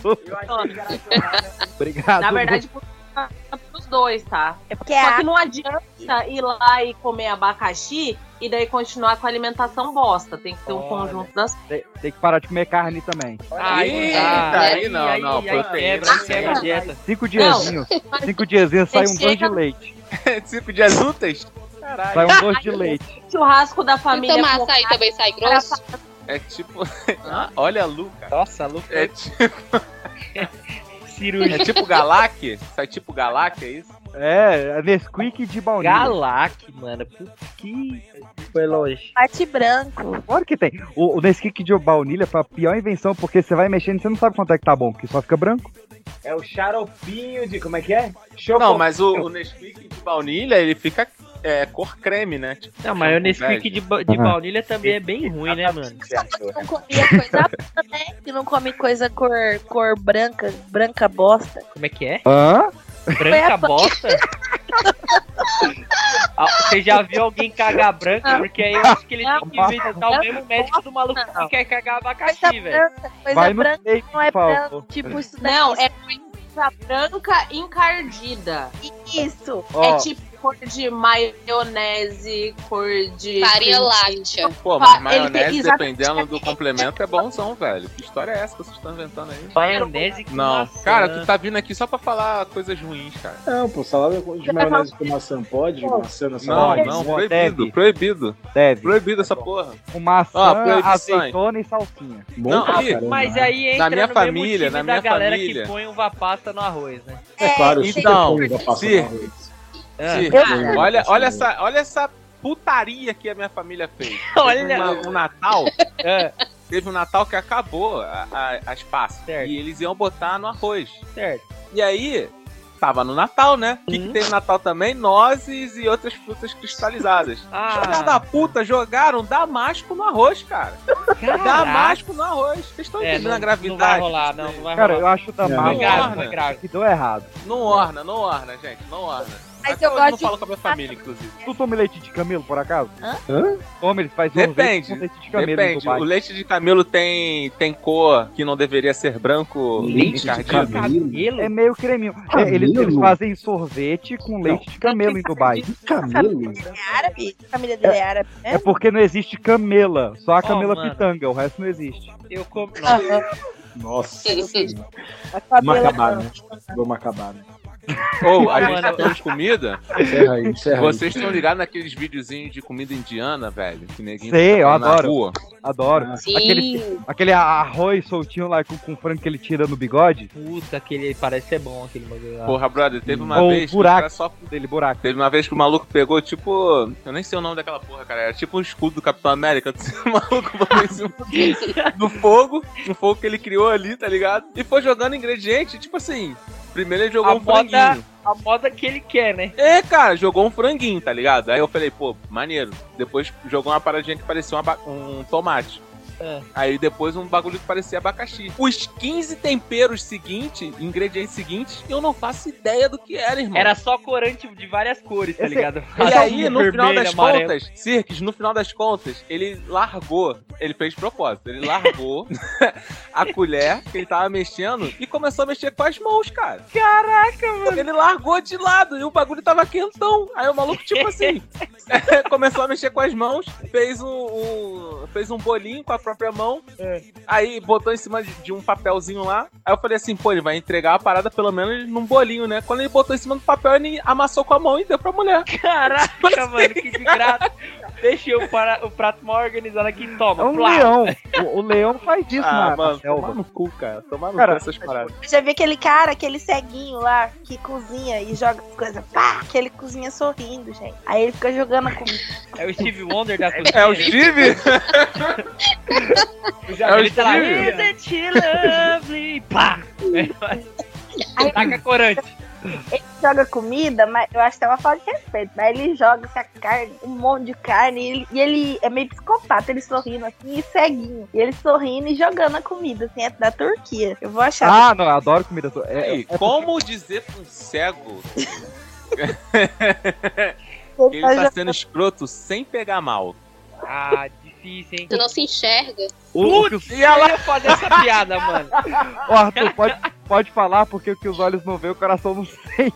[SPEAKER 4] Lu. Obrigado.
[SPEAKER 7] Na
[SPEAKER 4] Lu.
[SPEAKER 7] verdade, funciona pros dois, tá?
[SPEAKER 3] É porque
[SPEAKER 7] Só
[SPEAKER 3] a-
[SPEAKER 7] que não adianta ir lá e comer abacaxi e daí continuar com a alimentação bosta. Tem que ter um conjunto das Ah,
[SPEAKER 4] Tem, tem que parar de comer carne também.
[SPEAKER 2] Aí,
[SPEAKER 9] Eita,
[SPEAKER 2] tá.
[SPEAKER 9] aí não, não, proteína,
[SPEAKER 2] quebra, aí
[SPEAKER 9] sim.
[SPEAKER 2] quebra a dieta.
[SPEAKER 4] Cinco diazinhos. Cinco diazinhos sai um doce de leite.
[SPEAKER 9] Cinco É tipo dias úteis? Caralho.
[SPEAKER 17] Sai um doce de leite.
[SPEAKER 7] Churrasco da família.
[SPEAKER 6] tomar
[SPEAKER 7] com
[SPEAKER 6] açaí
[SPEAKER 7] carne,
[SPEAKER 6] também sai
[SPEAKER 7] cara,
[SPEAKER 6] grosso?
[SPEAKER 7] fa-
[SPEAKER 9] É tipo. Ah, olha a Lu, cara. Nossa, a Lu é tipo.
[SPEAKER 2] Cirurgia.
[SPEAKER 9] É tipo Galac? Sai tipo Galac, é isso?
[SPEAKER 17] É, Nesquik de baunilha.
[SPEAKER 2] Galac, mano. Putz, que foi longe.
[SPEAKER 3] Bate branco.
[SPEAKER 17] Claro que tem. O, o Nesquik de baunilha foi a pior invenção, porque você vai mexendo e você não sabe quanto é que tá bom, porque só fica branco.
[SPEAKER 8] É o xaropinho de. Como é que é?
[SPEAKER 9] Não, mas o, o Nesquik de baunilha, ele fica é, cor creme, né? Tipo,
[SPEAKER 2] Não, mas o Nesquik
[SPEAKER 9] Nesquik
[SPEAKER 2] de, ba- de
[SPEAKER 9] Aham.
[SPEAKER 2] baunilha também é bem ruim, né, mano?
[SPEAKER 3] né? Que não come coisa cor, cor branca, branca bosta.
[SPEAKER 2] Como é que é?
[SPEAKER 17] Hã?
[SPEAKER 3] Foi a
[SPEAKER 2] Branca [laughs]
[SPEAKER 3] pan-
[SPEAKER 2] bosta? Ah, Você já viu alguém cagar branca? Porque aí eu acho que ele tem que visitar o mesmo médico do maluco que quer cagar abacaxi, velho.
[SPEAKER 3] Coisa
[SPEAKER 2] Vai no
[SPEAKER 3] branca
[SPEAKER 17] meio,
[SPEAKER 3] não é
[SPEAKER 2] por favor.
[SPEAKER 3] branco. Tipo, isso daí.
[SPEAKER 7] Não, é coisa branca encardida.
[SPEAKER 3] Isso.
[SPEAKER 7] É
[SPEAKER 9] Ó.
[SPEAKER 7] tipo cor de maionese, cor de.
[SPEAKER 6] Farinha
[SPEAKER 7] láctea.
[SPEAKER 9] Pô, mas maionese, dependendo do complemento, é bonzão, velho. Que história é essa que vocês estão inventando aí?
[SPEAKER 2] Maionese
[SPEAKER 10] com
[SPEAKER 9] Não,
[SPEAKER 10] maçã.
[SPEAKER 9] cara, tu tá vindo aqui só pra falar coisas ruins, cara.
[SPEAKER 10] Não, pô, salada de maionese com maçã pode? Maçã na
[SPEAKER 9] Não,
[SPEAKER 10] salada?
[SPEAKER 9] não, proibido, proibido.
[SPEAKER 17] Deve.
[SPEAKER 9] Proibido essa porra. Ah,
[SPEAKER 17] Com maçã,
[SPEAKER 9] Ó, proibição, hein?
[SPEAKER 17] azeitona e salsinha.
[SPEAKER 9] Bom Não, pra aí- caramba.
[SPEAKER 2] Mas aí entra
[SPEAKER 9] Na minha
[SPEAKER 2] no mesmo
[SPEAKER 9] família,
[SPEAKER 2] time
[SPEAKER 9] na
[SPEAKER 2] da
[SPEAKER 9] minha
[SPEAKER 2] galera
[SPEAKER 9] família.
[SPEAKER 2] que põe uva pasta no arroz, né?
[SPEAKER 9] É claro, então, se-
[SPEAKER 2] Ah.
[SPEAKER 9] se- É. olha, olha, essa, olha essa putaria que a minha família fez.
[SPEAKER 2] Olha.
[SPEAKER 9] Teve uma- um Natal. Teve um Natal que acabou a- a- as passas. E eles iam botar no arroz.
[SPEAKER 2] Certo.
[SPEAKER 9] E aí, tava no Natal, né? O que, que tem no Natal também? Nozes e outras frutas cristalizadas.
[SPEAKER 2] Ah.
[SPEAKER 9] Filha da puta, jogaram damasco no arroz, cara. Damasco no arroz. Vocês estão
[SPEAKER 2] É,
[SPEAKER 9] entendendo
[SPEAKER 2] não-
[SPEAKER 9] a
[SPEAKER 2] Não
[SPEAKER 9] gravidade?
[SPEAKER 2] vai rolar, não, não vai
[SPEAKER 17] Cara,
[SPEAKER 2] rolar.
[SPEAKER 17] eu acho da
[SPEAKER 9] Não,
[SPEAKER 17] marca
[SPEAKER 9] não.
[SPEAKER 17] né,
[SPEAKER 2] Grave.
[SPEAKER 17] que deu errado.
[SPEAKER 9] Não orna, não orna, gente, não orna. Mas
[SPEAKER 3] eu
[SPEAKER 9] eu
[SPEAKER 3] gosto
[SPEAKER 9] não
[SPEAKER 3] de-
[SPEAKER 9] falo com a minha família, inclusive.
[SPEAKER 17] Tu toma leite de camelo, por acaso?
[SPEAKER 3] Hã?
[SPEAKER 17] Toma, eles fazem
[SPEAKER 9] Depende.
[SPEAKER 17] um leite com leite de camelo. no
[SPEAKER 9] Depende.
[SPEAKER 17] Dubai.
[SPEAKER 9] O leite de camelo tem, tem cor que não deveria ser branco
[SPEAKER 17] Leite de
[SPEAKER 9] encardido.
[SPEAKER 17] É meio creminho. É,
[SPEAKER 9] Camelo?
[SPEAKER 17] eles, eles fazem sorvete com leite de camelo em Dubai.
[SPEAKER 10] Camelo?
[SPEAKER 3] É árabe? A família dele é árabe, né?
[SPEAKER 17] É porque não existe camela, só a camela
[SPEAKER 2] mano.
[SPEAKER 17] pitanga, o resto não existe.
[SPEAKER 2] Eu comi.
[SPEAKER 9] Ah.
[SPEAKER 10] Nossa.
[SPEAKER 17] Macabada.
[SPEAKER 10] né? Vamos acabar, né?
[SPEAKER 17] [laughs]
[SPEAKER 9] Ou a gente
[SPEAKER 10] Mano,
[SPEAKER 9] tá falando de comida.
[SPEAKER 10] Encerra aí,
[SPEAKER 17] É
[SPEAKER 10] encerra aí.
[SPEAKER 9] Vocês estão ligados naqueles videozinhos de comida indiana, velho? Que neguinho
[SPEAKER 17] Sei,
[SPEAKER 9] fica
[SPEAKER 17] eu
[SPEAKER 9] comendo na
[SPEAKER 17] adoro.
[SPEAKER 9] rua.
[SPEAKER 17] Adoro.
[SPEAKER 9] Sim.
[SPEAKER 17] Aquele, aquele arroz soltinho lá com, com frango que ele tira no bigode.
[SPEAKER 2] Puta, aquele parece ser bom, aquele bagulho lá.
[SPEAKER 9] Porra, brother, teve uma
[SPEAKER 17] Hum. Ou um
[SPEAKER 9] vez. que o
[SPEAKER 17] buraco
[SPEAKER 9] cara só...
[SPEAKER 17] dele, buraco.
[SPEAKER 9] Teve uma vez que o maluco pegou, tipo. Eu nem sei o nome daquela porra, cara. Era tipo um escudo do Capitão América. [laughs] assim, O maluco botou em cima do- do fogo, no fogo que ele criou ali, tá ligado? E foi jogando ingrediente, tipo assim. Primeiro ele jogou
[SPEAKER 2] a
[SPEAKER 9] um
[SPEAKER 2] moda,
[SPEAKER 9] franguinho.
[SPEAKER 2] a moda que ele quer, né?
[SPEAKER 9] É, cara, jogou um franguinho, tá ligado? Aí eu falei, pô, maneiro. Depois jogou uma paradinha que parecia um aba- um tomate.
[SPEAKER 2] É.
[SPEAKER 9] Aí depois um bagulho que parecia abacaxi. Os 15 temperos seguintes, ingredientes seguintes, eu não faço ideia do que era, irmão.
[SPEAKER 2] Era só corante de várias cores, tá ligado?
[SPEAKER 9] E aí, no final das
[SPEAKER 2] amarelo.
[SPEAKER 9] contas, Sirkis, no final das contas, ele largou, ele fez propósito, ele [laughs] largou a colher que ele tava mexendo e começou a mexer com as mãos, cara. Caraca, mano. Ele largou de lado e o bagulho tava quentão. Aí o maluco, [laughs] tipo assim, começou a mexer com as mãos, fez um, um- fez um bolinho com a própria mão, aí botou em cima de, de um papelzinho lá. Aí eu falei assim, pô, ele vai entregar a parada pelo menos num bolinho, né? Quando ele botou em cima do papel, ele amassou com a mão e deu pra mulher.
[SPEAKER 2] Caraca, mano, que desgraça. Deixei o, para- o prato mal organizado aqui, toma.
[SPEAKER 17] É um
[SPEAKER 2] plá.
[SPEAKER 17] leão. O, o leão faz isso
[SPEAKER 9] Ah,
[SPEAKER 17] na,
[SPEAKER 9] mano,
[SPEAKER 17] na selva.
[SPEAKER 9] tomar no cu, cara. Tomar no
[SPEAKER 17] Cara,
[SPEAKER 9] cu essas paradas.
[SPEAKER 3] Eu já vi aquele cara, aquele ceguinho lá, que cozinha e joga as coisas. Pá, que ele cozinha sorrindo, gente. Aí ele fica jogando a comida.
[SPEAKER 2] É o Steve Wonder da cozinha.
[SPEAKER 9] É o Steve?
[SPEAKER 2] É o Steve? Isn't she lovely? Pá! Taca corante.
[SPEAKER 3] Ele joga comida, mas eu acho que é uma falta de respeito. Mas ele joga essa carne, um monte de carne, e ele, e ele é meio psicopata, ele sorrindo assim e ceguinho. E ele sorrindo e jogando a comida, assim, é da Turquia. Eu vou achar.
[SPEAKER 17] Ah, não, eu adoro comida. to- É,
[SPEAKER 9] Ei,
[SPEAKER 17] é-
[SPEAKER 9] como dizer pra um cego que ele
[SPEAKER 3] tá
[SPEAKER 9] tá
[SPEAKER 3] jogando-
[SPEAKER 9] sendo escroto sem pegar mal?
[SPEAKER 2] Ah, difícil, hein?
[SPEAKER 6] Tu não se enxerga.
[SPEAKER 17] O- o que os-
[SPEAKER 2] Putz, e ela ia fazer essa piada,
[SPEAKER 9] [laughs]
[SPEAKER 2] mano.
[SPEAKER 17] Ô, Arthur,
[SPEAKER 9] [laughs]
[SPEAKER 17] pode, pode falar porque o que os olhos não veem, o coração não sente.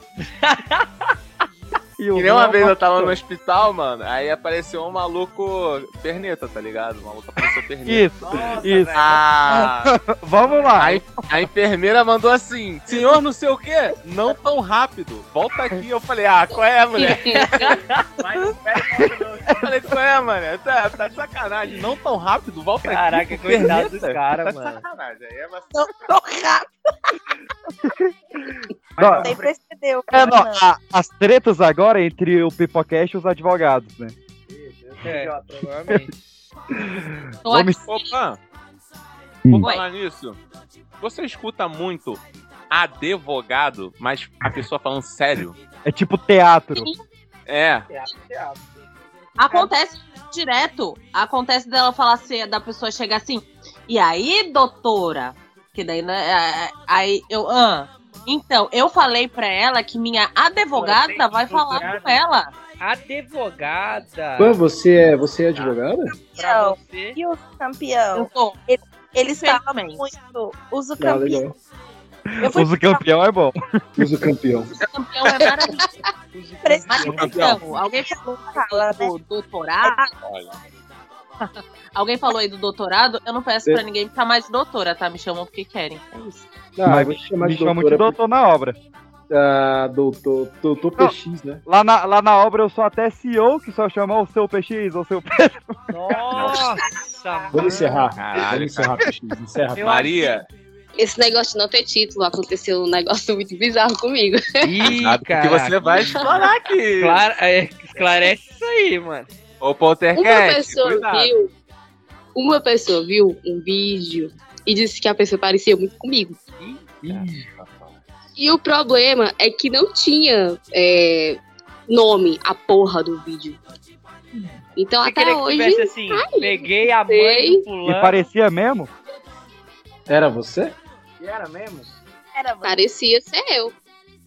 [SPEAKER 9] E nem uma vez eu tava no hospital, mano, aí apareceu um maluco perneta, tá ligado? O maluco apareceu perneta.
[SPEAKER 17] Isso, isso.
[SPEAKER 9] Ah,
[SPEAKER 17] Vamos lá.
[SPEAKER 9] a, en- a enfermeira mandou assim, senhor não sei o quê, não tão rápido, volta aqui. Eu falei, ah, qual é,
[SPEAKER 6] [laughs]
[SPEAKER 9] mulher? Eu falei, qual é, mano? Tá, tá de sacanagem, não tão rápido, volta
[SPEAKER 2] Caraca,
[SPEAKER 9] aqui.
[SPEAKER 2] coitado
[SPEAKER 9] perneta.
[SPEAKER 2] do cara,
[SPEAKER 9] Tá de
[SPEAKER 2] mano.
[SPEAKER 9] sacanagem, aí é uma-
[SPEAKER 3] Não tô [laughs] rápido.
[SPEAKER 17] Não,
[SPEAKER 3] Nem percebeu.
[SPEAKER 17] é, não,
[SPEAKER 3] Fernando.
[SPEAKER 17] a- as tretas agora é entre o Pipocast e os advogados, né?
[SPEAKER 2] É, provavelmente.
[SPEAKER 17] Vamos-
[SPEAKER 9] Opa!
[SPEAKER 17] Hum.
[SPEAKER 9] Vou falar nisso. Você escuta muito advogado, mas a pessoa falando sério?
[SPEAKER 17] É tipo teatro.
[SPEAKER 9] É.
[SPEAKER 7] Acontece direto. Acontece dela falar assim, da pessoa chegar assim. E aí, doutora? Que daí, né? é, é, Aí eu. "Hã?" então, eu falei pra ela que minha advogada vai falar com ela.
[SPEAKER 2] Advogada.
[SPEAKER 10] Pô, você é, você é advogada?
[SPEAKER 3] Campeão. E o campeão? Ele- Eles falam muito. Uso
[SPEAKER 10] Ah,
[SPEAKER 3] campeão.
[SPEAKER 10] legal.
[SPEAKER 17] Uso campeão é bom.
[SPEAKER 10] Uso campeão.
[SPEAKER 7] Campeão é maravilhoso. Mas
[SPEAKER 10] Campeão.
[SPEAKER 7] então, alguém falou aí
[SPEAKER 3] né?
[SPEAKER 7] do doutorado? Alguém falou aí do doutorado? Eu não peço
[SPEAKER 17] Eu-
[SPEAKER 7] pra ninguém me chamar de doutora, tá? Me chamam porque querem. É isso.
[SPEAKER 10] Ah,
[SPEAKER 17] Mas
[SPEAKER 10] vou te chamar
[SPEAKER 17] me
[SPEAKER 10] de
[SPEAKER 17] chamam
[SPEAKER 10] doutora
[SPEAKER 17] de doutor na obra.
[SPEAKER 10] Ah, doutor, doutor PX, né?
[SPEAKER 17] Lá na, lá na obra eu sou até CEO, que só chama o seu PX ou seu Pedro.
[SPEAKER 2] Nossa,
[SPEAKER 17] [laughs]
[SPEAKER 10] Vamos encerrar.
[SPEAKER 9] Caralho,
[SPEAKER 10] Vamos encerrar, PX. Encerra.
[SPEAKER 2] Eu Maria.
[SPEAKER 6] Esse negócio de não ter título aconteceu um negócio muito bizarro comigo.
[SPEAKER 2] Ih,
[SPEAKER 9] Porque você vai explorar aqui.
[SPEAKER 2] Clara- é, esclarece isso aí, mano.
[SPEAKER 9] Ô,
[SPEAKER 2] É
[SPEAKER 6] Uma
[SPEAKER 9] Poltercast,
[SPEAKER 6] pessoa
[SPEAKER 9] cuidado.
[SPEAKER 6] viu. Uma pessoa viu um vídeo e disse que a pessoa parecia muito comigo. E o problema é que não tinha é, nome a porra do vídeo. Então
[SPEAKER 2] Você
[SPEAKER 6] até
[SPEAKER 2] queria que
[SPEAKER 6] hoje.
[SPEAKER 2] tivesse assim,
[SPEAKER 6] ai,
[SPEAKER 2] peguei a mãe
[SPEAKER 6] sei.
[SPEAKER 2] do fulano.
[SPEAKER 17] E parecia mesmo?
[SPEAKER 10] Era você?
[SPEAKER 6] Era mesmo? Parecia ser eu.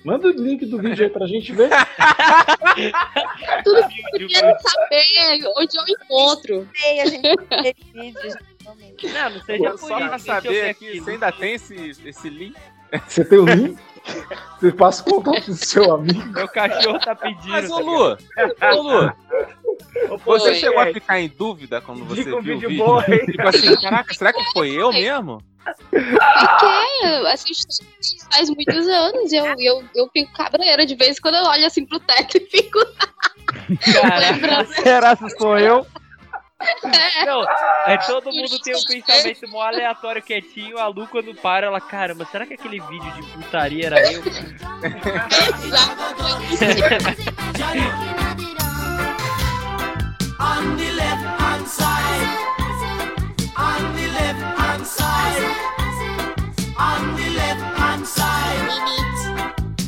[SPEAKER 10] Manda o link do vídeo aí pra gente ver.
[SPEAKER 6] Tudo que eu queria saber onde eu encontro.
[SPEAKER 2] Não, não
[SPEAKER 6] seja
[SPEAKER 9] Pô, Só
[SPEAKER 6] por isso,
[SPEAKER 9] pra
[SPEAKER 6] deixa eu
[SPEAKER 9] saber
[SPEAKER 6] ver
[SPEAKER 9] aqui,
[SPEAKER 2] né?
[SPEAKER 7] né?
[SPEAKER 9] você ainda tem esse, esse link?
[SPEAKER 10] Você tem o link? Você passa o contato do seu amigo.
[SPEAKER 2] Meu cachorro tá pedindo.
[SPEAKER 9] Mas, ô Lu, ô Lu, você
[SPEAKER 2] Oi.
[SPEAKER 9] chegou a ficar em dúvida quando você viu
[SPEAKER 2] um vídeo
[SPEAKER 9] o vídeo?
[SPEAKER 2] bom, hein?
[SPEAKER 9] tipo assim, caraca, será que foi eu mesmo?
[SPEAKER 6] Porque eu assisto isso É, faz muitos anos e eu, eu, eu fico cabreira de vez em quando eu olho assim pro teto e fico.
[SPEAKER 2] Caraca,
[SPEAKER 17] será que sou eu?
[SPEAKER 2] Não, é todo mundo tem um pensamento mó aleatório, quietinho. A Lu, quando para, ela, caramba, será que aquele vídeo de putaria era eu?
[SPEAKER 15] On the left hand side. On the left hand side. On the left hand side.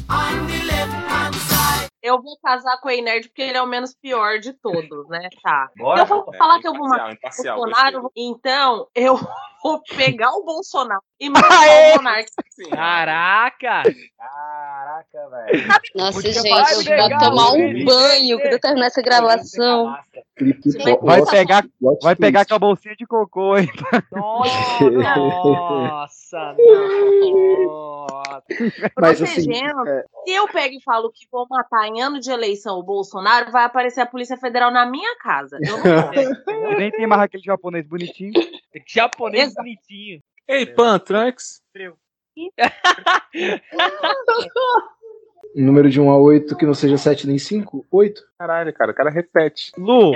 [SPEAKER 15] On the left hand side.
[SPEAKER 7] Eu vou casar com o Einerd porque ele é o menos pior de todos, né? Tá.
[SPEAKER 9] Bora,
[SPEAKER 7] eu vou
[SPEAKER 9] é,
[SPEAKER 7] falar que eu vou
[SPEAKER 9] imparcial,
[SPEAKER 7] matar
[SPEAKER 9] imparcial,
[SPEAKER 7] o Bolsonaro, então eu [laughs] vou pegar o Bolsonaro
[SPEAKER 17] [laughs]
[SPEAKER 7] e matar o Monark.
[SPEAKER 2] Caraca!
[SPEAKER 8] Caraca, velho.
[SPEAKER 6] Nossa,
[SPEAKER 8] Podia
[SPEAKER 6] gente,
[SPEAKER 8] falar,
[SPEAKER 6] eu vou
[SPEAKER 8] "Legal,
[SPEAKER 6] tomar um
[SPEAKER 8] gente."
[SPEAKER 6] banho quando eu terminar essa gravação.
[SPEAKER 17] Vai
[SPEAKER 10] tá
[SPEAKER 17] pegar, vai pegar com a bolsinha de cocô, hein?
[SPEAKER 2] Nossa, nossa.
[SPEAKER 17] Mas, assim,
[SPEAKER 7] Protegendo.
[SPEAKER 10] é,
[SPEAKER 7] Se eu pego e falo que vou matar em ano de eleição o Bolsonaro, vai aparecer a Polícia Federal na minha casa. Eu não
[SPEAKER 17] E nem tem mais aquele japonês bonitinho.
[SPEAKER 2] Japonês bonitinho.
[SPEAKER 9] Ei, Pan, Trunks.
[SPEAKER 10] Número de 1 a 8 que não seja 7 nem 5? 8?
[SPEAKER 9] Caralho, cara, o cara repete. [laughs]
[SPEAKER 17] Lu,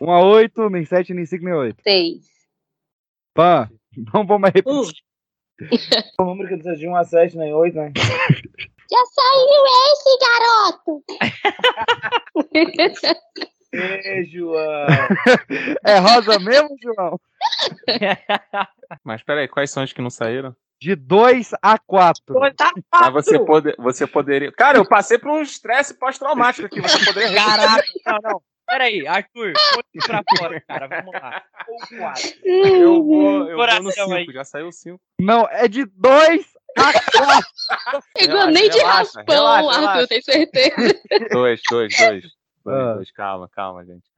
[SPEAKER 17] 1 a 8, nem 7, nem 5, nem 8.
[SPEAKER 6] [laughs] Seis.
[SPEAKER 17] Pã, não vou mais repetir.
[SPEAKER 8] O número que não seja de 1 a 7, nem 8, né?
[SPEAKER 6] Já saiu esse, garoto!
[SPEAKER 8] Ei, João.
[SPEAKER 17] É rosa mesmo, João?
[SPEAKER 9] Mas peraí, quais são os que não saíram?
[SPEAKER 17] De 2 a 4.
[SPEAKER 9] Mas você, pode, você poderia. Cara, eu passei por um estresse pós-traumático aqui, você [laughs] poderia.
[SPEAKER 2] Caraca, não, não. Peraí, Arthur, ponte pra fora, cara. Vamos lá. Ou quatro.
[SPEAKER 9] Eu vou, eu vou
[SPEAKER 2] Coração
[SPEAKER 9] no 5,
[SPEAKER 2] aí.
[SPEAKER 9] já saiu 5.
[SPEAKER 17] Não, é de 2 a 4.
[SPEAKER 6] Pegou nem de
[SPEAKER 9] Relaxa,
[SPEAKER 6] raspão,
[SPEAKER 9] relaxa,
[SPEAKER 6] Arthur, tenho certeza.
[SPEAKER 17] [laughs] Ah.
[SPEAKER 9] 2, 2, 2. 2, calma, calma, gente.